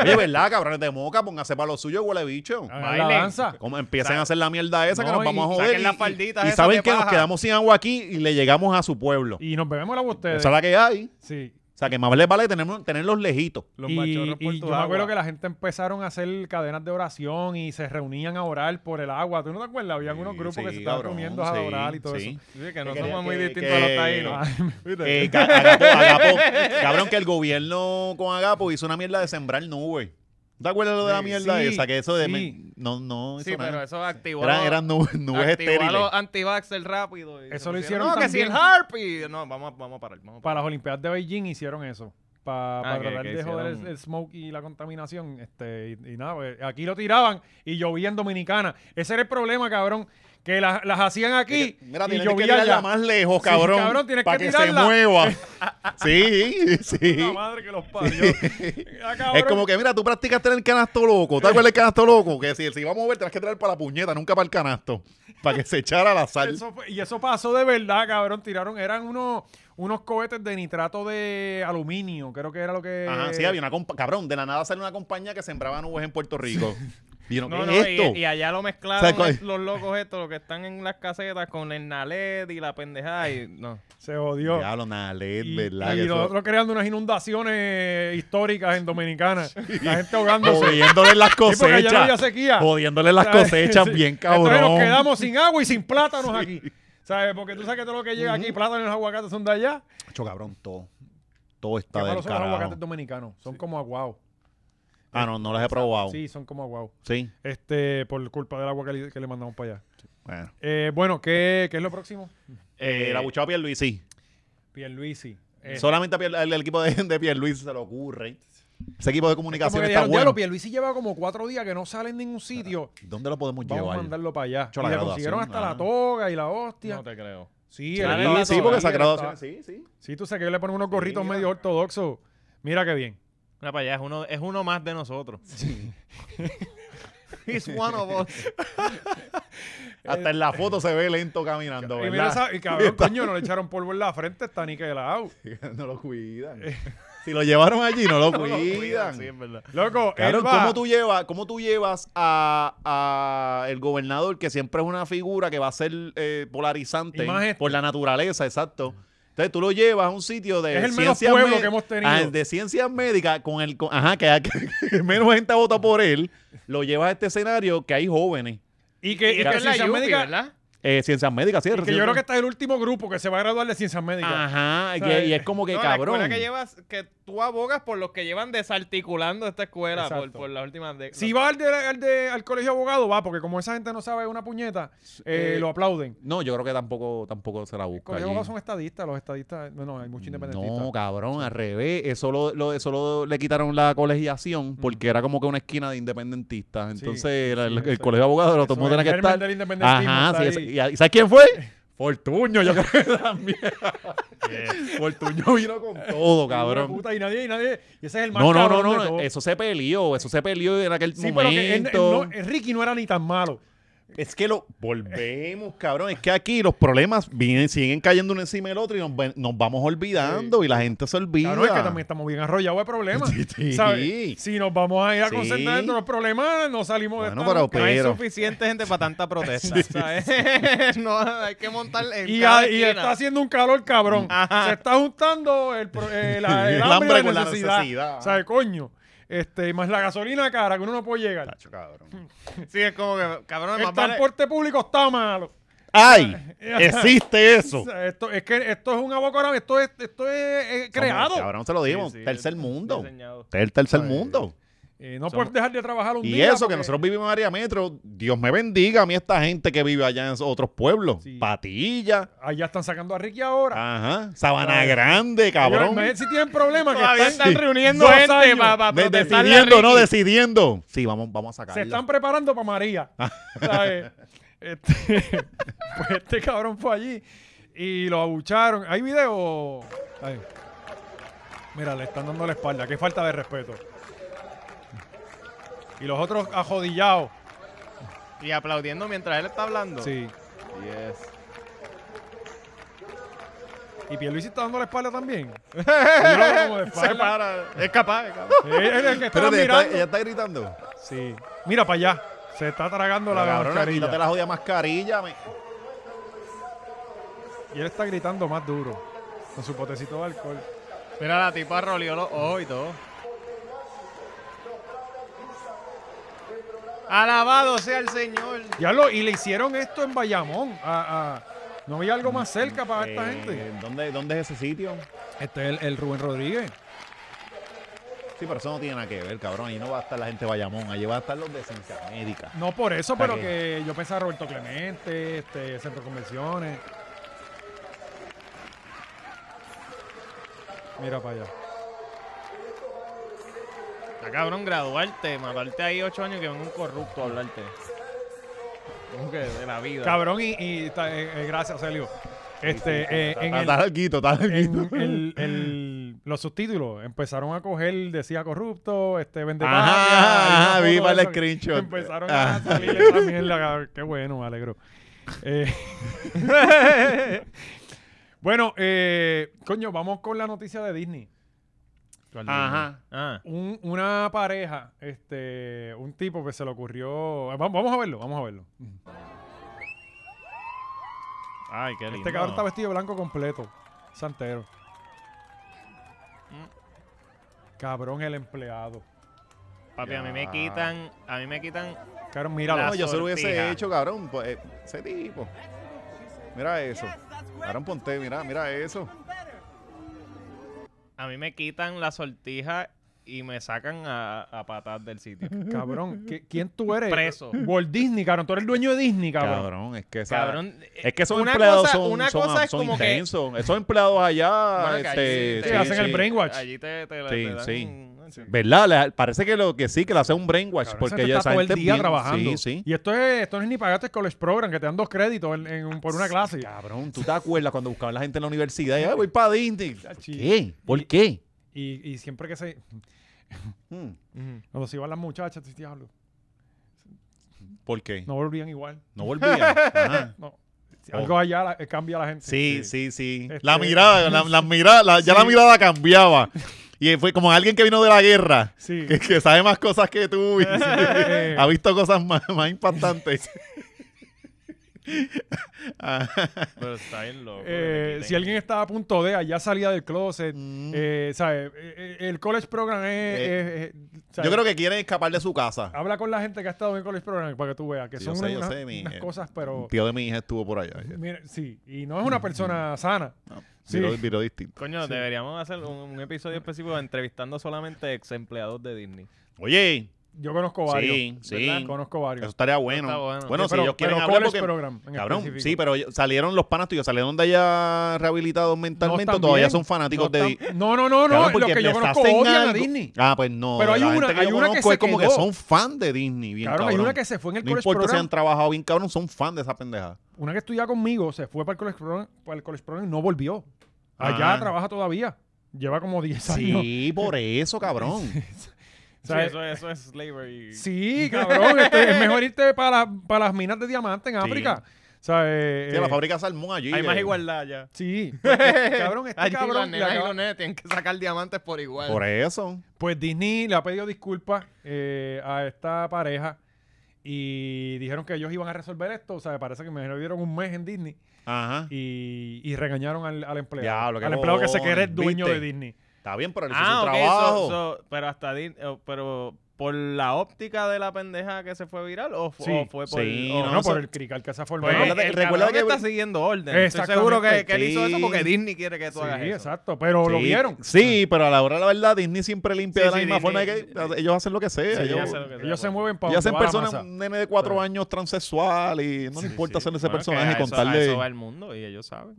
Speaker 2: Oye, ¿verdad, cabrones de moca? Pónganse para lo suyo, huele bicho.
Speaker 1: hagan la
Speaker 4: Bailen.
Speaker 1: danza.
Speaker 2: Como empiezan a hacer la mierda esa que
Speaker 1: No,
Speaker 2: nos vamos a
Speaker 1: y-
Speaker 2: joder.
Speaker 4: saquen
Speaker 2: y-
Speaker 4: las
Speaker 2: y-
Speaker 4: falditas
Speaker 2: y,
Speaker 4: esas
Speaker 2: saben
Speaker 4: de
Speaker 2: que nos
Speaker 4: paja.
Speaker 2: quedamos sin agua aquí y le llegamos a su pueblo.
Speaker 1: Y nos bebemos la ustedes.
Speaker 2: Esa es la que hay.
Speaker 1: Sí.
Speaker 2: O sea, que más les vale tener, tenerlos lejitos.
Speaker 3: Los
Speaker 1: y,
Speaker 3: machorros
Speaker 1: y
Speaker 3: por tu
Speaker 1: yo me
Speaker 3: agua.
Speaker 1: acuerdo que la gente empezaron a hacer cadenas de oración y se reunían a orar por el agua. ¿Tú no te acuerdas? Habían unos grupos que se estaban reuniendo a orar y todo eso.
Speaker 3: Sí, que no
Speaker 2: quería-
Speaker 3: somos muy
Speaker 2: que-
Speaker 3: distintos
Speaker 2: que-
Speaker 3: a los *laughs* taínos.
Speaker 2: Eh, ca- Agapo, Agapo. Cabrón, que el gobierno con Agapo hizo una mierda de sembrar nubes. ¿No ¿Te acuerdas lo de la
Speaker 1: Sí,
Speaker 2: mierda
Speaker 1: sí,
Speaker 2: esa? Que eso de...
Speaker 1: sí.
Speaker 2: me- No, no, hizo
Speaker 4: Sí, pero
Speaker 2: nada.
Speaker 4: eso activó.
Speaker 2: Eran,
Speaker 4: los-
Speaker 2: eran nubes, nubes
Speaker 4: activó a
Speaker 2: estériles.
Speaker 4: los anti-vaxxer rápido. y
Speaker 1: Eso
Speaker 4: se
Speaker 1: lo
Speaker 4: pusieron,
Speaker 1: hicieron
Speaker 4: No, que si el
Speaker 1: también.
Speaker 4: harp y- No, vamos, a- vamos a parar. Vamos a parar.
Speaker 1: Para las Olimpiadas de Beijing hicieron eso. Para
Speaker 3: Ah, que-
Speaker 1: tratar
Speaker 3: que
Speaker 1: de joder el,
Speaker 3: hicieron-
Speaker 1: el smoke y la contaminación. Este, y, y nada, pues, aquí lo tiraban y llovía en Dominicana. Ese era el problema, cabrón. Que las, las hacían aquí
Speaker 2: Mira,
Speaker 1: y
Speaker 2: tienes que
Speaker 1: llovía
Speaker 2: tirarla
Speaker 1: allá.
Speaker 2: más lejos,
Speaker 1: Sí,
Speaker 2: cabrón.
Speaker 1: cabrón, tienes
Speaker 2: para
Speaker 1: que
Speaker 2: que,
Speaker 1: tirarla. *laughs*
Speaker 2: se mueva. sí, sí.
Speaker 1: La madre
Speaker 2: *laughs*
Speaker 1: que los parió. Ah, cabrón.
Speaker 2: Es como que, mira, tú practicaste en el canasto loco. ¿Te acuerdas del canasto loco? Que si, si vamos a mover, tienes que traer para la puñeta, nunca para el canasto. Para que se echara la sal.
Speaker 1: Eso fue- y eso pasó de verdad, cabrón. Tiraron, eran unos, unos cohetes de nitrato de aluminio, creo que era lo que.
Speaker 2: Ajá, sí, había una compa- Cabrón, de la nada sale una compañía que sembraba nubes en Puerto Rico. Y yo, ¿qué
Speaker 3: No, no,
Speaker 2: es
Speaker 3: y-
Speaker 2: esto?
Speaker 3: Y, allá lo
Speaker 2: ¿Sabes
Speaker 3: mezclaron
Speaker 2: cuál?
Speaker 3: es- los locos estos, los que están en las casetas con el Naled y la pendejada y *laughs* no.
Speaker 1: Se jodió.
Speaker 2: Diablo, nada, LED,
Speaker 1: Y,
Speaker 2: ¿verdad?
Speaker 1: y
Speaker 2: Que eso-
Speaker 1: nosotros creando unas inundaciones históricas en
Speaker 2: *laughs*
Speaker 1: Dominicana. La gente ahogándose.
Speaker 2: Jodiéndole las
Speaker 1: Sí, porque allá no había
Speaker 2: cosechas.
Speaker 1: sequía. *laughs*
Speaker 2: Jodiéndole las
Speaker 1: ¿Sabes?
Speaker 2: cosechas,
Speaker 1: Sí.
Speaker 2: bien
Speaker 1: Entonces nos
Speaker 2: cabrón.
Speaker 1: quedamos sin agua y sin plátanos aquí. ¿Sabes? Porque tú sabes que todo lo que llega aquí, plátanos y los aguacates son de allá.
Speaker 2: Chacho, cabrón, todo. Todo
Speaker 1: Qué
Speaker 2: está del
Speaker 1: malos son los
Speaker 2: carajo.
Speaker 1: aguacates dominicanos. Son como aguao.
Speaker 2: Ah, no, no las he probado.
Speaker 1: Sí,
Speaker 2: Sí.
Speaker 1: son como aguao. Este, por culpa del agua que le, que le mandamos para allá.
Speaker 2: Bueno.
Speaker 1: Eh, bueno, ¿qué, qué es lo próximo?
Speaker 2: Eh, la buchada a Pierluisi.
Speaker 1: Pierluisi. Eh,
Speaker 2: Solamente a Pier- al al equipo de, de Pierluisi se le ocurre. Ese equipo de
Speaker 1: como
Speaker 2: comunicación
Speaker 1: que
Speaker 2: está
Speaker 1: dijeron,
Speaker 2: bueno.
Speaker 1: "Diablo, Pierluisi lleva como cuatro días que no sale en ningún sitio.
Speaker 2: ¿Dónde lo podemos
Speaker 1: Vamos a
Speaker 2: llevar?
Speaker 1: mandarlo para allá.
Speaker 2: Hecho
Speaker 1: y
Speaker 2: la
Speaker 1: le consiguieron
Speaker 2: graduación,
Speaker 1: hasta
Speaker 2: ajá.
Speaker 1: la toga y la hostia.
Speaker 3: No te creo.
Speaker 1: Sí,
Speaker 2: Sí,
Speaker 1: él estaba
Speaker 2: sí,
Speaker 1: todavía,
Speaker 2: porque esa
Speaker 1: él
Speaker 2: graduación.
Speaker 1: estaba-
Speaker 2: Sí, sí.
Speaker 1: Sí, tú sabes que yo le ponen unos gorritos
Speaker 2: mira.
Speaker 1: medio ortodoxos. Mira qué bien.
Speaker 4: Mira para allá, es uno, es uno más de nosotros. *laughs* He's one of us.
Speaker 2: Hasta en la foto se ve lento caminando,
Speaker 1: Eh, Y mira
Speaker 2: ¿verdad?
Speaker 1: esa, y cabrón, coño, no le echaron polvo en la frente, está niquelado.
Speaker 2: *laughs* No lo cuidan. Si lo llevaron allí, no
Speaker 1: *laughs*
Speaker 2: lo cuidan.
Speaker 4: Sí, es verdad.
Speaker 1: Loco,
Speaker 2: Claro,
Speaker 1: él va-
Speaker 2: ¿cómo tú llevas, cómo tú llevas a, a el gobernador, que siempre es una figura que va a ser eh, polarizante
Speaker 1: Y más este.
Speaker 2: por la naturaleza, exacto? Entonces tú lo llevas a un sitio de
Speaker 1: Es el menos
Speaker 2: ciencias
Speaker 1: pueblo
Speaker 2: mé-
Speaker 1: que hemos tenido.
Speaker 2: ah, de ciencias médicas con el con- ajá, que, *laughs* que- que menos gente vota por él, lo llevas a este escenario que hay jóvenes.
Speaker 1: Y que, y
Speaker 4: Y
Speaker 1: que
Speaker 4: esto es la
Speaker 1: ciencias
Speaker 4: Yupi,
Speaker 1: médicas-
Speaker 4: ¿verdad?
Speaker 2: Eh, ciencias médicas, ¿sí?
Speaker 1: y que yo creo que este es el último grupo que se va a graduar de ciencias médicas.
Speaker 2: Ajá, y,
Speaker 1: ¿Sabes?
Speaker 2: y es como que
Speaker 4: No, la
Speaker 2: cabrón.
Speaker 4: escuela que llevas, que tú abogas por los que llevan desarticulando esta escuela por,
Speaker 1: Exacto.
Speaker 4: por las últimas décadas.
Speaker 1: Si va al, de, al, de- al colegio de abogados, va, porque como esa gente no sabe una puñeta, eh,
Speaker 2: Eh,
Speaker 1: lo aplauden.
Speaker 2: No, yo creo que tampoco, tampoco se la
Speaker 1: El
Speaker 2: busca.
Speaker 1: colegio de
Speaker 2: allí.
Speaker 1: abogados son estadistas, los estadistas, no, no, hay muchos independentistas.
Speaker 2: No, cabrón, al revés. Eso lo, lo- eso lo- le quitaron la colegiación porque era como que una esquina de independentistas. Entonces, el, el- el
Speaker 1: eso-
Speaker 2: colegio de abogados de los
Speaker 1: eso
Speaker 2: tomos
Speaker 1: es
Speaker 2: tenía que
Speaker 1: germen
Speaker 2: estar.
Speaker 1: del independentismo,
Speaker 2: Ajá,
Speaker 1: está
Speaker 2: sí,
Speaker 1: ahí.
Speaker 2: esa- y, ¿y sabes
Speaker 1: *laughs*
Speaker 2: quién fue? Fortuño, yo creo que también. Fortuño vino con todo,
Speaker 1: Eh, Hijo de
Speaker 2: cabrón.
Speaker 1: puta, y nadie, y nadie, y ese es el más
Speaker 2: No, no, no,
Speaker 1: cabrón de
Speaker 2: no,
Speaker 1: todos.
Speaker 2: eso se peleó, eso se peleó en aquel
Speaker 1: Sí, pero que él- él
Speaker 2: momento.
Speaker 1: no- eh, Ricky no era ni tan malo.
Speaker 2: Es que lo volvemos, cabrón. Es que aquí los problemas vienen, siguen cayendo uno encima del otro y nos, ven- nos vamos olvidando y la gente se olvida.
Speaker 1: Claro, es que también estamos bien arrollados de problemas.
Speaker 2: Sí, *laughs* sí.
Speaker 1: ¿sabes? Si nos vamos a ir a
Speaker 2: Sí.
Speaker 1: concentrar dentro de los problemas, no salimos de
Speaker 2: Bueno,
Speaker 1: esta
Speaker 2: pero
Speaker 1: nunca.
Speaker 4: No hay
Speaker 2: Pero-
Speaker 4: suficiente gente para tanta protesta. ¿sabes?
Speaker 3: *laughs*
Speaker 4: no, hay que montar en
Speaker 1: Y,
Speaker 4: cada
Speaker 1: a- y
Speaker 4: esquina.
Speaker 1: está haciendo un calor cabrón.
Speaker 4: Ajá.
Speaker 1: Se está juntando el,
Speaker 2: *laughs*
Speaker 1: pro- eh, la- el
Speaker 2: El
Speaker 1: hambre,
Speaker 2: hambre
Speaker 1: con
Speaker 2: con la
Speaker 1: necesidad.
Speaker 2: necesidad.
Speaker 1: ¿Sabes, coño? Este, más la gasolina cara que uno no puede llegar.
Speaker 2: Tacho, cabrón.
Speaker 4: Sí, es como que, cabrón,
Speaker 1: El
Speaker 4: más vale-
Speaker 1: transporte público está malo.
Speaker 2: ¡Ay!
Speaker 1: *laughs*
Speaker 2: Existe
Speaker 1: O
Speaker 2: eso.
Speaker 1: sea, Esto, es que esto es un abocado, esto es, esto es eh, creado.
Speaker 2: Somos- Cabrón, se lo dimos.
Speaker 3: Sí, sí,
Speaker 2: tercer
Speaker 3: es-
Speaker 2: mundo.
Speaker 3: diseñado.
Speaker 2: El tercer mundo.
Speaker 1: Eh, no puedes dejar de trabajar un
Speaker 2: Y
Speaker 1: día.
Speaker 2: eso,
Speaker 1: porque-
Speaker 2: que nosotros vivimos en área metro, Dios me bendiga a mí esta gente que vive allá en esos otros pueblos.
Speaker 1: Sí.
Speaker 2: Patilla,
Speaker 1: Allá están sacando a Ricky ahora.
Speaker 2: ajá, Sabana
Speaker 1: Claro.
Speaker 2: Grande, Ah, cabrón.
Speaker 1: Ellos, si tienen problemas, que
Speaker 4: Todavía
Speaker 1: están-
Speaker 4: están reuniendo
Speaker 1: Dos
Speaker 4: gente
Speaker 1: años
Speaker 4: para
Speaker 2: De-
Speaker 4: protestar.
Speaker 2: decidiendo, no decidiendo. Sí, vamos, vamos a sacarla.
Speaker 1: *laughs* se están preparando para María. ¿sabes? Este, *laughs* pues este cabrón fue allí y lo abucharon. ¿Hay video? Ahí. Mira, le están dando la espalda. Qué falta de respeto. Y los otros ajodillados.
Speaker 4: Y aplaudiendo mientras él está hablando.
Speaker 1: Sí.
Speaker 4: Yes.
Speaker 1: Y Pierluisi está dando la espalda también. Y yo lo veo como de
Speaker 4: Se
Speaker 1: espalda.
Speaker 4: para. Es capaz, es capaz.
Speaker 1: Sí, él es el que estaba
Speaker 2: Pero
Speaker 1: mirando.
Speaker 2: ella está eh. gritando.
Speaker 1: Sí. Mira para allá. Se está tragando la
Speaker 2: Pero, cabrona,
Speaker 1: mascarilla.
Speaker 2: quítate la jodida mascarilla. me-
Speaker 1: Y él está gritando más duro. Con su potecito de alcohol.
Speaker 4: Mira, la tipa roleó los ojos y todo. Alabado sea el Señor.
Speaker 1: Ya lo, y le hicieron esto en Bayamón. a- a- no había algo más cerca para esta
Speaker 2: Eh,
Speaker 1: gente.
Speaker 2: ¿dónde, ¿Dónde es ese sitio?
Speaker 1: Este es el, el Rubén Rodríguez.
Speaker 2: Sí, pero eso no tiene nada que ver, cabrón. Ahí no va a estar la gente de Bayamón. Allí va a estar los de ciencia médica.
Speaker 1: No por eso,
Speaker 2: Está
Speaker 1: pero
Speaker 2: bien.
Speaker 1: que yo pensaba Roberto Clemente, este, Centro de Convenciones. Mira para allá.
Speaker 4: Está cabrón graduarte, matarte ahí ocho años que venga un corrupto a hablarte. Como que de la vida.
Speaker 1: Cabrón, y, y ta- eh, eh, gracias, Celio. Este, eh, en
Speaker 2: Está
Speaker 1: el-
Speaker 2: Ah, está larguito, está larguito.
Speaker 1: en *laughs* el-
Speaker 2: *laughs*
Speaker 1: el- los subtítulos empezaron a coger, decía corrupto, este, vende
Speaker 2: Ajá,
Speaker 1: patria,
Speaker 2: ajá,
Speaker 1: y una
Speaker 2: vi
Speaker 1: foto
Speaker 2: para
Speaker 1: de
Speaker 2: el
Speaker 1: eso.
Speaker 2: screenshot.
Speaker 1: Empezaron a
Speaker 2: Ah. *laughs*
Speaker 1: salir esa mierda, cabrón. Qué bueno, me alegro. Eh, *laughs* bueno, eh, coño, vamos con la noticia de Disney.
Speaker 4: Mm. Ajá.
Speaker 3: Ah,
Speaker 1: Un- una pareja, este, un tipo que se le ocurrió. Vamos, vamos a verlo, vamos a verlo.
Speaker 3: ay, qué lindo.
Speaker 1: Este cabrón está vestido de blanco completo. Santero.
Speaker 3: Mm.
Speaker 1: Cabrón el empleado.
Speaker 4: Papi, a mí me
Speaker 2: Ya.
Speaker 4: quitan, a mí me quitan.
Speaker 1: Cabrón, míralo.
Speaker 4: La
Speaker 2: No, yo se lo
Speaker 4: sortija.
Speaker 2: hubiese hecho, cabrón. pues, eh, ese tipo. Mira eso. Cabrón, ponte, mira, mira eso.
Speaker 4: A mí me quitan la sortija y me sacan a, a patas
Speaker 1: *laughs*
Speaker 4: del sitio.
Speaker 1: Cabrón, ¿qui- ¿quién tú eres?
Speaker 4: Preso.
Speaker 1: Walt Disney, cabrón. Tú eres el dueño de Disney, cabrón.
Speaker 2: Cabrón, es que esa-
Speaker 4: Cabrón.
Speaker 2: Es que esos
Speaker 4: una
Speaker 2: empleados
Speaker 4: cosa-
Speaker 2: son,
Speaker 4: una
Speaker 2: son,
Speaker 4: cosa es
Speaker 2: son
Speaker 4: como que-
Speaker 2: intensos. Esos empleados allá.
Speaker 4: Bueno, que
Speaker 2: este,
Speaker 4: allí
Speaker 1: sí, hacen el brain- brainwash.
Speaker 4: Allí te, te,
Speaker 2: Sí,
Speaker 4: te dan-
Speaker 2: sí. ¿Verdad? Le- parece que lo que sí, que le hace un brainwash.
Speaker 1: Cabrón, esa
Speaker 2: porque
Speaker 1: gente
Speaker 2: ya
Speaker 1: está
Speaker 2: esa
Speaker 1: todo el
Speaker 2: gente es
Speaker 1: día
Speaker 2: bien-
Speaker 1: trabajando.
Speaker 2: Sí, sí.
Speaker 1: Y esto, es, esto no es ni pagarte el college program, que te dan dos créditos en- en un- por una clase.
Speaker 2: Cabrón, ¿tú te acuerdas cuando buscaban la gente en la universidad? Y, "Ay, voy para Disney. ¿Por
Speaker 1: Chachi.
Speaker 2: qué? ¿Por qué?
Speaker 1: Y, y siempre que se.
Speaker 2: Hmm,
Speaker 1: Cuando se iban las muchachas, te diablo.
Speaker 2: ¿Por qué?
Speaker 1: No volvían igual.
Speaker 2: No volvían. *laughs* Ajá.
Speaker 1: No. Si
Speaker 2: Oh.
Speaker 1: Algo allá la- cambia la gente.
Speaker 2: Sí, sí, sí.
Speaker 1: Este-
Speaker 2: La mirada, la,
Speaker 1: *laughs*
Speaker 2: la mirada, la- ya la mirada cambiaba. Y fue como alguien que vino de la guerra, *laughs*
Speaker 1: Sí.
Speaker 2: que, que sabe más cosas
Speaker 1: *laughs*
Speaker 2: que tú y *laughs*
Speaker 1: Eh,
Speaker 2: ha visto cosas más,
Speaker 1: *laughs*
Speaker 2: más impactantes.
Speaker 3: Pero está bien loco.
Speaker 1: Eh, si alguien estaba a punto de, allá salía del closet, eh, ¿sabes? Eh, eh, El college program es...
Speaker 2: Mm. Eh,
Speaker 1: es- es-
Speaker 2: Yo
Speaker 1: ¿sabes?
Speaker 2: creo que quieren escapar de su casa.
Speaker 1: Habla con la gente que ha estado en college program para que tú veas, que
Speaker 2: Sí, yo
Speaker 1: son
Speaker 2: sé, yo
Speaker 1: unas,
Speaker 2: sé, mi-
Speaker 1: unas
Speaker 2: eh,
Speaker 1: cosas, pero...
Speaker 2: El tío de mi hija estuvo por allá. ayer.
Speaker 1: mira, sí, y no es una persona
Speaker 2: Mm.
Speaker 1: sana.
Speaker 2: No,
Speaker 1: Sí.
Speaker 2: viró- viró distinto.
Speaker 3: Coño, deberíamos hacer un, un episodio específico entrevistando solamente ex empleados de Disney.
Speaker 2: Oye,
Speaker 1: Yo conozco
Speaker 2: Sí,
Speaker 1: varios.
Speaker 2: sí.
Speaker 1: ¿verdad? Conozco varios.
Speaker 2: eso estaría bueno.
Speaker 4: Está
Speaker 2: bueno,
Speaker 1: Sí,
Speaker 4: bueno.
Speaker 2: si
Speaker 1: pero-
Speaker 2: ellos quieren
Speaker 1: pero
Speaker 2: hablar
Speaker 1: college
Speaker 2: porque...
Speaker 1: program en
Speaker 2: Cabrón,
Speaker 1: específico.
Speaker 2: sí, pero ellos- salieron los panas tuyos, salieron de allá rehabilitados mentalmente,
Speaker 1: están
Speaker 2: todavía
Speaker 1: bien,
Speaker 2: son fanáticos
Speaker 1: no
Speaker 2: de...
Speaker 1: están- No, no, no, no.
Speaker 2: Cabrón,
Speaker 1: Los
Speaker 2: porque
Speaker 1: que yo
Speaker 2: les
Speaker 1: conozco
Speaker 2: hacen
Speaker 1: odian a
Speaker 2: algo.
Speaker 1: Disney.
Speaker 2: Ah, pues no.
Speaker 1: Pero hay
Speaker 2: la
Speaker 1: una-
Speaker 2: gente que
Speaker 1: hay
Speaker 2: yo
Speaker 1: una que
Speaker 2: conozco
Speaker 1: se
Speaker 2: es como que
Speaker 1: quedó.
Speaker 2: son fan de Disney, bien
Speaker 1: Cabrón, hay
Speaker 2: cabrón.
Speaker 1: una que se fue en el
Speaker 2: No
Speaker 1: college
Speaker 2: importa si
Speaker 1: program.
Speaker 2: han trabajado bien, cabrón, son fan de esa pendeja.
Speaker 1: Una que estudiaba conmigo se fue para el college program, para el college program y no volvió. Allá
Speaker 2: Ah.
Speaker 1: trabaja todavía. Lleva como 10 años.
Speaker 2: Sí, por eso, cabrón.
Speaker 1: O sea,
Speaker 3: eso, es- eso es slavery.
Speaker 1: Sí, cabrón. este, es mejor irte para, la- para las minas de diamante en África. O sea, eh,
Speaker 2: Sí, la
Speaker 1: eh,
Speaker 2: fábrica salmón allí.
Speaker 3: Hay más
Speaker 2: eh.
Speaker 3: igualdad ya.
Speaker 1: sí. cabrón, este
Speaker 4: Allí las
Speaker 1: cabrón. le
Speaker 4: nenas y
Speaker 1: acaba-
Speaker 4: los nenes tienen que sacar diamantes por igual.
Speaker 2: Por eso.
Speaker 1: pues Disney le ha pedido disculpas eh, a esta pareja y dijeron que ellos iban a resolver esto. O sea, parece que me dieron un mes en Disney
Speaker 2: Ajá.
Speaker 1: y, y regañaron al, al empleado.
Speaker 2: Diablo, qué
Speaker 1: al empleado que se cree el
Speaker 2: bobones,
Speaker 1: dueño de
Speaker 2: ¿viste?
Speaker 1: Disney.
Speaker 2: Está bien, pero él hizo
Speaker 3: Ah,
Speaker 2: su
Speaker 3: ok,
Speaker 2: trabajo.
Speaker 3: so- so- pero hasta Disney, oh, pero por la óptica de la pendeja que se fue viral o, fu-
Speaker 1: Sí.
Speaker 3: o fue por
Speaker 2: Sí,
Speaker 3: o-
Speaker 1: No,
Speaker 2: no,
Speaker 1: no,
Speaker 2: eso-
Speaker 1: por el crical que se ha formado.
Speaker 3: Pues,
Speaker 2: Recuerda
Speaker 3: el
Speaker 2: que- recuerda
Speaker 3: cabrón
Speaker 2: que-
Speaker 3: está siguiendo orden. Estoy
Speaker 1: Exactamente.
Speaker 3: seguro que, que él hizo eso
Speaker 2: Sí.
Speaker 3: porque Disney quiere que tú
Speaker 1: Sí,
Speaker 3: hagas eso.
Speaker 1: exacto. Pero lo
Speaker 2: Sí,
Speaker 1: vieron.
Speaker 2: Sí, pero a la hora de la verdad, Disney siempre limpia
Speaker 3: Sí,
Speaker 2: de la
Speaker 3: sí,
Speaker 2: misma
Speaker 3: Disney-
Speaker 2: forma que ellos hacen lo que sea.
Speaker 3: Sí,
Speaker 2: ellos,
Speaker 3: hacen lo que sea.
Speaker 1: Ellos se mueven para
Speaker 2: ellos hacen personas, un nene de cuatro años transexual y no le importa hacerle ese
Speaker 3: Bueno, que
Speaker 2: personaje y
Speaker 3: a eso- a
Speaker 2: contarle.
Speaker 3: Eso va el mundo y ellos saben.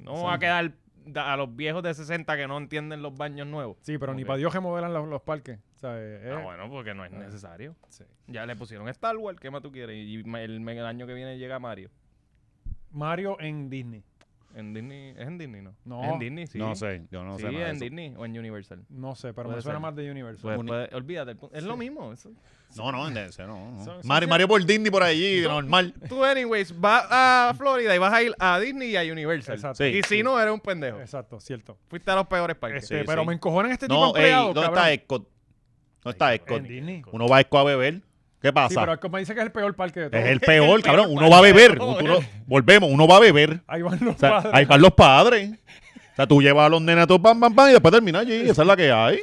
Speaker 3: No va a quedar da- a los viejos de 60 que no entienden los baños nuevos.
Speaker 1: Sí, pero ni
Speaker 3: Ok.
Speaker 1: para Dios que modelan los, los parques. ¿sabes? Eh,
Speaker 3: Ah, bueno, porque no es necesario.
Speaker 1: sí.
Speaker 3: Ya le pusieron Star Wars, ¿qué más tú quieres? Y ma- el, el año que viene llega Mario.
Speaker 1: Mario en Disney.
Speaker 3: En Disney, es en Disney, ¿no?
Speaker 1: No.
Speaker 3: Es En Disney, sí.
Speaker 2: No sé, yo no
Speaker 3: sí,
Speaker 2: sé.
Speaker 3: es
Speaker 2: nada de
Speaker 3: en
Speaker 2: eso.
Speaker 3: Disney o en Universal.
Speaker 1: No sé, pero me
Speaker 3: Puede
Speaker 1: suena
Speaker 3: ser.
Speaker 1: más de Universal.
Speaker 3: Pues,
Speaker 2: Uni-
Speaker 3: pues, olvídate, el pu- es lo mismo. eso.
Speaker 2: No, no, en ese, no. no.
Speaker 1: Son- este son
Speaker 2: Mario,
Speaker 1: cien-
Speaker 2: Mario por Disney por allí, normal.
Speaker 3: Tú, anyways, vas a Florida y vas a ir a Disney y a Universal.
Speaker 1: Exacto.
Speaker 2: Sí.
Speaker 3: Y si no, eres un pendejo.
Speaker 1: Exacto, cierto.
Speaker 3: Fuiste a los peores parques.
Speaker 1: Este,
Speaker 2: sí,
Speaker 1: pero
Speaker 2: sí.
Speaker 1: me encojonan este tipo
Speaker 2: No,
Speaker 1: de
Speaker 2: ey,
Speaker 1: empleados,
Speaker 2: ¿dónde
Speaker 1: cabrón.
Speaker 2: está Escot? ¿Dónde está Escot?
Speaker 1: En Disney.
Speaker 2: Uno va a Escot a beber. ¿Qué
Speaker 1: Sí,
Speaker 2: pasa?
Speaker 1: pero Escot me dice que es el peor parque de todos. *laughs*
Speaker 2: es el peor, cabrón. Uno va a beber.
Speaker 3: Joder.
Speaker 2: Tú no- volvemos, uno va a beber.
Speaker 1: Ahí van los
Speaker 2: O sea,
Speaker 1: padres.
Speaker 2: ahí están los padres. O sea, tú llevas a los nenes a todos, pam, pam, pam, y después termina allí. Esa es la que hay.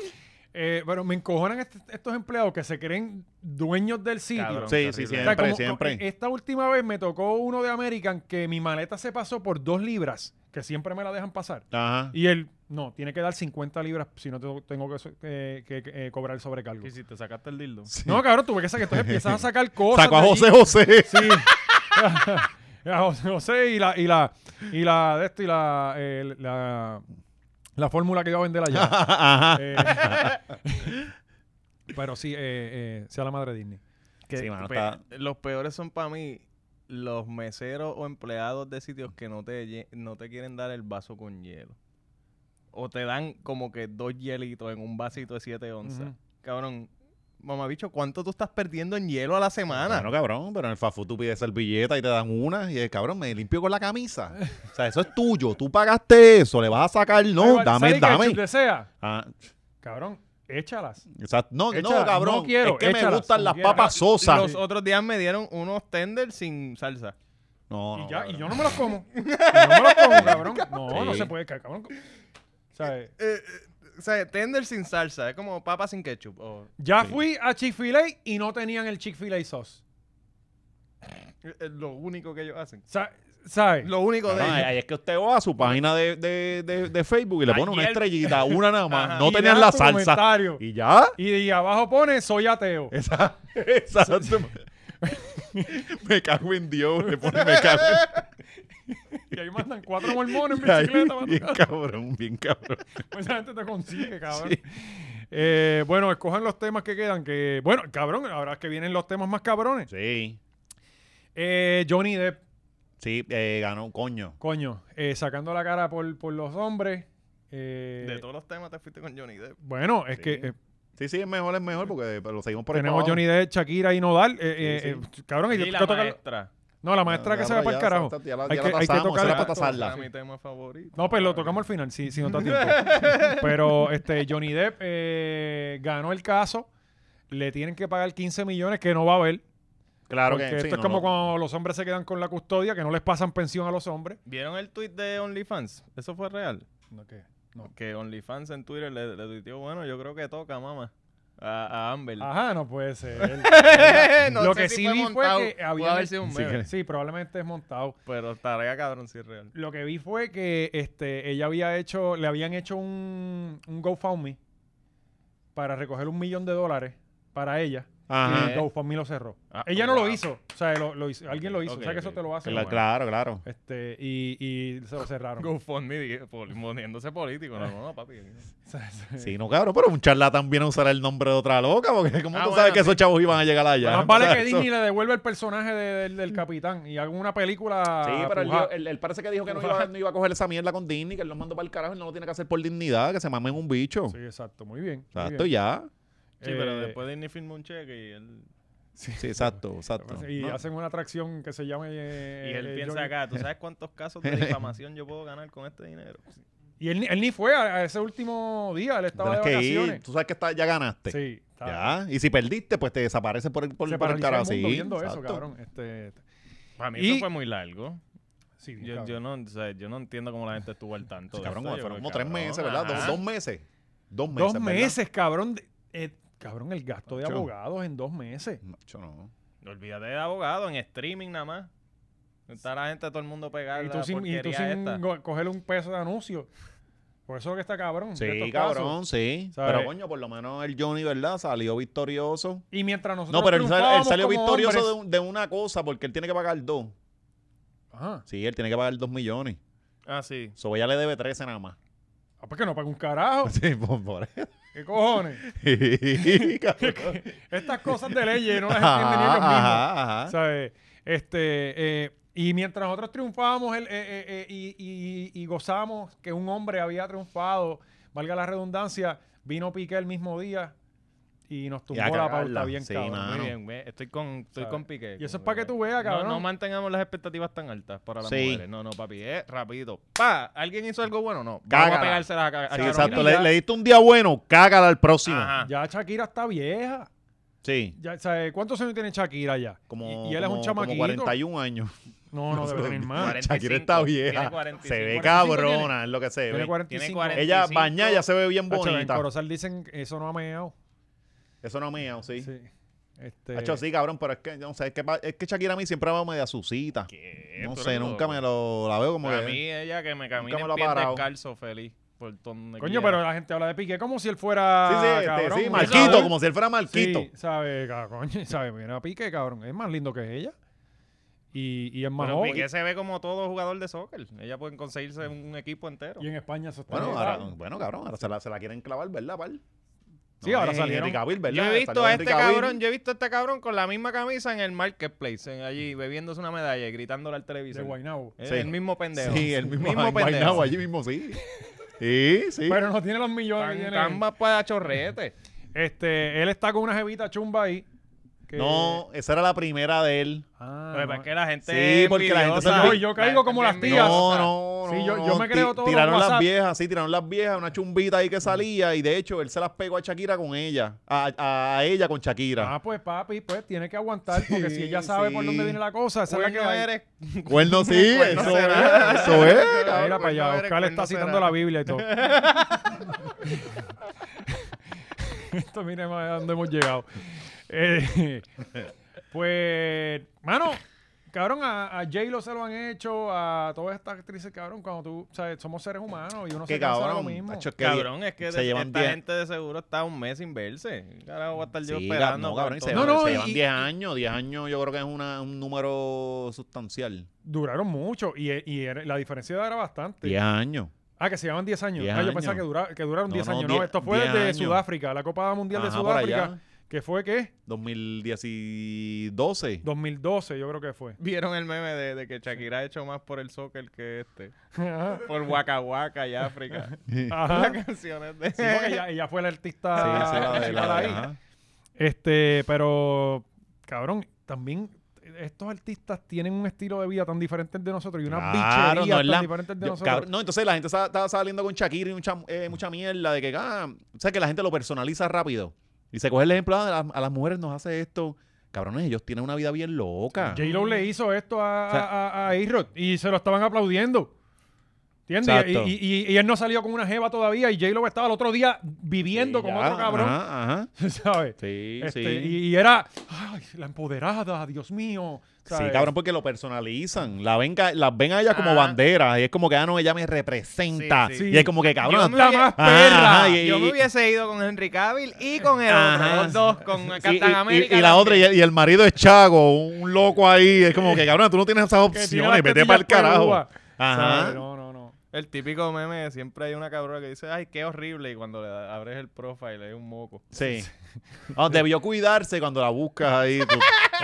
Speaker 1: Eh, pero me encojonan este- estos empleados que se creen dueños del sitio.
Speaker 3: Cabrón.
Speaker 2: Sí, sí,
Speaker 3: terrible.
Speaker 1: O sea,
Speaker 2: siempre,
Speaker 1: como- eh,
Speaker 2: siempre.
Speaker 1: Esta última vez me tocó uno de American que mi maleta se pasó por dos libras, que siempre me la dejan pasar.
Speaker 2: Ajá.
Speaker 1: Y él, no, tiene que dar 50 libras si no te- tengo que, so- eh, que- que, eh, cobrar el sobrecargo.
Speaker 3: Y si te sacaste el dildo.
Speaker 1: No, cabrón, tuve que sacar.
Speaker 2: *laughs*
Speaker 1: Entonces empiezas a sacar cosas.
Speaker 2: Sacó a
Speaker 1: de
Speaker 2: José
Speaker 1: allí. *laughs*
Speaker 2: José.
Speaker 1: Sí. A José, José y la, y la, y la, de esto, y la, eh, la, la fórmula que iba a vender
Speaker 2: *laughs*
Speaker 1: allá.
Speaker 2: Ajá.
Speaker 1: Eh, *laughs* pero sí, eh, eh, sea la madre Disney.
Speaker 3: Que,
Speaker 2: Sí, mano,
Speaker 3: pues,
Speaker 2: está-
Speaker 3: Los peores son para mí los meseros o empleados de sitios que no te, lle- no te quieren dar el vaso con hielo. O te dan como que dos hielitos en un vasito de 7 onzas.
Speaker 1: Ujú.
Speaker 3: Cabrón, mamabicho, ¿cuánto tú estás perdiendo en hielo a la semana?
Speaker 2: Bueno, cabrón, pero en el Fafu tú pides servilleta y te dan una y el cabrón me limpio con la camisa. O sea, eso es tuyo. Tú pagaste eso, le vas a sacar,
Speaker 1: Ay,
Speaker 2: no,
Speaker 1: vale,
Speaker 2: dame,
Speaker 1: sal y
Speaker 2: dame.
Speaker 1: ketchup, desea.
Speaker 2: Ah,
Speaker 1: Cabrón, échalas.
Speaker 2: o sea, no,
Speaker 1: Échala,
Speaker 2: no, cabrón.
Speaker 1: no quiero,
Speaker 2: es que
Speaker 1: échala,
Speaker 2: me gustan
Speaker 1: como
Speaker 2: las
Speaker 1: quiera.
Speaker 2: papas sosas.
Speaker 3: Los otros días me dieron unos tenders sin salsa.
Speaker 2: No, no,
Speaker 1: y, ya, y
Speaker 2: cabrón.
Speaker 1: yo no me las como. *laughs* Y no me las como,
Speaker 2: *laughs*
Speaker 1: cabrón. No, no
Speaker 2: Sí.
Speaker 1: se puede, ca- cabrón. O sea,
Speaker 3: Eh, eh, o sea, tender sin salsa. Es como papa sin ketchup. o-
Speaker 1: ya
Speaker 2: Sí.
Speaker 1: fui a Chick-fil-A y no tenían el Chick-fil-A sauce.
Speaker 3: es lo único que ellos hacen.
Speaker 1: Sa- ¿Sabes?
Speaker 3: Lo único de
Speaker 2: Cabrón,
Speaker 3: ellos.
Speaker 2: ahí ahí es que usted va a su página de, de- de- de Facebook y le pone una
Speaker 3: Ayer-
Speaker 2: estrellita, una nada más.
Speaker 3: Ajá.
Speaker 2: No
Speaker 1: Y
Speaker 2: tenían
Speaker 1: deja
Speaker 2: la
Speaker 1: tu
Speaker 2: salsa.
Speaker 1: comentario.
Speaker 2: Y ya.
Speaker 1: Y, y abajo pone, soy
Speaker 2: *laughs*
Speaker 1: ateo.
Speaker 2: Esa, esa- *laughs* me cago en Dios. Le pone,
Speaker 1: *laughs*
Speaker 2: me cago en
Speaker 1: Y ahí mandan cuatro mormones en
Speaker 2: Ay, *laughs*
Speaker 1: bicicleta. para tu
Speaker 2: bien
Speaker 1: casa.
Speaker 2: cabrón, bien cabrón.
Speaker 1: Pues *laughs* esa gente te consigue, cabrón. Eh, bueno, escojan los temas que quedan. Que, bueno, cabrón, ahora es que vienen los temas más cabrones.
Speaker 2: Sí,
Speaker 1: Eh, Johnny Depp,
Speaker 2: sí, eh, ganó, coño.
Speaker 1: coño, eh, sacando la cara por, por los hombres. eh,
Speaker 3: De todos los temas te fuiste con Johnny Depp.
Speaker 1: Bueno, es
Speaker 2: Sí.
Speaker 1: que eh,
Speaker 2: Sí, sí, es mejor, es mejor, porque lo seguimos por ahí
Speaker 1: tenemos
Speaker 2: para abajo.
Speaker 1: Johnny Depp, Shakira y Nodal. eh, eh, eh, cabrón, hay
Speaker 3: Y
Speaker 1: que
Speaker 3: la
Speaker 1: tocar-
Speaker 3: maestra.
Speaker 1: No, la maestra que
Speaker 2: Ya,
Speaker 1: se va para el
Speaker 2: ya,
Speaker 1: carajo.
Speaker 2: ya, ya la-
Speaker 1: hay
Speaker 2: ya
Speaker 1: que,
Speaker 2: la
Speaker 1: hay que
Speaker 2: tasamos,
Speaker 1: tocar-
Speaker 2: esa era para
Speaker 3: Exacto,
Speaker 2: tasarla.
Speaker 3: Era mi tema favorito.
Speaker 1: No, pero lo tocamos al final, si, si no está
Speaker 2: *laughs*
Speaker 1: tiempo. Pero este, Johnny Depp eh, ganó el caso. Le tienen que pagar 15 millones que no va a haber.
Speaker 2: Claro
Speaker 1: porque
Speaker 2: que
Speaker 1: esto
Speaker 2: sí,
Speaker 1: es
Speaker 2: no,
Speaker 1: como
Speaker 2: no.
Speaker 1: cuando los hombres se quedan con la custodia, que no les pasan pensión a los hombres.
Speaker 3: ¿Vieron el tweet de OnlyFans? Eso fue real.
Speaker 1: No, ¿qué? No.
Speaker 3: Que OnlyFans en Twitter le, le tuiteó, bueno, yo creo que toca, mamá. A, a Amber.
Speaker 1: Ajá, no puede
Speaker 2: *laughs*
Speaker 1: ser.
Speaker 3: No
Speaker 1: Lo
Speaker 3: sé
Speaker 1: que
Speaker 3: si
Speaker 1: sí
Speaker 3: fue
Speaker 1: vi fue
Speaker 3: montado.
Speaker 1: que
Speaker 3: Pudo
Speaker 1: había-
Speaker 3: haber sido un
Speaker 2: Sí,
Speaker 3: meme.
Speaker 1: sí, probablemente es montado.
Speaker 3: Pero tarea cabrón, sí es real.
Speaker 1: Lo que vi fue que este, ella había hecho, le habían hecho un, un GoFundMe para recoger un millón de dólares para ella. Y el
Speaker 2: Ajá.
Speaker 1: GoFundMe lo cerró.
Speaker 3: Ah,
Speaker 1: ella no lo
Speaker 3: wow.
Speaker 1: hizo. O sea, lo, lo hizo, alguien lo hizo.
Speaker 3: ok,
Speaker 1: o sea, que
Speaker 3: ok.
Speaker 1: eso te lo hace.
Speaker 2: Cla-
Speaker 1: *laughs*
Speaker 2: Claro, claro.
Speaker 1: Este, y, y se lo cerraron.
Speaker 3: GoFundMe di- pol- poniéndose político. No, no,
Speaker 1: *laughs*
Speaker 3: no, papi.
Speaker 1: O sea, se-
Speaker 2: Sí, no, cabrón, pero un charlatán viene a usar el nombre de otra loca, porque como
Speaker 3: Ah,
Speaker 2: tú
Speaker 3: bueno,
Speaker 2: sabes que
Speaker 3: sí.
Speaker 2: esos chavos iban a llegar allá.
Speaker 1: Más
Speaker 2: O
Speaker 1: vale
Speaker 2: *laughs* sea,
Speaker 1: que
Speaker 2: eso-
Speaker 1: Disney le devuelva el personaje de- del, del capitán y haga una película.
Speaker 2: Sí, pero él,
Speaker 1: pujá.
Speaker 2: dijo- él- él parece que dijo que no iba, no iba a coger esa mierda con Disney, que él lo mandó para el carajo y no lo tiene que hacer por dignidad, que se mamen un bicho.
Speaker 1: Sí, exacto. Muy bien. muy
Speaker 2: exacto,
Speaker 1: bien.
Speaker 2: ya.
Speaker 3: Sí, pero
Speaker 1: Eh,
Speaker 3: después Disney firmó un cheque y él,
Speaker 2: Sí, exacto, exacto.
Speaker 1: Y
Speaker 2: No.
Speaker 1: hacen una atracción que se llama.
Speaker 3: y
Speaker 1: eh,
Speaker 3: él
Speaker 1: eh,
Speaker 3: piensa
Speaker 1: Johnny-
Speaker 3: acá, ¿tú sabes cuántos
Speaker 1: *laughs*
Speaker 3: casos de difamación yo puedo ganar con este dinero?
Speaker 1: Y él, ni- él ni fue a, a ese último día. Él estaba
Speaker 2: Tienes
Speaker 1: de
Speaker 2: que ir.
Speaker 1: vacaciones.
Speaker 2: Tú sabes que está- ya ganaste.
Speaker 1: Sí. estaba-
Speaker 2: Este, Ya. Y si perdiste, pues te desapareces por, el- por,
Speaker 1: se
Speaker 2: por el
Speaker 1: paralizó
Speaker 2: carajo.
Speaker 1: el mundo
Speaker 2: Sí,
Speaker 1: viendo eso,
Speaker 2: exacto.
Speaker 1: cabrón. Este,
Speaker 3: Para mí
Speaker 1: Y-
Speaker 3: eso fue muy largo.
Speaker 1: sí, bien
Speaker 3: Yo,
Speaker 1: cabrón.
Speaker 3: yo no, o sea, yo no entiendo cómo la gente estuvo al tanto.
Speaker 2: Sí,
Speaker 3: de
Speaker 2: cabrón,
Speaker 3: esto.
Speaker 2: como
Speaker 3: Yo
Speaker 2: fueron
Speaker 3: creo,
Speaker 2: como tres meses,
Speaker 3: cabrón,
Speaker 2: ¿verdad? Dos,
Speaker 3: ajá.
Speaker 2: dos meses. Dos meses.
Speaker 1: Dos
Speaker 2: ¿verdad?
Speaker 1: meses, cabrón. de- eh, cabrón, el gasto de
Speaker 2: Macho.
Speaker 1: abogados en dos meses.
Speaker 2: Macho, no.
Speaker 3: Olvídate de abogado, en streaming nada más. Está la gente, todo el mundo pegado.
Speaker 1: Y tú sin, y tú sin go- cogerle un peso de anuncio. Por eso es que está cabrón. de
Speaker 2: Sí,
Speaker 1: estos
Speaker 2: cabrón,
Speaker 1: casos. eh,
Speaker 2: sí.
Speaker 1: ¿Sabes?
Speaker 2: Pero coño, por lo menos el Johnny, ¿verdad? Salió victorioso.
Speaker 1: Y mientras nosotros.
Speaker 2: No, pero él, sal- él
Speaker 1: triunfábamos
Speaker 2: salió
Speaker 1: como
Speaker 2: victorioso de,
Speaker 1: hombres-
Speaker 2: un- de una cosa, porque él tiene que pagar dos.
Speaker 1: Ajá.
Speaker 2: Sí, él tiene que pagar dos millones.
Speaker 3: Ah, sí.
Speaker 2: So ella le debe 13 nada más.
Speaker 1: Ah, pues que no paga un carajo.
Speaker 2: *laughs* Sí, por, por eso.
Speaker 1: ¿Qué cojones?
Speaker 2: *laughs*
Speaker 1: *laughs*
Speaker 2: Cabrón.
Speaker 1: Estas cosas de leyes
Speaker 2: *laughs*
Speaker 1: no las entienden ni ellos mismos.
Speaker 2: Ajá, ajá.
Speaker 1: ¿Sabes? Este, eh, y mientras nosotros triunfábamos el- eh, eh, eh, y, y- y gozábamos que un hombre había triunfado, valga la redundancia, vino Piqué el mismo día y nos tumbó
Speaker 2: a
Speaker 1: la
Speaker 2: cagarla.
Speaker 1: pauta bien
Speaker 2: Sí,
Speaker 1: cabrón.
Speaker 2: mano. Ah, no.
Speaker 3: Muy bien, ve, estoy con, estoy
Speaker 1: ¿Sabes?
Speaker 3: con Piqué.
Speaker 1: Y eso
Speaker 3: con
Speaker 1: es pa' que tú veas,
Speaker 3: No-
Speaker 1: cabrón.
Speaker 3: No, mantengamos las expectativas tan altas para las
Speaker 2: Sí.
Speaker 3: mujeres. No, no, papi, eh, rapidito. Pa, ¿alguien hizo algo bueno? No. Vamos
Speaker 2: Cágala.
Speaker 3: a pegárselas a, a
Speaker 2: Sí,
Speaker 3: Carolina.
Speaker 2: exacto. Le, le diste un día bueno, cágala al próximo.
Speaker 3: Ajá.
Speaker 1: Ya Shakira está vieja.
Speaker 2: Sí.
Speaker 1: Ya, ¿sabes? ¿Cuántos años tiene Shakira ya?
Speaker 2: Como,
Speaker 1: y, y él es un
Speaker 2: como, como
Speaker 1: chamaquito.
Speaker 2: 41 años. *laughs*
Speaker 1: No, no debe tener más.
Speaker 3: 45,
Speaker 2: Shakira está
Speaker 3: tiene
Speaker 2: vieja.
Speaker 3: 45,
Speaker 2: se ve
Speaker 1: 45
Speaker 2: cabrona, es lo que se
Speaker 1: Tiene
Speaker 2: ve.
Speaker 1: 45.
Speaker 3: Tiene 40.
Speaker 2: Ella
Speaker 3: 45.
Speaker 2: bañada ya se ve bien
Speaker 1: Hacho, en
Speaker 2: bonita.
Speaker 1: Corozal dicen eso no ha meado.
Speaker 2: Eso no es mío, sí.
Speaker 1: Sí. Este,
Speaker 2: Hacho, sí, cabrón, pero es que, no sé, es que, pa- es que Shakira a mí siempre me va media sucita.
Speaker 3: ¿Qué?
Speaker 2: No
Speaker 3: Tú
Speaker 2: sé,
Speaker 3: eres
Speaker 2: nunca
Speaker 3: loco.
Speaker 2: me lo, la veo como
Speaker 3: A
Speaker 2: que-
Speaker 3: mí ella que eh. me camina
Speaker 2: me
Speaker 3: en
Speaker 2: lo ha
Speaker 3: pie
Speaker 2: parado.
Speaker 3: descalzo feliz por donde
Speaker 1: Coño,
Speaker 3: quiera.
Speaker 1: pero la gente habla de Piqué como si él
Speaker 2: Sí,
Speaker 1: fuera.
Speaker 2: sí, este,
Speaker 1: cabrón,
Speaker 2: sí,
Speaker 1: ¿no?
Speaker 2: Marquito,
Speaker 1: ¿Sabes?
Speaker 2: como si él fuera Marquito.
Speaker 1: Sí, sabe, ca- coño, *laughs* sabe, mira, Piqué, cabrón, es más lindo que ella. Y, y es más
Speaker 3: Pero
Speaker 1: joven.
Speaker 3: Piqué se ve como todo jugador de soccer. Ella puede conseguirse un equipo entero.
Speaker 1: Y en España eso está
Speaker 2: Bueno,
Speaker 1: legal.
Speaker 2: ahora, bueno, cabrón, ahora se la, se la quieren clavar, ¿verdad, pal?
Speaker 1: Sí, ahora salieron-
Speaker 3: Yo he visto a este cabrón, yo he visto a este cabrón con la misma camisa en el marketplace, en allí bebiéndose una medalla y gritándole al
Speaker 1: de
Speaker 3: televisor.
Speaker 1: Guaynabo.
Speaker 3: Es
Speaker 2: Sí.
Speaker 3: El mismo pendejo.
Speaker 2: Sí, el mismo, en
Speaker 3: pendejo.
Speaker 2: Guaynabo, allí mismo, sí. Sí, sí.
Speaker 1: Pero no tiene los millones que
Speaker 3: Tan,
Speaker 1: tiene
Speaker 3: tan
Speaker 1: él.
Speaker 3: más para chorrete.
Speaker 1: Este, él está con una jevita chumba ahí. que-
Speaker 2: No, esa era la primera de él.
Speaker 1: Ah,
Speaker 3: Pero es
Speaker 1: no.
Speaker 3: que la gente.
Speaker 2: Sí,
Speaker 3: es
Speaker 2: porque la gente
Speaker 3: envidiosa.
Speaker 2: se- Yo-
Speaker 1: yo caigo como
Speaker 3: La
Speaker 1: las
Speaker 3: gente es
Speaker 1: tías.
Speaker 2: No,
Speaker 3: envidiosa.
Speaker 2: no, no.
Speaker 1: Sí, yo-
Speaker 2: no,
Speaker 1: yo me
Speaker 2: ti-
Speaker 1: creo todo en
Speaker 2: Tiraron las
Speaker 1: WhatsApp.
Speaker 2: viejas, sí, tiraron las viejas, una chumbita ahí que salía. Y de hecho, él se las pegó a Shakira con ella. A, a- a ella con Shakira.
Speaker 1: Ah, pues papi, pues tiene que aguantar, porque
Speaker 2: Sí,
Speaker 1: si ella sabe por
Speaker 2: sí.
Speaker 1: dónde viene la cosa, esa es la que
Speaker 3: Cuerno
Speaker 1: hay.
Speaker 3: eres.
Speaker 1: pues,
Speaker 2: Cuerno sí,
Speaker 1: *laughs*
Speaker 2: eso,
Speaker 3: Cuerno será.
Speaker 2: es, eso es.
Speaker 1: Ah, Mira para
Speaker 3: Cuerno
Speaker 1: allá,
Speaker 3: eres,
Speaker 1: Oscar le
Speaker 3: cuerno
Speaker 1: está citando
Speaker 3: será.
Speaker 1: la Biblia y todo. *laughs* Esto mire más a dónde hemos llegado. Eh, *laughs* pues, mano, cabrón, a, a J-Lo se lo han hecho, a todas estas actrices, cabrón, cuando tú, o sea, somos seres humanos y uno
Speaker 2: Que
Speaker 1: se cansa de lo
Speaker 2: cabrón.
Speaker 1: mismo.
Speaker 2: macho, es que-
Speaker 3: Cabrón, es que
Speaker 2: se
Speaker 3: de-
Speaker 2: llevan
Speaker 3: esta
Speaker 2: diez-
Speaker 3: gente de seguro está un mes sin verse. Carajo, voy a estar yo
Speaker 2: Sí,
Speaker 3: esperando.
Speaker 2: no,
Speaker 3: por
Speaker 2: cabrón, y se,
Speaker 3: todo.
Speaker 1: No, no,
Speaker 2: llevan- se
Speaker 1: y-
Speaker 2: llevan
Speaker 1: y-
Speaker 2: 10 años. 10 años yo creo que es una- un número sustancial.
Speaker 1: Duraron mucho y, y era- la diferencia de edad era bastante.
Speaker 2: 10 años.
Speaker 1: Ah, que se llevan 10 años.
Speaker 2: 10
Speaker 1: Ah, yo pensaba
Speaker 2: años.
Speaker 1: que, dura- que duraron
Speaker 2: No,
Speaker 1: 10
Speaker 2: no,
Speaker 1: años. no,
Speaker 2: 10
Speaker 1: esto fue
Speaker 2: 10
Speaker 1: de
Speaker 2: años.
Speaker 1: Sudáfrica, la Copa Mundial de
Speaker 2: Ajá, por
Speaker 1: Sudáfrica,
Speaker 2: allá.
Speaker 1: que fue, ¿qué? *laughs*
Speaker 2: 2012.
Speaker 1: 2012, yo creo que
Speaker 2: *laughs*
Speaker 1: fue.
Speaker 3: *laughs* Vieron el meme de, de que Shakira ha hecho más por el soccer que este.
Speaker 1: Ajá.
Speaker 3: Por Waka Waka
Speaker 2: *laughs*
Speaker 3: y África. *laughs*
Speaker 1: Ajá.
Speaker 3: Las canciones de.
Speaker 1: Sí, porque
Speaker 3: *laughs*
Speaker 1: ella, ella fue la artista
Speaker 2: Sí,
Speaker 1: *laughs*
Speaker 2: sí, la de- la de-
Speaker 1: principal ahí.
Speaker 2: ajá.
Speaker 1: Este, pero, cabrón, también estos artistas tienen un estilo de vida tan diferente al de nosotros y unas
Speaker 2: Claro,
Speaker 1: bicherías
Speaker 2: no es
Speaker 1: tan
Speaker 2: la-
Speaker 1: diferentes al de
Speaker 2: yo-
Speaker 1: nosotros.
Speaker 2: cabrón, no, entonces la gente sa- estaba saliendo con Shakira y mucha, eh, mucha mierda de que, ah, o sea, que la gente lo personaliza rápido. Y se coge el ejemplo, ah, a, las- a las mujeres nos hace esto. Cabrones, ellos tienen una vida bien loca.
Speaker 1: J-Lo le hizo esto a,
Speaker 2: O sea-
Speaker 1: a, a- a A-Rod y se lo estaban aplaudiendo. ¿Entiendes? Y,
Speaker 2: Exacto.
Speaker 1: y- y- y él no salió con una jeva todavía y J-Lo estaba el otro día viviendo
Speaker 2: Sí,
Speaker 1: con
Speaker 2: ya,
Speaker 1: otro cabrón,
Speaker 2: Ajá, ajá.
Speaker 1: ¿sabes?
Speaker 2: Sí,
Speaker 1: Este,
Speaker 2: sí.
Speaker 1: y, y era, ay, la empoderada, Dios mío.
Speaker 2: Sí,
Speaker 1: ¿sabes?
Speaker 2: cabrón, porque lo personalizan. La ven, ca- las ven a ella como
Speaker 3: Ah.
Speaker 2: bandera. Y es como que, ah, no, ella me representa.
Speaker 1: Sí, sí.
Speaker 2: Y es como que,
Speaker 3: Yo
Speaker 2: cabrón.
Speaker 3: me
Speaker 1: La
Speaker 3: hubiera-
Speaker 1: más
Speaker 2: Ajá,
Speaker 1: perra.
Speaker 2: ajá, Ah, y-
Speaker 3: Ah, Yo me
Speaker 2: y-
Speaker 3: hubiese ido con Henry Cavill y con el
Speaker 2: Ajá.
Speaker 3: otro. Los dos, con
Speaker 2: Sí, y-
Speaker 3: Captain America.
Speaker 2: y, y la
Speaker 3: también.
Speaker 2: otra, y el, y el marido es Chago, un loco ahí. Es como que, cabrón, tú no tienes esas
Speaker 1: Que tiene las
Speaker 2: opciones, vete para el
Speaker 1: tetillas
Speaker 2: carajo.
Speaker 1: peludas,
Speaker 2: Ajá.
Speaker 1: ¿sabes? No, no, no.
Speaker 3: El típico meme, siempre hay una cabrona que dice, ay, qué horrible, y cuando le da- abres el profile hay un moco.
Speaker 2: Sí. Ah, debió cuidarse cuando la buscas ahí.
Speaker 1: *laughs*
Speaker 2: tú.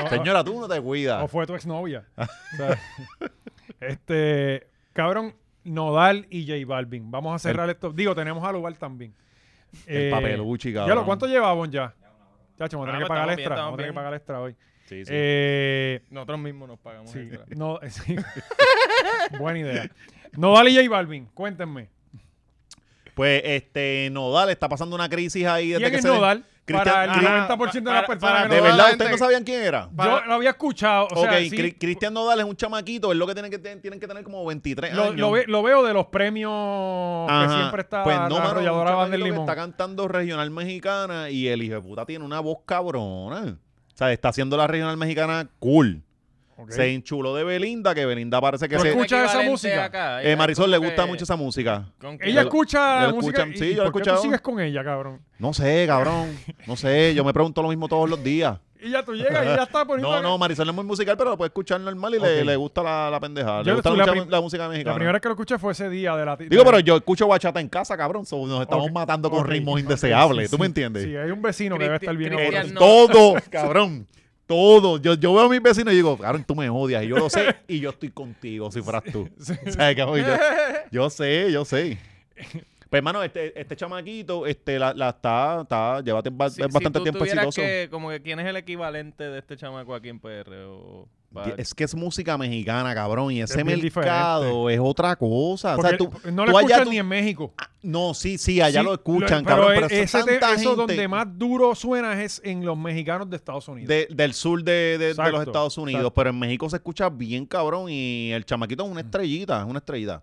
Speaker 2: Señora, tú no te
Speaker 1: O
Speaker 2: cuidas.
Speaker 1: fue tu
Speaker 2: *laughs*
Speaker 1: exnovia. O sea, *laughs* este, cabrón, Nodal y J Balvin. Vamos a cerrar esto. Digo, tenemos a lugar también. Eh,
Speaker 2: El papeluchi, cabrón.
Speaker 1: Ya lo, ¿cuánto llevamos ya? Chacho, vamos a
Speaker 3: Ah,
Speaker 1: tener que
Speaker 3: pues,
Speaker 1: pagar
Speaker 3: estamos bien,
Speaker 1: extra.
Speaker 3: estamos
Speaker 1: Vamos a tener que
Speaker 3: bien.
Speaker 1: pagar extra hoy.
Speaker 2: Sí, sí.
Speaker 1: Eh,
Speaker 3: Nosotros mismos nos pagamos
Speaker 1: sí,
Speaker 3: extra.
Speaker 1: no, sí. *laughs* Buena idea. Nodal y J Balvin, cuéntenme.
Speaker 2: Pues este Nodal está pasando una crisis ahí desde
Speaker 1: ¿Quién
Speaker 2: que
Speaker 1: es
Speaker 2: se de-
Speaker 1: Nodal? Para
Speaker 2: Cristian-
Speaker 1: el
Speaker 2: Cri-
Speaker 1: 90% de las
Speaker 3: para-
Speaker 1: personas que
Speaker 3: para-
Speaker 2: de
Speaker 1: no
Speaker 3: Nodal,
Speaker 2: verdad,
Speaker 3: gente-
Speaker 2: ustedes no sabían quién era.
Speaker 1: Yo lo había escuchado. O sea,
Speaker 2: ok,
Speaker 1: sí,
Speaker 2: Cri- Cristian Nodal es un chamaquito, es lo que tienen que, ten- tienen que tener como 23
Speaker 1: lo,
Speaker 2: años.
Speaker 1: lo ve- lo veo de los premios que
Speaker 2: este Ajá.
Speaker 1: siempre está
Speaker 2: Pues no,
Speaker 1: la
Speaker 2: mano, un
Speaker 1: arrolladora Van
Speaker 2: chamaquito
Speaker 1: del
Speaker 2: que
Speaker 1: Limón.
Speaker 2: Está cantando regional mexicana y el hijo de puta tiene una voz cabrona. O sea, está haciendo la regional mexicana cool.
Speaker 1: Ok.
Speaker 2: Se enchuló de Belinda, que Belinda parece que
Speaker 1: Tú
Speaker 2: se-
Speaker 1: escuchas- Escucha esa
Speaker 3: Equivalente
Speaker 1: música.
Speaker 3: acá,
Speaker 2: Eh,
Speaker 3: ella
Speaker 2: Marisol
Speaker 3: como
Speaker 2: le
Speaker 3: que-
Speaker 2: gusta mucho esa música.
Speaker 3: con que-
Speaker 1: Ella
Speaker 2: Yo-
Speaker 1: escucha
Speaker 2: yo la
Speaker 1: música.
Speaker 2: escuchan, sí,
Speaker 1: ¿y
Speaker 2: yo la
Speaker 1: por
Speaker 2: he
Speaker 1: qué tú
Speaker 2: escuchado.
Speaker 1: sigues con ella, cabrón? *laughs*
Speaker 2: No sé, cabrón. No sé, yo me pregunto lo mismo todos los días.
Speaker 1: Y ya tú llegas y ya está pues, poniendo.
Speaker 2: *laughs* No, no, Marisol no es muy musical, pero la puede escuchar normal y le,
Speaker 1: Ok.
Speaker 2: le gusta la, la pendejada. Le
Speaker 1: Yo
Speaker 2: gusta
Speaker 1: estoy
Speaker 2: la,
Speaker 1: la
Speaker 2: mucha-
Speaker 1: prim-
Speaker 2: la música mexicana.
Speaker 1: La primera vez que lo escuché fue ese día de la.
Speaker 2: Digo, pero yo escucho bachata en casa, cabrón. so nos estamos
Speaker 1: Ok,
Speaker 2: matando con
Speaker 1: ok,
Speaker 2: ritmos
Speaker 1: ok,
Speaker 2: indeseables.
Speaker 1: sí,
Speaker 2: ¿Tú
Speaker 1: sí,
Speaker 2: me entiendes?
Speaker 1: Sí, hay un vecino que
Speaker 3: Cristi-
Speaker 1: debe estar bien
Speaker 3: Cristian,
Speaker 1: aburrido.
Speaker 3: no.
Speaker 1: *laughs*
Speaker 2: Todo, cabrón. Todo. Yo, yo veo a mis vecinos y digo, cabrón, tú me odias. Y yo lo sé y yo estoy contigo si fueras
Speaker 1: *laughs*
Speaker 2: tú. ¿Sabes, cabrón? Yo, yo sé, yo sé. Pues, hermano, este, este chamaquito, este, la, la está, está, lleva tiempo-
Speaker 3: Si- si
Speaker 2: bastante
Speaker 3: tú
Speaker 2: tiempo
Speaker 3: tuvieras
Speaker 2: exitoso.
Speaker 3: que- como que quién es el equivalente de este chamaco aquí en PR o pa-
Speaker 2: Es que es música mexicana, cabrón, y ese
Speaker 1: bien
Speaker 2: mercado es otra cosa. O
Speaker 1: Porque
Speaker 2: sea, tú,
Speaker 1: no lo
Speaker 2: tú allá
Speaker 1: escuchan
Speaker 2: tú-
Speaker 1: ni en México.
Speaker 2: No, sí, sí, allá
Speaker 1: Sí,
Speaker 2: lo escuchan,
Speaker 1: pero
Speaker 2: cabrón,
Speaker 1: e-
Speaker 2: pero eso es
Speaker 1: ese te-
Speaker 2: tanta
Speaker 1: eso
Speaker 2: gente
Speaker 1: donde más duro suena es en los mexicanos de Estados Unidos.
Speaker 2: de- del sur de, de- de
Speaker 1: Exacto,
Speaker 2: los Estados Unidos,
Speaker 1: exacto.
Speaker 2: pero en México se escucha bien, cabrón, y el chamaquito es una estrellita, es una estrellita.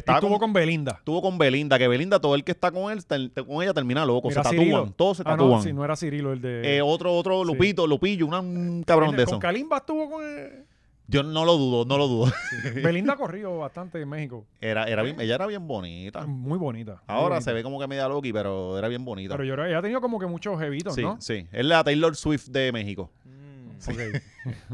Speaker 1: y
Speaker 2: estaba
Speaker 1: estuvo
Speaker 2: con,
Speaker 1: con Belinda.
Speaker 2: estuvo con Belinda, que Belinda, todo el que está con él, ter- te- con ella termina loco,
Speaker 1: Mira,
Speaker 2: se tatúan,
Speaker 1: Cirilo.
Speaker 2: todos se
Speaker 1: Ah,
Speaker 2: tatúan.
Speaker 1: no, si no era Cirilo el de.
Speaker 2: Eh, otro, otro,
Speaker 1: Sí. Eh,
Speaker 2: Lupito, Lupillo, una- un cabrón
Speaker 1: con
Speaker 2: de eso.
Speaker 1: Kalimba estuvo con. eh,
Speaker 2: Yo no lo dudo, no lo
Speaker 1: *laughs*
Speaker 2: dudo.
Speaker 1: Belinda corrió bastante en México.
Speaker 2: Era, era bien- ella era bien bonita.
Speaker 1: Muy bonita. muy
Speaker 2: Ahora se
Speaker 1: bonita.
Speaker 2: ve como que media loki, pero era bien bonita.
Speaker 1: Pero yo creo que ella ha tenido como que muchos jevitos,
Speaker 2: sí,
Speaker 1: ¿no?
Speaker 2: sí. Es la Taylor Swift de México.
Speaker 3: Mm.
Speaker 1: Ok.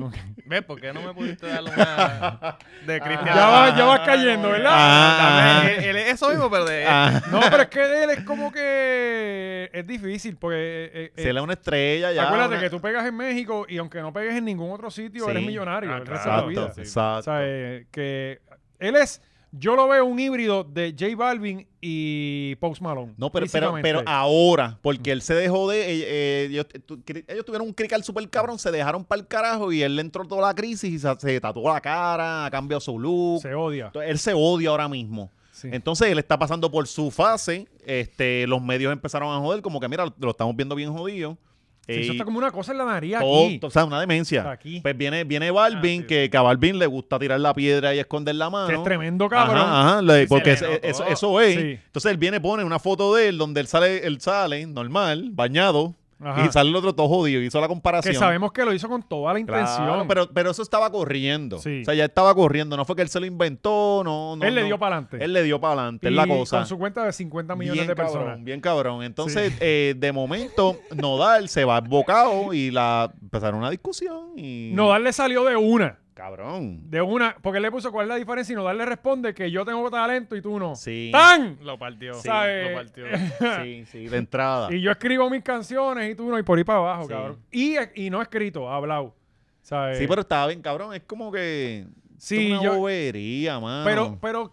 Speaker 1: Ok.
Speaker 3: ¿Ves? ¿Por qué no me pudiste dar una
Speaker 1: *laughs*
Speaker 2: *laughs*
Speaker 3: de Cristian?
Speaker 1: Ah. Ya, va- ya vas cayendo, ¿verdad?
Speaker 2: Ah,
Speaker 3: Él- él es eso
Speaker 1: *laughs*
Speaker 3: mismo, pero
Speaker 1: eh,
Speaker 3: de...
Speaker 2: Ah,
Speaker 1: No, pero es que él es como que es difícil porque eh, eh,
Speaker 2: se le da una estrella ya.
Speaker 1: acuérdate
Speaker 2: una-
Speaker 1: que tú pegas en México y aunque no pegues en ningún otro sitio
Speaker 2: Sí.
Speaker 1: eres millonario
Speaker 3: Ah,
Speaker 1: el resto de
Speaker 2: Exacto,
Speaker 1: tu vida.
Speaker 2: exacto.
Speaker 1: O sea, eh, que él es yo lo veo un híbrido de J Balvin y Post Malone.
Speaker 2: No, pero, pero, pero ah,
Speaker 1: físicamente. Mm.
Speaker 2: ahora, porque él se dejó de. eh, eh, ellos, tu- cri- ellos tuvieron un crical super cabrón, se dejaron para el carajo y él le entró toda la crisis y se, se tatuó la cara, ha cambiado su look.
Speaker 1: se odia.
Speaker 2: Entonces, él se odia ahora mismo.
Speaker 1: Sí.
Speaker 2: Entonces él está pasando por su fase. Este, los medios empezaron a joder, como que mira, lo, lo estamos viendo bien jodido.
Speaker 1: Sí, eso
Speaker 2: Eh,
Speaker 1: está como una cosa en la nariz
Speaker 2: todo-
Speaker 1: aquí.
Speaker 2: o sea, una demencia.
Speaker 1: Está aquí.
Speaker 2: Pues viene, viene Balvin,
Speaker 3: Ah, sí.
Speaker 2: que, que a Balvin le gusta tirar la piedra y esconder la mano.
Speaker 1: que este es tremendo cabrón.
Speaker 2: Ajá, ajá, le-
Speaker 3: Sí,
Speaker 2: porque
Speaker 3: se
Speaker 2: es-
Speaker 3: le
Speaker 2: eso,
Speaker 3: notó.
Speaker 2: eso es.
Speaker 1: Oh. Sí.
Speaker 2: Entonces él viene, pone una foto de él donde él sale, él sale normal, bañado,
Speaker 1: Ajá.
Speaker 2: y sale el otro todo jodido. Hizo la
Speaker 1: Que
Speaker 2: comparación.
Speaker 1: sabemos que lo hizo con toda la
Speaker 2: Claro,
Speaker 1: intención.
Speaker 2: pero, pero eso estaba corriendo.
Speaker 1: Sí.
Speaker 2: O sea, ya estaba corriendo. No fue que él se lo inventó, no. no
Speaker 1: él le
Speaker 2: no.
Speaker 1: dio para adelante.
Speaker 2: Él le dio para adelante, es la cosa.
Speaker 1: Con su cuenta de 50 millones de personas.
Speaker 2: Cabrón, bien cabrón. Entonces, eh, de momento, Nodal se va embocado y la empezaron una discusión y...
Speaker 1: Nodal le salió de una.
Speaker 2: Cabrón.
Speaker 1: De una. Porque él le puso cuál es la diferencia y Nodal le responde que yo tengo talento y tú no.
Speaker 2: Sí.
Speaker 1: ¡Tan!
Speaker 3: Lo partió.
Speaker 1: Sí.
Speaker 3: Lo partió.
Speaker 2: Sí, sí, de entrada.
Speaker 1: *laughs* Y yo escribo mis canciones y tú no, y por ahí para abajo,
Speaker 2: Sí.
Speaker 1: cabrón. Y, y no escrito, hablado. ¿Sabes?
Speaker 2: Sí, pero estaba bien, cabrón. Es como que...
Speaker 1: Eh, Sí,
Speaker 2: es una
Speaker 1: yo-
Speaker 2: bobería, mano.
Speaker 1: Pero, pero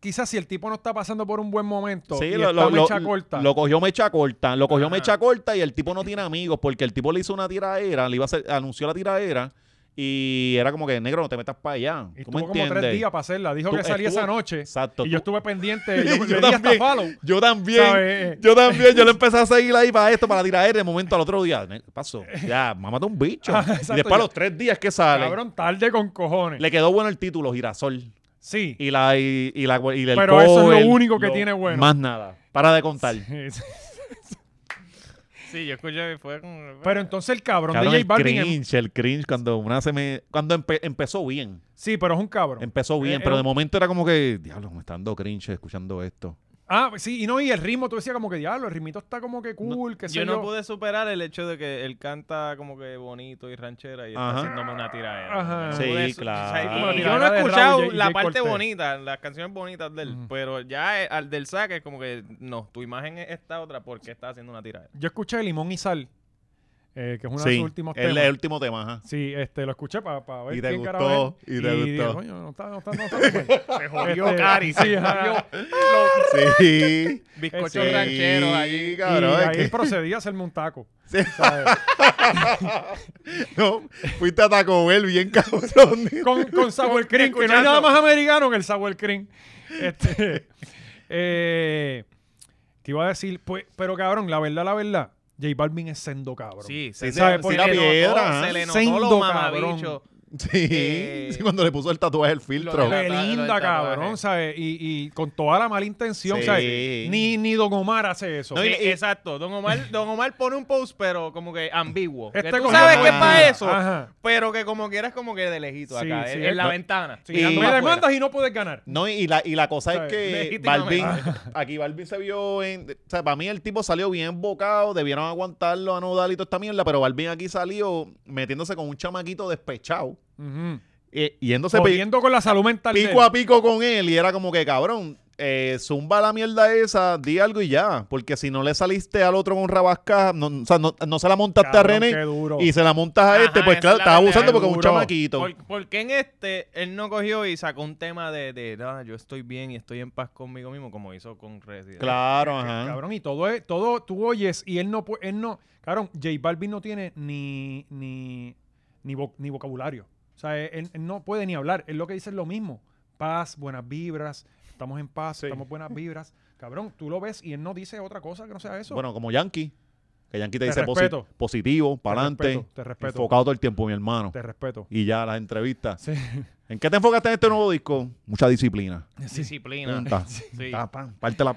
Speaker 1: quizás si el tipo no está pasando por un buen momento
Speaker 2: Sí,
Speaker 1: y
Speaker 2: lo,
Speaker 1: está
Speaker 2: lo- lo-
Speaker 1: mecha corta.
Speaker 2: lo cogió mecha corta, lo cogió
Speaker 3: Ajá.
Speaker 2: mecha corta y el tipo no tiene amigos porque el tipo le hizo una tiraera, le iba a hacer, anunció la tiraera y era como que, negro, no te metas para allá.
Speaker 1: y
Speaker 2: ¿Tú
Speaker 1: estuvo
Speaker 2: me
Speaker 1: como tres
Speaker 2: entiendes?
Speaker 1: días para hacerla. Dijo
Speaker 2: Tú-
Speaker 1: que salía
Speaker 2: estuvo-
Speaker 1: esa noche.
Speaker 2: Exacto.
Speaker 1: Y yo
Speaker 2: tú-
Speaker 1: estuve pendiente. Yo,
Speaker 2: *laughs*
Speaker 1: le
Speaker 2: Yo
Speaker 1: di hasta
Speaker 2: también.
Speaker 1: follow.
Speaker 2: Yo también.
Speaker 1: ¿Sabes?
Speaker 2: Yo también. Yo le empecé a seguir ahí para esto, para tirar aire. De momento al otro día, "Ne- ¿qué pasó? Ya, mámate
Speaker 1: *laughs*
Speaker 2: un bicho.
Speaker 1: Ah,
Speaker 2: y
Speaker 1: exacto,
Speaker 2: después a
Speaker 1: ya.
Speaker 2: los tres días que sale,
Speaker 1: Cabrón, tarde con cojones.
Speaker 2: le quedó bueno el título, Girasol.
Speaker 1: Sí. *laughs*
Speaker 2: Y la y, y la y el
Speaker 1: Pero eso es lo
Speaker 2: cover,
Speaker 1: único que tiene bueno.
Speaker 2: Más nada. Para de contar.
Speaker 3: Sí, yo escuché y fue como...
Speaker 1: Pero entonces el cabrón,
Speaker 2: Cabrón,
Speaker 1: de
Speaker 2: el
Speaker 1: J Balvin. em-
Speaker 2: cringe, el cringe cuando una se me cuando empe- empezó bien,
Speaker 1: Sí, pero es un cabrón.
Speaker 2: empezó bien,
Speaker 1: Eh,
Speaker 2: pero
Speaker 1: eh,
Speaker 2: de momento era como que diablo, me está dando cringe escuchando esto.
Speaker 1: Ah, sí, y no, y el ritmo, tú decías como que diablo, el ritmito está como que cool, que sé
Speaker 3: Yo
Speaker 1: yo.
Speaker 3: no pude superar el hecho de que él canta como que bonito y ranchera y
Speaker 2: Ajá.
Speaker 3: está haciéndome una tiraera.
Speaker 1: Ajá.
Speaker 3: No
Speaker 1: Sí,
Speaker 3: pude su-
Speaker 2: claro.
Speaker 3: o sea, y-
Speaker 1: Como la
Speaker 3: y yo no
Speaker 1: tiraera
Speaker 3: he
Speaker 1: de
Speaker 3: escuchado
Speaker 1: Raúl J-
Speaker 3: la
Speaker 1: J.
Speaker 3: parte
Speaker 1: Cortés.
Speaker 3: bonita, las canciones bonitas de él,
Speaker 1: Ujú.
Speaker 3: pero ya eh, al del saque es como que no, tu imagen es esta otra porque está haciendo una tiraera.
Speaker 1: Yo escuché Limón y Sal, eh, que es uno de
Speaker 2: sí,
Speaker 1: sus últimos
Speaker 2: el,
Speaker 1: temas.
Speaker 2: el último tema, ajá.
Speaker 1: Sí, este, lo escuché para ver
Speaker 2: Y te
Speaker 1: quién
Speaker 2: gustó,
Speaker 1: carajo es.
Speaker 2: y te
Speaker 1: dije,
Speaker 2: gustó.
Speaker 1: coño, no está, no está, no está tan mal.
Speaker 3: *laughs* Se jodió
Speaker 1: Este,
Speaker 3: Cari, se
Speaker 1: sí, ajá.
Speaker 3: jodió
Speaker 1: *laughs*
Speaker 2: Sí.
Speaker 3: bizcochos
Speaker 1: Sí,
Speaker 3: rancheros allí.
Speaker 2: cabrón,
Speaker 1: y
Speaker 2: es
Speaker 1: ahí
Speaker 2: que-
Speaker 1: procedí a hacerme un taco.
Speaker 2: Sí.
Speaker 1: ¿sabes?
Speaker 2: *laughs* No, fuiste a Taco Bell bien cabrón.
Speaker 1: *laughs* con,
Speaker 4: *laughs*
Speaker 1: con Sour Cream, que no hay nada más americano que el Sour Cream.
Speaker 4: *laughs*
Speaker 1: Este, eh, ¿Qué iba a decir? Pues, pero cabrón, la verdad, la verdad, J Balvin es sendo cabrón.
Speaker 3: Sí,
Speaker 2: Sí,
Speaker 3: se,
Speaker 2: se-
Speaker 3: se-
Speaker 1: ¿Sabe
Speaker 3: se
Speaker 1: por
Speaker 3: le
Speaker 1: qué?
Speaker 3: notó,
Speaker 2: Tira piedra,
Speaker 3: se le
Speaker 1: Sendo
Speaker 3: notó lo mamabicho.
Speaker 1: cabrón.
Speaker 2: Sí,
Speaker 4: Eh,
Speaker 2: sí, cuando le puso el tatuaje el filtro.
Speaker 4: de la- lo
Speaker 1: Belinda,
Speaker 4: del tatuaje.
Speaker 1: cabrón, ¿sabes? Y, y con toda la mala intención,
Speaker 2: Sí.
Speaker 1: ¿sabes? Ni, ni Don Omar hace eso.
Speaker 2: No, y-
Speaker 4: Sí, Eh, exacto. Don Omar, Don Omar pone un post, pero como que ambiguo. Que
Speaker 1: Este
Speaker 4: tú
Speaker 1: coño
Speaker 4: sabes
Speaker 1: no
Speaker 4: que es
Speaker 1: es
Speaker 4: para
Speaker 1: nada.
Speaker 4: eso,
Speaker 1: Ajá.
Speaker 4: pero que como quieras como que de lejito
Speaker 1: Sí,
Speaker 4: acá, eh,
Speaker 1: sí,
Speaker 4: en,
Speaker 1: es-
Speaker 4: en la
Speaker 1: no-
Speaker 4: ventana.
Speaker 1: Sí,
Speaker 2: Y- pues.
Speaker 1: me
Speaker 2: afuera.
Speaker 1: demandas y no puedes ganar.
Speaker 2: No, y la, y la cosa es
Speaker 1: ¿Sabes?
Speaker 2: que
Speaker 4: Legítimamente.
Speaker 2: Balvin, aquí Balvin se vio en. O sea, para mí el tipo salió bien bocado, debieron aguantarlo a Nodal y toda esta mierda, pero Balvin aquí salió metiéndose con un chamaquito despechado,
Speaker 1: Ujú.
Speaker 2: eh, yéndose pi-
Speaker 1: Jodiendo con la salud mental. de
Speaker 2: pico
Speaker 1: él.
Speaker 2: a pico con él, y era como que, cabrón, eh, zumba la mierda esa, di algo y ya, porque si no le saliste al otro con rabasca, no, o sea, no, no se la montaste
Speaker 1: Cabrón,
Speaker 2: a
Speaker 1: qué
Speaker 2: René
Speaker 1: duro.
Speaker 2: y se la montas a
Speaker 4: Ajá,
Speaker 2: este, pues claro,
Speaker 4: esa es la
Speaker 2: estás
Speaker 4: pendeja.
Speaker 2: abusando porque es un
Speaker 1: Duro.
Speaker 2: chamaquito.
Speaker 4: ¿Por, por qué en este él no cogió y sacó un tema de, de "No, yo estoy bien y estoy en paz conmigo mismo, como hizo con Resident?
Speaker 2: Claro, ajá.
Speaker 1: Cabrón, y todo es, todo, tú oyes, y él no pu- él no, cabrón, J Balvin no tiene ni, ni, ni, voc- ni vocabulario. O sea, él, él no puede ni hablar. Él lo que dice es lo mismo. Paz, buenas vibras, estamos en paz,
Speaker 2: Sí.
Speaker 1: estamos buenas vibras. Cabrón, tú lo ves y él no dice otra cosa que no sea eso.
Speaker 2: Bueno, como Yankee. Que Yankee te,
Speaker 1: Te
Speaker 2: dice posi-
Speaker 1: respeto.
Speaker 2: positivo, para adelante.
Speaker 1: respeto, te respeto.
Speaker 2: Enfocado todo el tiempo, mi hermano.
Speaker 1: Te respeto.
Speaker 2: Y ya las entrevistas.
Speaker 1: Sí,
Speaker 2: ¿En qué te enfocaste en este nuevo disco? Mucha disciplina.
Speaker 4: *laughs* Disciplina.
Speaker 2: Punta.
Speaker 4: Sí.
Speaker 2: Ta, pam, parte la...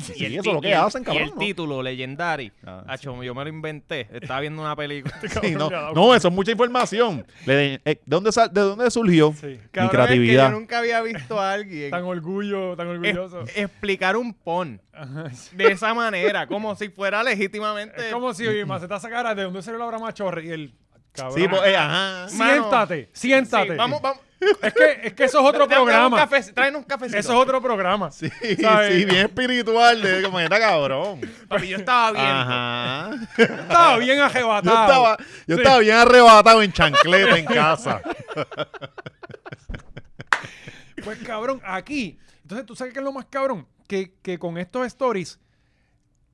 Speaker 2: Sí,
Speaker 4: el
Speaker 2: eso es lo
Speaker 4: ti-
Speaker 2: que
Speaker 4: y el-
Speaker 2: hacen,
Speaker 4: Y
Speaker 2: cabrón.
Speaker 4: el
Speaker 2: ¿no?
Speaker 4: título, Legendary.
Speaker 2: Ah,
Speaker 4: Acho, yo me lo inventé. Estaba viendo una película. *laughs*
Speaker 2: Sí, no,
Speaker 1: ya, ok.
Speaker 2: no, eso es mucha información. Le de, eh, ¿de, dónde sal- ¿De dónde surgió
Speaker 1: sí.
Speaker 2: mi
Speaker 4: Cabrón, es que
Speaker 2: creatividad?
Speaker 4: yo nunca había visto a alguien
Speaker 1: Tan orgullo,
Speaker 2: Eh,
Speaker 1: tan
Speaker 4: es-
Speaker 1: orgulloso.
Speaker 4: explicar un pon
Speaker 1: Ajá, sí.
Speaker 4: de esa manera, como si fuera legítimamente.
Speaker 1: Es como si Maceta sacara de dónde salió la brama chorri y él, cabrón.
Speaker 2: eh, Sí, pues, eh, ajá.
Speaker 1: siéntate,
Speaker 4: Sí,
Speaker 1: siéntate.
Speaker 4: vamos, vamos.
Speaker 1: Es que, es que
Speaker 2: *laughs*
Speaker 1: eso es otro
Speaker 4: Traen un
Speaker 1: programa.
Speaker 4: cafe- traen un cafecito.
Speaker 1: Eso es otro programa.
Speaker 2: Sí,
Speaker 1: *laughs* ¿Sabes?
Speaker 2: sí, bien espiritual. De, como está cabrón.
Speaker 4: Papi, yo estaba viendo.
Speaker 2: Ajá.
Speaker 1: Estaba bien
Speaker 2: Yo
Speaker 1: ajebatado.
Speaker 2: estaba, yo
Speaker 1: Sí.
Speaker 2: estaba bien arrebatado en chancleta en casa.
Speaker 1: Pues cabrón, aquí. Entonces, ¿tú sabes qué es lo más cabrón? Que, que con estos stories,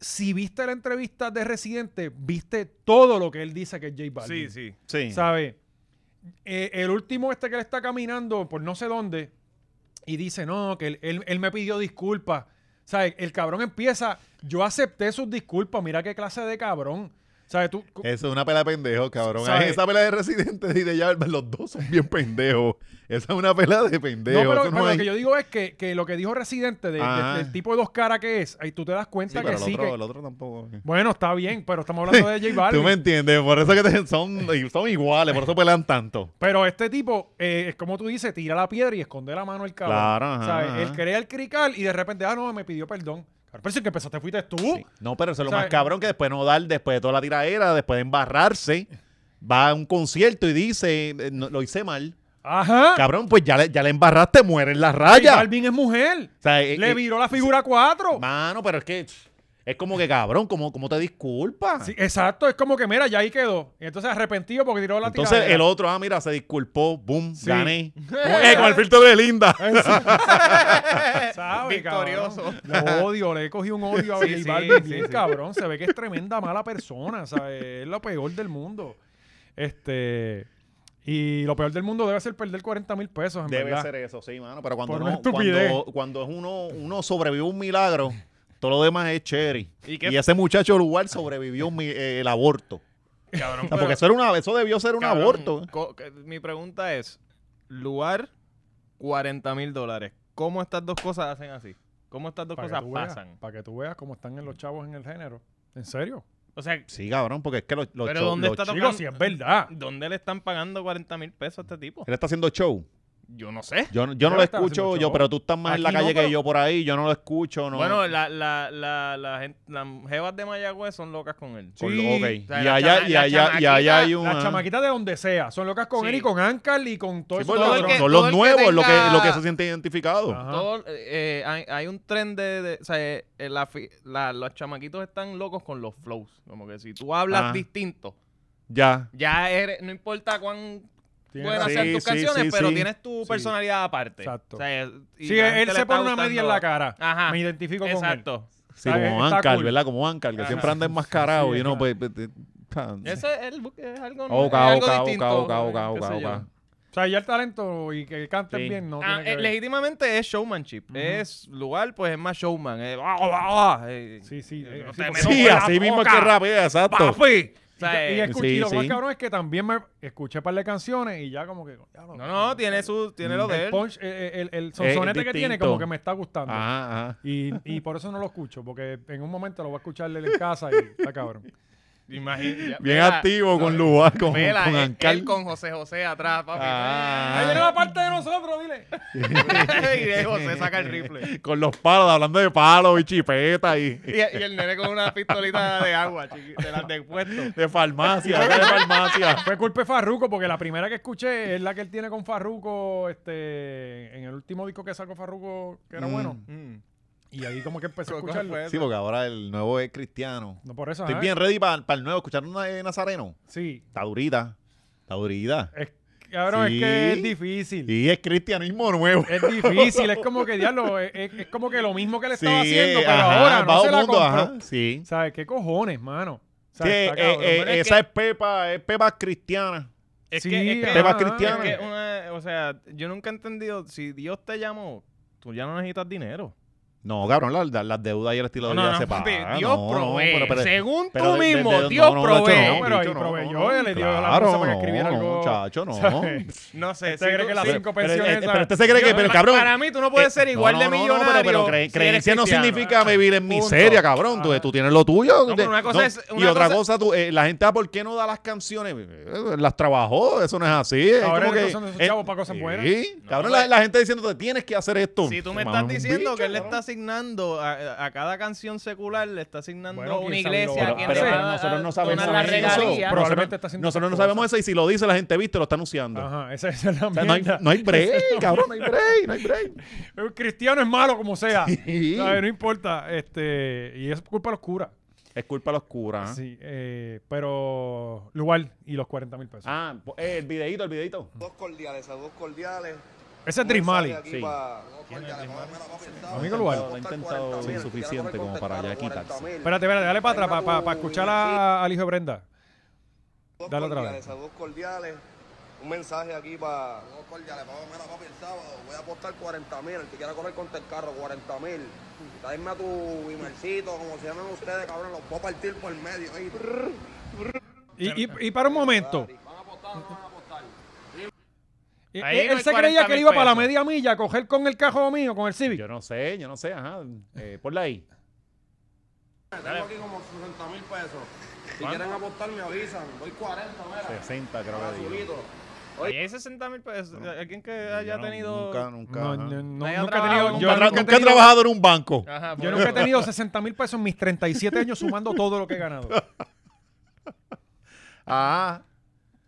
Speaker 1: si viste la entrevista de Residente, viste todo lo que él dice que es J Balvin.
Speaker 4: Sí, sí.
Speaker 2: Sí.
Speaker 1: ¿Sabes? Eh, el último este que él está caminando por no sé dónde y dice, no, que él, él- él me pidió disculpas. ¿Sabes? El cabrón empieza, yo acepté sus disculpas, mira qué clase de cabrón. ¿Sabes? Tú,
Speaker 2: Eso es una pela de pendejos, cabrón.
Speaker 1: ¿Sabe?
Speaker 2: Esa pela de Residente y de Jarvis, los dos son bien pendejos. Esa es una pela de pendejos.
Speaker 1: No, pero,
Speaker 2: Eso no
Speaker 1: pero
Speaker 2: hay-
Speaker 1: lo que yo digo es que, que lo que dijo Residente de- de-
Speaker 2: Ajá.
Speaker 1: del tipo de dos caras que es, ahí tú te das
Speaker 2: Sí,
Speaker 1: cuenta
Speaker 2: pero
Speaker 1: que
Speaker 2: el
Speaker 1: sí.
Speaker 2: otro,
Speaker 1: que-
Speaker 2: el otro tampoco.
Speaker 1: Bueno, está bien, pero estamos hablando
Speaker 2: *laughs*
Speaker 1: de J Balvin.
Speaker 2: Tú me entiendes, por eso que te- son, son iguales, por eso pelean tanto.
Speaker 1: Pero este tipo, eh, es como tú dices, tira la piedra y esconde la mano el cabrón.
Speaker 2: Claro, ajá,
Speaker 1: ¿Sabes?
Speaker 2: ajá.
Speaker 1: Él crea el crical y de repente, ah, no, me pidió perdón. Claro, pero si el que empezaste fuiste tú.
Speaker 2: No, pero eso es lo
Speaker 1: ¿Sabes?
Speaker 2: más cabrón que después no dar, después de toda la tiradera, después de embarrarse, va a un concierto y dice, eh, no, lo hice mal.
Speaker 1: Ajá.
Speaker 2: Cabrón, pues ya le, ya le embarraste, muere en la
Speaker 1: J
Speaker 2: raya.
Speaker 1: Balvin es mujer.
Speaker 2: O sea, eh,
Speaker 1: Le
Speaker 2: eh,
Speaker 1: viró la figura 4.
Speaker 2: Mano, pero es que es como que cabrón, ¿cómo, cómo te disculpas?
Speaker 1: Sí, exacto, es como que mira, ya ahí quedó. Y entonces arrepentido porque tiró la
Speaker 2: Entonces
Speaker 1: tiradera.
Speaker 2: el otro, ah, mira, se disculpó, boom,
Speaker 1: Sí. *laughs*
Speaker 2: gané. Eh, con el filtro de Linda.
Speaker 1: ¿Sabe,
Speaker 4: Victorioso.
Speaker 1: cabrón? Lo odio, le he cogido un odio a
Speaker 4: Sí,
Speaker 1: J
Speaker 4: sí,
Speaker 1: Balvin,
Speaker 4: sí,
Speaker 1: bien
Speaker 4: sí.
Speaker 1: cabrón. Se ve que es tremenda mala persona, ¿sabes? Es lo peor del mundo. Este. Y lo peor del mundo debe ser perder 40 mil pesos, en
Speaker 2: Debe
Speaker 1: verdad.
Speaker 2: ser eso, sí, mano. Pero cuando
Speaker 1: Por
Speaker 2: uno,
Speaker 1: una estupidez.
Speaker 2: cuando, cuando es uno, uno sobrevive un milagro, todo lo demás es cherry.
Speaker 4: ¿Y
Speaker 2: ¿Y,
Speaker 4: qué-
Speaker 2: ese muchacho lugar sobrevivió un mi- eh, el aborto.
Speaker 4: Cabrón,
Speaker 2: O sea, Ah, porque eso, era una, eso debió ser un
Speaker 4: Cabrón,
Speaker 2: aborto. eh.
Speaker 4: co- que- Mi pregunta es, lugar 40 mil dólares. ¿Cómo estas dos cosas hacen así? ¿Cómo estas dos
Speaker 1: Para que,
Speaker 4: cosas
Speaker 1: tú veas,
Speaker 4: pasan?
Speaker 1: para que tú veas cómo están en los chavos en el género. ¿En serio?
Speaker 4: O sea,
Speaker 2: Sí, cabrón, porque es que los, los
Speaker 4: Pero
Speaker 2: show-
Speaker 4: ¿dónde
Speaker 2: los
Speaker 4: está
Speaker 2: show-
Speaker 4: Tocan-
Speaker 1: Digo, si es verdad.
Speaker 4: ¿dónde le están pagando 40 mil pesos a este tipo?
Speaker 2: Él está haciendo show.
Speaker 4: Yo no sé.
Speaker 2: Yo, no- yo no
Speaker 1: Debe
Speaker 2: lo
Speaker 1: estar haciendo
Speaker 2: escucho,
Speaker 1: show.
Speaker 2: yo, pero tú estás más en la
Speaker 1: Aquí no,
Speaker 2: calle
Speaker 1: pero-
Speaker 2: que yo por ahí, yo no lo escucho. No.
Speaker 4: Bueno, la, la, la, la gen- las jevas de Mayagüez son locas con él.
Speaker 2: Con-
Speaker 1: sí,
Speaker 2: ok.
Speaker 1: o
Speaker 4: sea,
Speaker 2: y,
Speaker 4: la
Speaker 2: allá,
Speaker 4: chama-
Speaker 2: y,
Speaker 4: la
Speaker 2: allá, y allá hay un.
Speaker 1: Las
Speaker 2: ah.
Speaker 1: chamaquitas de donde sea. Son locas con
Speaker 4: Sí.
Speaker 1: él y con Ancal y con todo
Speaker 2: Sí,
Speaker 1: eso.
Speaker 2: pues,
Speaker 4: todo
Speaker 2: los-
Speaker 4: el que-
Speaker 2: son
Speaker 4: todo
Speaker 2: los
Speaker 4: el que
Speaker 2: nuevos, lo, que,
Speaker 4: tenga-
Speaker 2: lo que se siente identificado.
Speaker 1: Ajá.
Speaker 4: Todo, eh, hay, hay un tren de, de- o sea, eh, la fi- la- los chamaquitos están locos con los flows. Como que si tú hablas
Speaker 2: Ah.
Speaker 4: distinto,
Speaker 2: Ya.
Speaker 4: ya eres, no importa cuán
Speaker 1: Tiene
Speaker 4: buenas
Speaker 1: razón.
Speaker 4: sean tus
Speaker 2: Sí, sí,
Speaker 4: canciones,
Speaker 2: sí,
Speaker 4: pero
Speaker 2: sí.
Speaker 4: tienes tu personalidad aparte.
Speaker 1: Exacto.
Speaker 4: O sea, y
Speaker 1: Sí,
Speaker 4: la
Speaker 1: él
Speaker 4: gente le
Speaker 1: se
Speaker 4: está
Speaker 1: pone una media en la
Speaker 4: gustando-
Speaker 1: cara.
Speaker 4: Ajá.
Speaker 1: Me identifico con él.
Speaker 4: Exacto.
Speaker 2: Sí,
Speaker 1: Está
Speaker 2: como
Speaker 1: bien, está
Speaker 2: Ancar,
Speaker 1: cool.
Speaker 2: ¿verdad? Como Ancar, que
Speaker 1: Ajá.
Speaker 2: siempre anda enmascarado
Speaker 1: Sí,
Speaker 2: y
Speaker 1: claro.
Speaker 2: uno, pues. pues, te- pa-
Speaker 4: Ese es el buque, es algo,
Speaker 2: Oh,
Speaker 4: es
Speaker 2: ca,
Speaker 4: algo
Speaker 2: oh, ca, oh,
Speaker 4: distinto.
Speaker 2: ca, oh, ca, oh, ca,
Speaker 4: qué
Speaker 2: oh,
Speaker 4: sé
Speaker 2: ca, oh,
Speaker 4: yo.
Speaker 2: ca.
Speaker 1: O sea, ya el talento y que canten
Speaker 2: Sí.
Speaker 1: bien no
Speaker 4: Ah,
Speaker 1: tiene que
Speaker 4: eh,
Speaker 1: ver.
Speaker 4: legítimamente es showmanship. Es lugar, pues es más showman. es- ah,
Speaker 1: Sí, sí. eh,
Speaker 4: No
Speaker 1: sí,
Speaker 4: te
Speaker 1: porque-
Speaker 4: metas
Speaker 2: Sí, así mismo es que rapea, exacto.
Speaker 1: ¡Papi!
Speaker 4: sea,
Speaker 1: y,
Speaker 4: eh,
Speaker 1: escuché,
Speaker 2: Sí,
Speaker 1: lo más
Speaker 2: sí.
Speaker 1: cabrón es que también me escuché un par de canciones y ya como que... ya lo-
Speaker 4: no, no, tiene su, tiene lo de
Speaker 1: el
Speaker 4: él.
Speaker 1: punch, eh, eh, el, el sonsonete que tiene
Speaker 2: distinto. Ah.
Speaker 1: como que me está gustando.
Speaker 2: Ajá, ajá.
Speaker 1: Y, y por eso no lo escucho, porque en un momento lo voy a escuchar él en casa y está cabrón.
Speaker 4: *laughs* Imagina-
Speaker 2: Bien
Speaker 4: Mira,
Speaker 2: activo con Luba, con,
Speaker 4: Mela,
Speaker 2: con
Speaker 4: él-
Speaker 2: Ancal.
Speaker 4: él con José José atrás, papi.
Speaker 1: Ahí viene
Speaker 2: Ah,
Speaker 1: la parte de nosotros, dile.
Speaker 4: *laughs* y de José saca el
Speaker 2: *laughs*
Speaker 4: rifle.
Speaker 2: con los palos, hablando de palos y chipeta y
Speaker 4: Y, y el nene con una pistolita de agua, chiqui, de las del puesto.
Speaker 2: de farmacia, de farmacia.
Speaker 1: Fue culpa de Farruko, porque la primera que escuché es la que él tiene con Farruko, este, en el último disco que sacó Farruko, que era
Speaker 2: Mm.
Speaker 1: bueno.
Speaker 4: Mm.
Speaker 1: Y ahí como que empecé a
Speaker 4: ¿Cómo
Speaker 1: escucharlo.
Speaker 4: fue?
Speaker 2: Sí, porque ahora el nuevo es cristiano.
Speaker 1: No por eso,
Speaker 2: Estoy
Speaker 1: ajá.
Speaker 2: bien ready para el nuevo. ¿Escucharon eh, Nazareno?
Speaker 1: Sí.
Speaker 2: Está durita. Está durita.
Speaker 1: Es, cabrón,
Speaker 2: Sí.
Speaker 1: es que es difícil.
Speaker 2: Y es cristianismo nuevo.
Speaker 1: Es difícil, es como que diablo, es, es- es como que lo mismo que le estaba haciendo,
Speaker 2: eh,
Speaker 1: pero
Speaker 2: ajá,
Speaker 1: ahora no
Speaker 2: bajo
Speaker 1: se la
Speaker 2: mundo,
Speaker 1: compró.
Speaker 2: ajá, Sí.
Speaker 1: ¿Sabes qué cojones, mano?
Speaker 2: Sí,
Speaker 1: ¿Sabes? Está
Speaker 2: eh,
Speaker 1: cabrón,
Speaker 2: eh,
Speaker 1: pero es
Speaker 2: esa es Pepa, es Pepa cristiana.
Speaker 1: que-
Speaker 4: Es
Speaker 1: sí,
Speaker 4: que- es que-
Speaker 2: Pepa
Speaker 1: ajá.
Speaker 4: Es
Speaker 2: cristiana.
Speaker 4: que una- o sea, yo nunca he entendido, si Dios te llamó, tú ya no necesitas dinero.
Speaker 2: No, cabrón, la- la- las deudas y el estilo de vida se
Speaker 4: papi,
Speaker 2: pagan.
Speaker 4: Dios
Speaker 2: ah, no, no,
Speaker 4: provee.
Speaker 2: pero- pero-
Speaker 4: Según
Speaker 2: pero
Speaker 4: tú
Speaker 2: de- de-
Speaker 4: mismo,
Speaker 2: de- no,
Speaker 4: Dios
Speaker 2: no, macho,
Speaker 4: provee.
Speaker 1: No, pero ahí
Speaker 2: bicho, no,
Speaker 1: proveyó,
Speaker 2: no,
Speaker 1: él le dio la
Speaker 2: claro,
Speaker 1: cosa para que escribiera
Speaker 2: no,
Speaker 1: algo.
Speaker 2: chacho, no.
Speaker 1: *laughs* ¿sabes?
Speaker 4: No sé.
Speaker 1: Usted cree que las
Speaker 4: sí,
Speaker 1: cinco
Speaker 2: Pero, eh,
Speaker 1: pensiones
Speaker 2: eh,
Speaker 1: esas-
Speaker 2: pero usted se cree que,
Speaker 4: yo-
Speaker 2: pero
Speaker 4: pa-
Speaker 2: cabrón.
Speaker 4: Para mí tú no puedes ser
Speaker 2: Eh, no,
Speaker 4: igual
Speaker 2: no,
Speaker 4: de
Speaker 2: no, no, pero-
Speaker 4: millonario.
Speaker 2: pero, cre-
Speaker 4: si eres
Speaker 2: creencia no
Speaker 4: cristiano.
Speaker 2: significa vivir en
Speaker 4: Punto.
Speaker 2: miseria, cabrón. Tú,
Speaker 1: Ajá.
Speaker 2: tú tienes lo tuyo.
Speaker 4: No,
Speaker 2: tú-
Speaker 4: pero una cosa es-
Speaker 2: y
Speaker 4: una
Speaker 2: otra
Speaker 4: cosa-
Speaker 2: cosa, tú, eh, la gente, ah, ¿por qué no da las canciones? Eh, Las trabajó, eso no es así. es
Speaker 1: Ahora
Speaker 2: como
Speaker 1: es
Speaker 2: que-
Speaker 1: que son esos
Speaker 2: eh,
Speaker 1: chavos para cosas buenas.
Speaker 2: Sí, cabrón,
Speaker 4: No,
Speaker 2: la,
Speaker 4: pues-
Speaker 2: la gente diciéndote, tienes que hacer esto.
Speaker 4: Si tú me
Speaker 2: Mamá,
Speaker 4: estás
Speaker 2: un
Speaker 4: diciendo
Speaker 2: bicho,
Speaker 4: que él le
Speaker 2: cabrón.
Speaker 4: está asignando a, a cada canción secular, le está asignando
Speaker 1: Bueno,
Speaker 4: una
Speaker 1: quién sabe lo-
Speaker 4: iglesia
Speaker 2: Pero,
Speaker 4: a quien
Speaker 2: pero-
Speaker 4: le
Speaker 2: pero
Speaker 4: va a-
Speaker 2: nosotros no
Speaker 4: a
Speaker 2: sabemos
Speaker 4: donar la
Speaker 2: eso.
Speaker 4: regalía.
Speaker 1: Probablemente está haciendo
Speaker 2: Nosotros no
Speaker 1: otras
Speaker 2: sabemos eso y si lo dice la gente, viste, lo está anunciando.
Speaker 1: Ajá, esa, esa es la
Speaker 2: O sea, no,
Speaker 4: *laughs*
Speaker 2: hay,
Speaker 1: mierda.
Speaker 2: no hay break, cabrón, no hay break, no hay break.
Speaker 1: El cristiano es malo como sea.
Speaker 2: *laughs* Sí.
Speaker 1: ¿Sabes? No importa. Este, y es culpa de los curas.
Speaker 2: Es culpa de los curas.
Speaker 1: Sí, eh, pero lugar y los 40 mil pesos.
Speaker 2: Ah, po- eh, el videito, el videito.
Speaker 6: Dos cordiales, saludos cordiales.
Speaker 1: Ese Este es Drismali.
Speaker 6: Aquí
Speaker 2: Sí.
Speaker 6: pa- cordiales, vamos, vamos, sentado.
Speaker 1: Amigo Lugar.
Speaker 6: Vamos a cortar
Speaker 2: Lo ha intentado
Speaker 6: 40.000,
Speaker 2: insuficiente
Speaker 6: ya lo voy a
Speaker 2: como
Speaker 6: cortar,
Speaker 2: para ya
Speaker 6: 40.000.
Speaker 2: quitarse.
Speaker 1: Espérate, espérate, dale para atrás, para, para, para escuchar a- al hijo de Brenda.
Speaker 6: Dos
Speaker 1: Dale otra
Speaker 6: cordiales,
Speaker 1: vez.
Speaker 6: saludos cordiales. Un mensaje aquí para... Dos cordiales, vamos, mira, papi, el sábado voy a apostar 40 mil. El que quiera correr contra el carro, 40 mil. Traerme a tu imercito, como se llaman ustedes, cabrón. Los voy a partir por el medio. ahí.
Speaker 1: Y, y, y para un momento. Y-
Speaker 4: Ahí
Speaker 1: él
Speaker 4: no hay
Speaker 1: se e, creía
Speaker 4: 40.000
Speaker 1: que él iba para la
Speaker 4: pesos.
Speaker 1: media milla a coger con el cajo mío, con el Civic.
Speaker 2: Yo no sé, yo no sé, ajá. Eh, ponla ahí.
Speaker 6: Tengo aquí como 60 mil pesos. Si quieren apostar, me avisan. Voy 40, mira.
Speaker 2: 60 creo
Speaker 6: Ahora
Speaker 2: que digo.
Speaker 6: subido.
Speaker 4: Oye, hay 60 mil pesos. Alguien que
Speaker 2: Yo
Speaker 4: haya
Speaker 2: no- Nunca,
Speaker 4: tenido.
Speaker 2: nunca.
Speaker 1: No,
Speaker 2: ajá.
Speaker 1: no, no,
Speaker 4: Nadie ha
Speaker 1: nunca he
Speaker 4: trabajado,
Speaker 1: tenido.
Speaker 2: Nunca,
Speaker 1: yo
Speaker 2: tra-
Speaker 1: nunca he
Speaker 2: nunca he
Speaker 1: tenido-
Speaker 2: trabajado en un banco.
Speaker 1: Yo
Speaker 4: Ajá, por
Speaker 1: nunca he
Speaker 4: eso.
Speaker 1: tenido 60 mil pesos en mis 37 años sumando todo lo que he ganado.
Speaker 4: *laughs*
Speaker 2: Ah,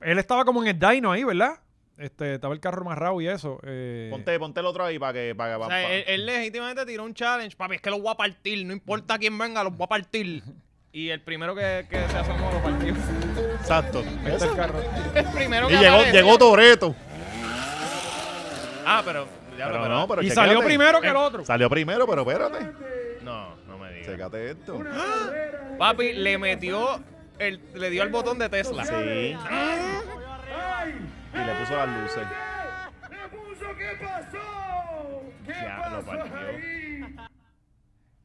Speaker 1: Él estaba como en el dino ahí, ¿verdad? Este, estaba el carro amarrado y eso. eh.
Speaker 2: ponte, ponte el otro ahí para que. Para,
Speaker 4: O
Speaker 2: para,
Speaker 4: sea, él, él legítimamente tiró un challenge. Papi, es que los voy a partir. No importa quién venga, los voy a partir. Y el primero que, que se asomó lo partió.
Speaker 2: Exacto.
Speaker 1: Ahí está el carro.
Speaker 4: *laughs* El primero que
Speaker 2: Y llegó,
Speaker 4: aparece.
Speaker 2: llegó Toreto.
Speaker 4: Ah, pero. ya lo-
Speaker 2: Pero no, pero
Speaker 1: Y
Speaker 2: checate.
Speaker 1: salió primero que el otro.
Speaker 2: Salió primero, pero espérate.
Speaker 4: No, no me digas.
Speaker 2: Checate esto.
Speaker 4: Papi le metió. el- le dio al botón de Tesla.
Speaker 2: Sí. Y le puso las luces.
Speaker 4: Ya, lo partió.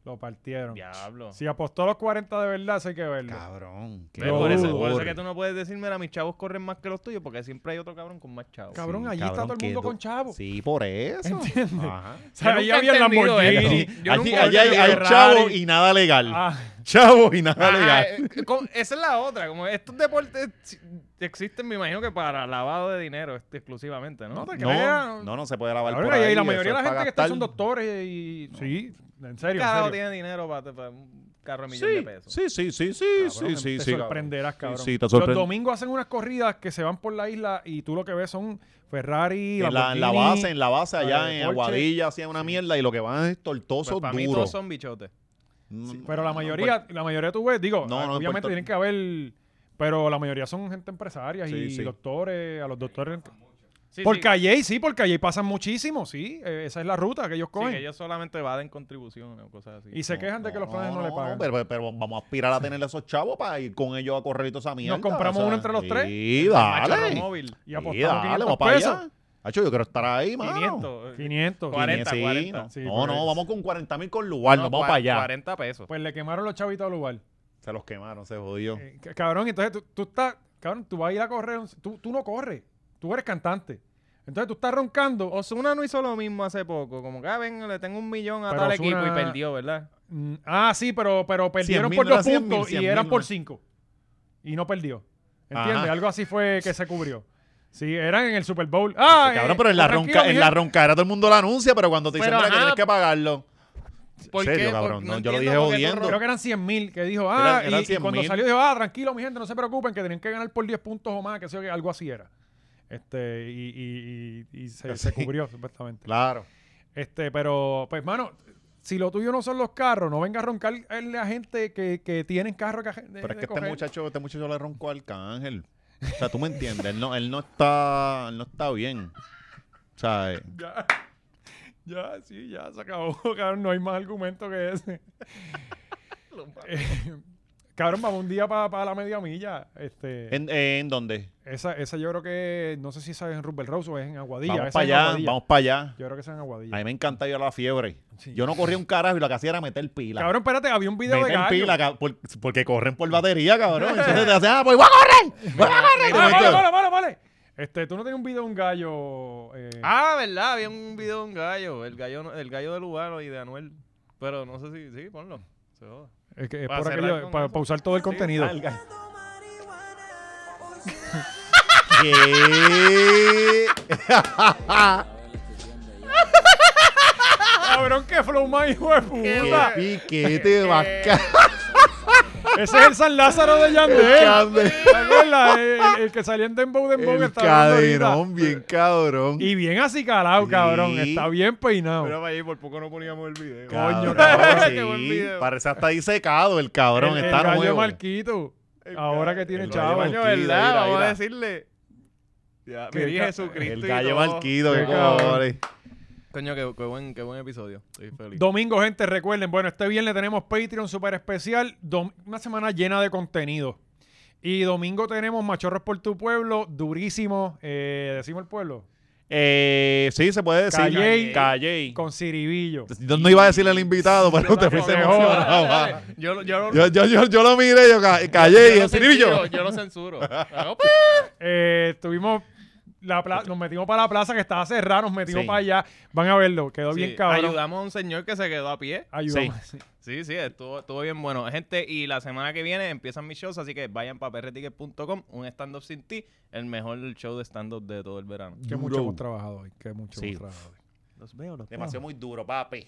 Speaker 1: Lo partieron.
Speaker 4: Diablo.
Speaker 1: Si apostó los 40 de verdad, eso hay que verlo.
Speaker 2: Cabrón. qué
Speaker 1: Ve,
Speaker 4: Por eso,
Speaker 1: Joder.
Speaker 4: por eso
Speaker 2: dolor.
Speaker 4: que tú no puedes decirme, mira, mis chavos corren más que los tuyos, porque siempre hay otro cabrón con más chavos.
Speaker 1: Cabrón,
Speaker 2: Sí,
Speaker 1: allí está todo el
Speaker 2: qué
Speaker 1: mundo
Speaker 2: do-
Speaker 1: con chavo.
Speaker 2: Sí, por eso.
Speaker 1: ¿Entiendes?
Speaker 2: Ajá.
Speaker 1: O sea,
Speaker 4: Yo
Speaker 1: ahí
Speaker 4: nunca he
Speaker 1: había el
Speaker 4: entendido
Speaker 1: Lamborghini.
Speaker 4: esto.
Speaker 2: Allí,
Speaker 4: Yo nunca
Speaker 2: allí hay,
Speaker 4: había
Speaker 2: hay
Speaker 1: Ferrari.
Speaker 2: chavo y nada legal.
Speaker 1: Ah.
Speaker 2: Chavo y nada
Speaker 4: Ajá,
Speaker 2: legal.
Speaker 4: eh, con- esa es la otra. Como estos deportes si- existen, me imagino que para lavado de dinero este, exclusivamente, ¿no?
Speaker 1: No te
Speaker 2: No,
Speaker 1: creas.
Speaker 2: no, no se puede lavar por
Speaker 1: Cabrón,
Speaker 2: ahí.
Speaker 1: y ahí la
Speaker 2: eso
Speaker 1: mayoría de la
Speaker 2: es para
Speaker 1: gente que está son
Speaker 2: gastar.
Speaker 1: doctores eh, y. Sí, en serio. en
Speaker 4: carajo
Speaker 1: serio.
Speaker 4: tiene dinero para, para un carro de millón de pesos?
Speaker 2: Sí, sí, sí, sí, sí,
Speaker 1: Cabrón,
Speaker 2: sí, sí,
Speaker 1: te
Speaker 2: sí,
Speaker 1: sorprenderás, cabrón.
Speaker 2: Sí, sí, te
Speaker 1: Los
Speaker 2: sorprende.
Speaker 1: domingos hacen unas corridas que se van por la isla y tú lo que ves son Ferrari,
Speaker 2: En la, en la
Speaker 1: Lamborghini.
Speaker 2: base, en la base allá
Speaker 1: la de
Speaker 2: en
Speaker 1: Porsche.
Speaker 2: Aguadilla hacían una mierda y lo que van es
Speaker 4: Pues
Speaker 2: tortosos
Speaker 4: para mí todos
Speaker 2: duros.
Speaker 4: son bichotes.
Speaker 2: Mm,
Speaker 1: Pero la mayoría, la mayoría tú ves, digo,
Speaker 2: No, no, en
Speaker 1: obviamente
Speaker 2: Puerto-
Speaker 1: tienen que haber, pero la mayoría son gente empresaria y
Speaker 2: Sí, sí.
Speaker 1: doctores, a los doctores.
Speaker 4: Sí,
Speaker 1: por
Speaker 4: sí,
Speaker 1: Calle, sí, por Calle pasan muchísimo, sí, eh, esa es la ruta que ellos
Speaker 4: sí,
Speaker 1: cogen.
Speaker 4: que ellos solamente evaden contribuciones o cosas así.
Speaker 1: Y se quejan de que los planes no, le pagan.
Speaker 2: pero, pero- pero vamos a aspirar a tener esos chavos para ir con ellos a correr y toda esa mierda.
Speaker 1: compramos uno entre los tres.
Speaker 2: Sí,
Speaker 4: Macharro
Speaker 2: dale.
Speaker 4: móvil.
Speaker 1: y
Speaker 2: Sí,
Speaker 1: apostamos
Speaker 2: dale,
Speaker 1: 500
Speaker 2: vamos para
Speaker 1: pesos.
Speaker 2: allá. Hacho, yo quiero estar ahí, mano.
Speaker 4: 500.
Speaker 1: 500.
Speaker 2: 500,
Speaker 4: 40,
Speaker 2: sí,
Speaker 4: 40.
Speaker 2: no.
Speaker 1: Sí,
Speaker 2: No,
Speaker 1: por
Speaker 2: no,
Speaker 1: eso.
Speaker 2: vamos con 40 mil con lugar, nos vamos
Speaker 4: cua-
Speaker 2: para allá. Pues,
Speaker 4: 40 pesos.
Speaker 1: Pues le quemaron los chavitos al lugar.
Speaker 2: Se los quemaron, se jodió.
Speaker 1: Eh, ca- cabrón, entonces tú, tú estás, cabrón, tú vas a ir a correr, un- tú, tú no corres, tú eres cantante. Entonces tú estás roncando.
Speaker 3: Osuna no hizo lo mismo hace poco. Como que, ah, ven, le tengo un millón a
Speaker 1: Pero
Speaker 3: tal
Speaker 1: Ozuna-
Speaker 3: equipo y perdió, ¿verdad?
Speaker 1: Mm, ah, sí, pero, pero perdieron
Speaker 2: 100.000,
Speaker 1: por
Speaker 2: no era
Speaker 1: dos
Speaker 2: 100.000,
Speaker 1: puntos y
Speaker 2: 100.000,
Speaker 1: eran por
Speaker 2: ¿no?
Speaker 1: cinco. Y no perdió. ¿Entiendes?
Speaker 2: Ajá.
Speaker 1: Algo así fue que se cubrió. Sí, eran en el Super Bowl. Ah,
Speaker 2: Cabrón,
Speaker 1: eh,
Speaker 2: pero en la,
Speaker 1: tranquilo,
Speaker 2: ronca, en
Speaker 1: mijo.
Speaker 2: la roncara todo el mundo lo anuncia, pero cuando te dicen
Speaker 3: Pero,
Speaker 2: "Mira, que
Speaker 3: ajá.
Speaker 2: tienes que pagarlo.
Speaker 3: ¿Por
Speaker 2: serio,
Speaker 3: qué?
Speaker 2: cabrón,
Speaker 3: Porque
Speaker 2: no,
Speaker 3: no
Speaker 2: yo lo dije
Speaker 3: entiendo por qué tú
Speaker 2: jodiendo.
Speaker 1: Creo que eran 100 mil que dijo, ah,
Speaker 2: Eran- eran
Speaker 1: y- y, cuando
Speaker 2: 100.000.
Speaker 1: salió dijo, ah, tranquilo, mi gente, no se preocupen, que tenían que ganar por 10 puntos o más, que sé yo, que algo así era. Este, y, y- y- y se, se
Speaker 2: *laughs* Sí.
Speaker 1: cubrió, supuestamente.
Speaker 2: Claro.
Speaker 1: Este, pero, pues, mano, si lo tuyo no son los carros, no venga a roncarle a gente que, que tienen carros que de-
Speaker 2: Pero es
Speaker 1: de
Speaker 2: que este
Speaker 1: coger.
Speaker 2: muchacho, este muchacho le roncó al cángel. O sea, tú me entiendes, él no, él no está, él no está bien. O sea, eh,
Speaker 1: *laughs* Ya, ya, sí, ya se acabó, *laughs* cabrón. No hay más argumento que
Speaker 2: *laughs*
Speaker 1: ese. Eh, cabrón, vamos un día para la media milla. Este,
Speaker 2: ¿en, eh, ¿en dónde?
Speaker 1: esa, esa yo creo que, no sé si esa es en Rubel Rose o es en Aguadilla.
Speaker 2: Vamos
Speaker 1: esa
Speaker 2: para
Speaker 1: es en
Speaker 2: allá,
Speaker 1: Aguadilla.
Speaker 2: vamos para allá.
Speaker 1: Yo creo que esa es en Aguadilla.
Speaker 2: A mí me encanta ir a la fiebre.
Speaker 1: Sí.
Speaker 2: Yo no corría un carajo y lo que hacía era meter pila.
Speaker 1: Cabrón, espérate, había un video de
Speaker 2: Meten
Speaker 1: gallo.
Speaker 2: pila, cab- por- porque corren por batería, cabrón. Entonces te hacen, ah, pues voy a correr, voy a correr. Y te
Speaker 1: ¡Ah, vale,
Speaker 2: metes-
Speaker 1: vale, vale, vale! Este, tú no tenías un video de un gallo. eh,
Speaker 3: Ah, ¿verdad? Había un video de un gallo. El gallo, no- el gallo de Lugano y de Anuel. Pero no sé si... Sí, ponlo. Se joda.
Speaker 1: es que es
Speaker 3: para
Speaker 1: por
Speaker 3: cerrar
Speaker 1: aquello,
Speaker 3: con
Speaker 1: para,
Speaker 3: eso.
Speaker 1: para usar todo el contenido.
Speaker 2: Ah, el gallo. ¿Qué?
Speaker 1: Cabrón, que flow más hijo de puta.
Speaker 2: ¡Qué piquete bacán!
Speaker 1: *laughs* Ese es el San Lázaro de Yandel.
Speaker 2: cade-
Speaker 1: ¿Te acuerdas? El, el- el que salía en Dembow Dembow que
Speaker 2: El
Speaker 1: estaba hablando ahorita.
Speaker 2: caderón, bien cabrón.
Speaker 1: Y bien acicalado,
Speaker 2: Sí.
Speaker 1: cabrón. Está bien peinado.
Speaker 3: Pero para ahí por poco no poníamos el video.
Speaker 1: Coño,
Speaker 2: cabrón,
Speaker 3: Qué buen
Speaker 2: sí.
Speaker 3: video.
Speaker 2: Parece hasta ahí secado el cabrón.
Speaker 1: el, el
Speaker 2: está
Speaker 1: gallo
Speaker 2: nuevo.
Speaker 1: Marquito. Ahora que tiene
Speaker 2: el gallo
Speaker 1: chavo.
Speaker 2: Marquito.
Speaker 3: Coño,
Speaker 2: Marquido,
Speaker 3: ¿verdad?
Speaker 2: mira,
Speaker 3: Vamos
Speaker 2: mira.
Speaker 3: a decirle. Ya,
Speaker 1: Qué
Speaker 3: me di
Speaker 1: ca-
Speaker 3: Jesucristo.
Speaker 2: El
Speaker 3: y
Speaker 2: gallo
Speaker 3: todo.
Speaker 2: marquito, qué
Speaker 1: Qué cabrón.
Speaker 2: cojones.
Speaker 3: Coño, qué, qué buen, qué buen episodio. Estoy feliz.
Speaker 1: Domingo, gente, recuerden, bueno, este viernes tenemos Patreon super especial, dom- una semana llena de contenido. Y domingo tenemos Machorros por tu pueblo, durísimo, eh, decimos el pueblo,
Speaker 2: Eh, sí, se puede decir.
Speaker 1: Calley.
Speaker 2: Calley.
Speaker 1: con Ciribillo.
Speaker 2: No no iba a decirle al invitado, pero te fuiste
Speaker 1: Mejor.
Speaker 2: emocionado. va.
Speaker 3: Yo, yo, lo-
Speaker 2: Yo, yo, yo, yo lo miré, yo ca-
Speaker 3: yo
Speaker 2: callé y
Speaker 3: lo
Speaker 2: el cirillo.
Speaker 3: censuro, Yo lo censuro. Hago,
Speaker 1: Eh, tuvimos la pla- nos metimos para la plaza que estaba cerrada, nos metimos
Speaker 2: Sí.
Speaker 1: para allá. Van a verlo, quedó
Speaker 3: Sí,
Speaker 1: bien cabrón.
Speaker 3: Ayudamos a un señor que se quedó a pie.
Speaker 1: Ayudamos. *laughs*
Speaker 3: Sí, sí, estuvo, estuvo bien bueno. Gente, y la semana que viene empiezan mis shows, así que vayan para prticket.com, un stand-up sin ti, el mejor show de stand-up de todo el verano.
Speaker 1: Qué mucho hemos trabajado hoy, qué mucho
Speaker 2: Sí.
Speaker 1: hemos trabajado hoy.
Speaker 3: Los veo, los veo.
Speaker 2: Demasiado muy duro, papi.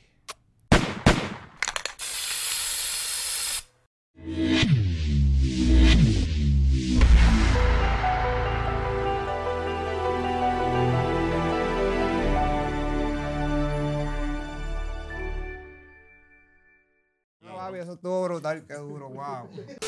Speaker 7: Papi, eso estuvo brutal, qué duro, wow.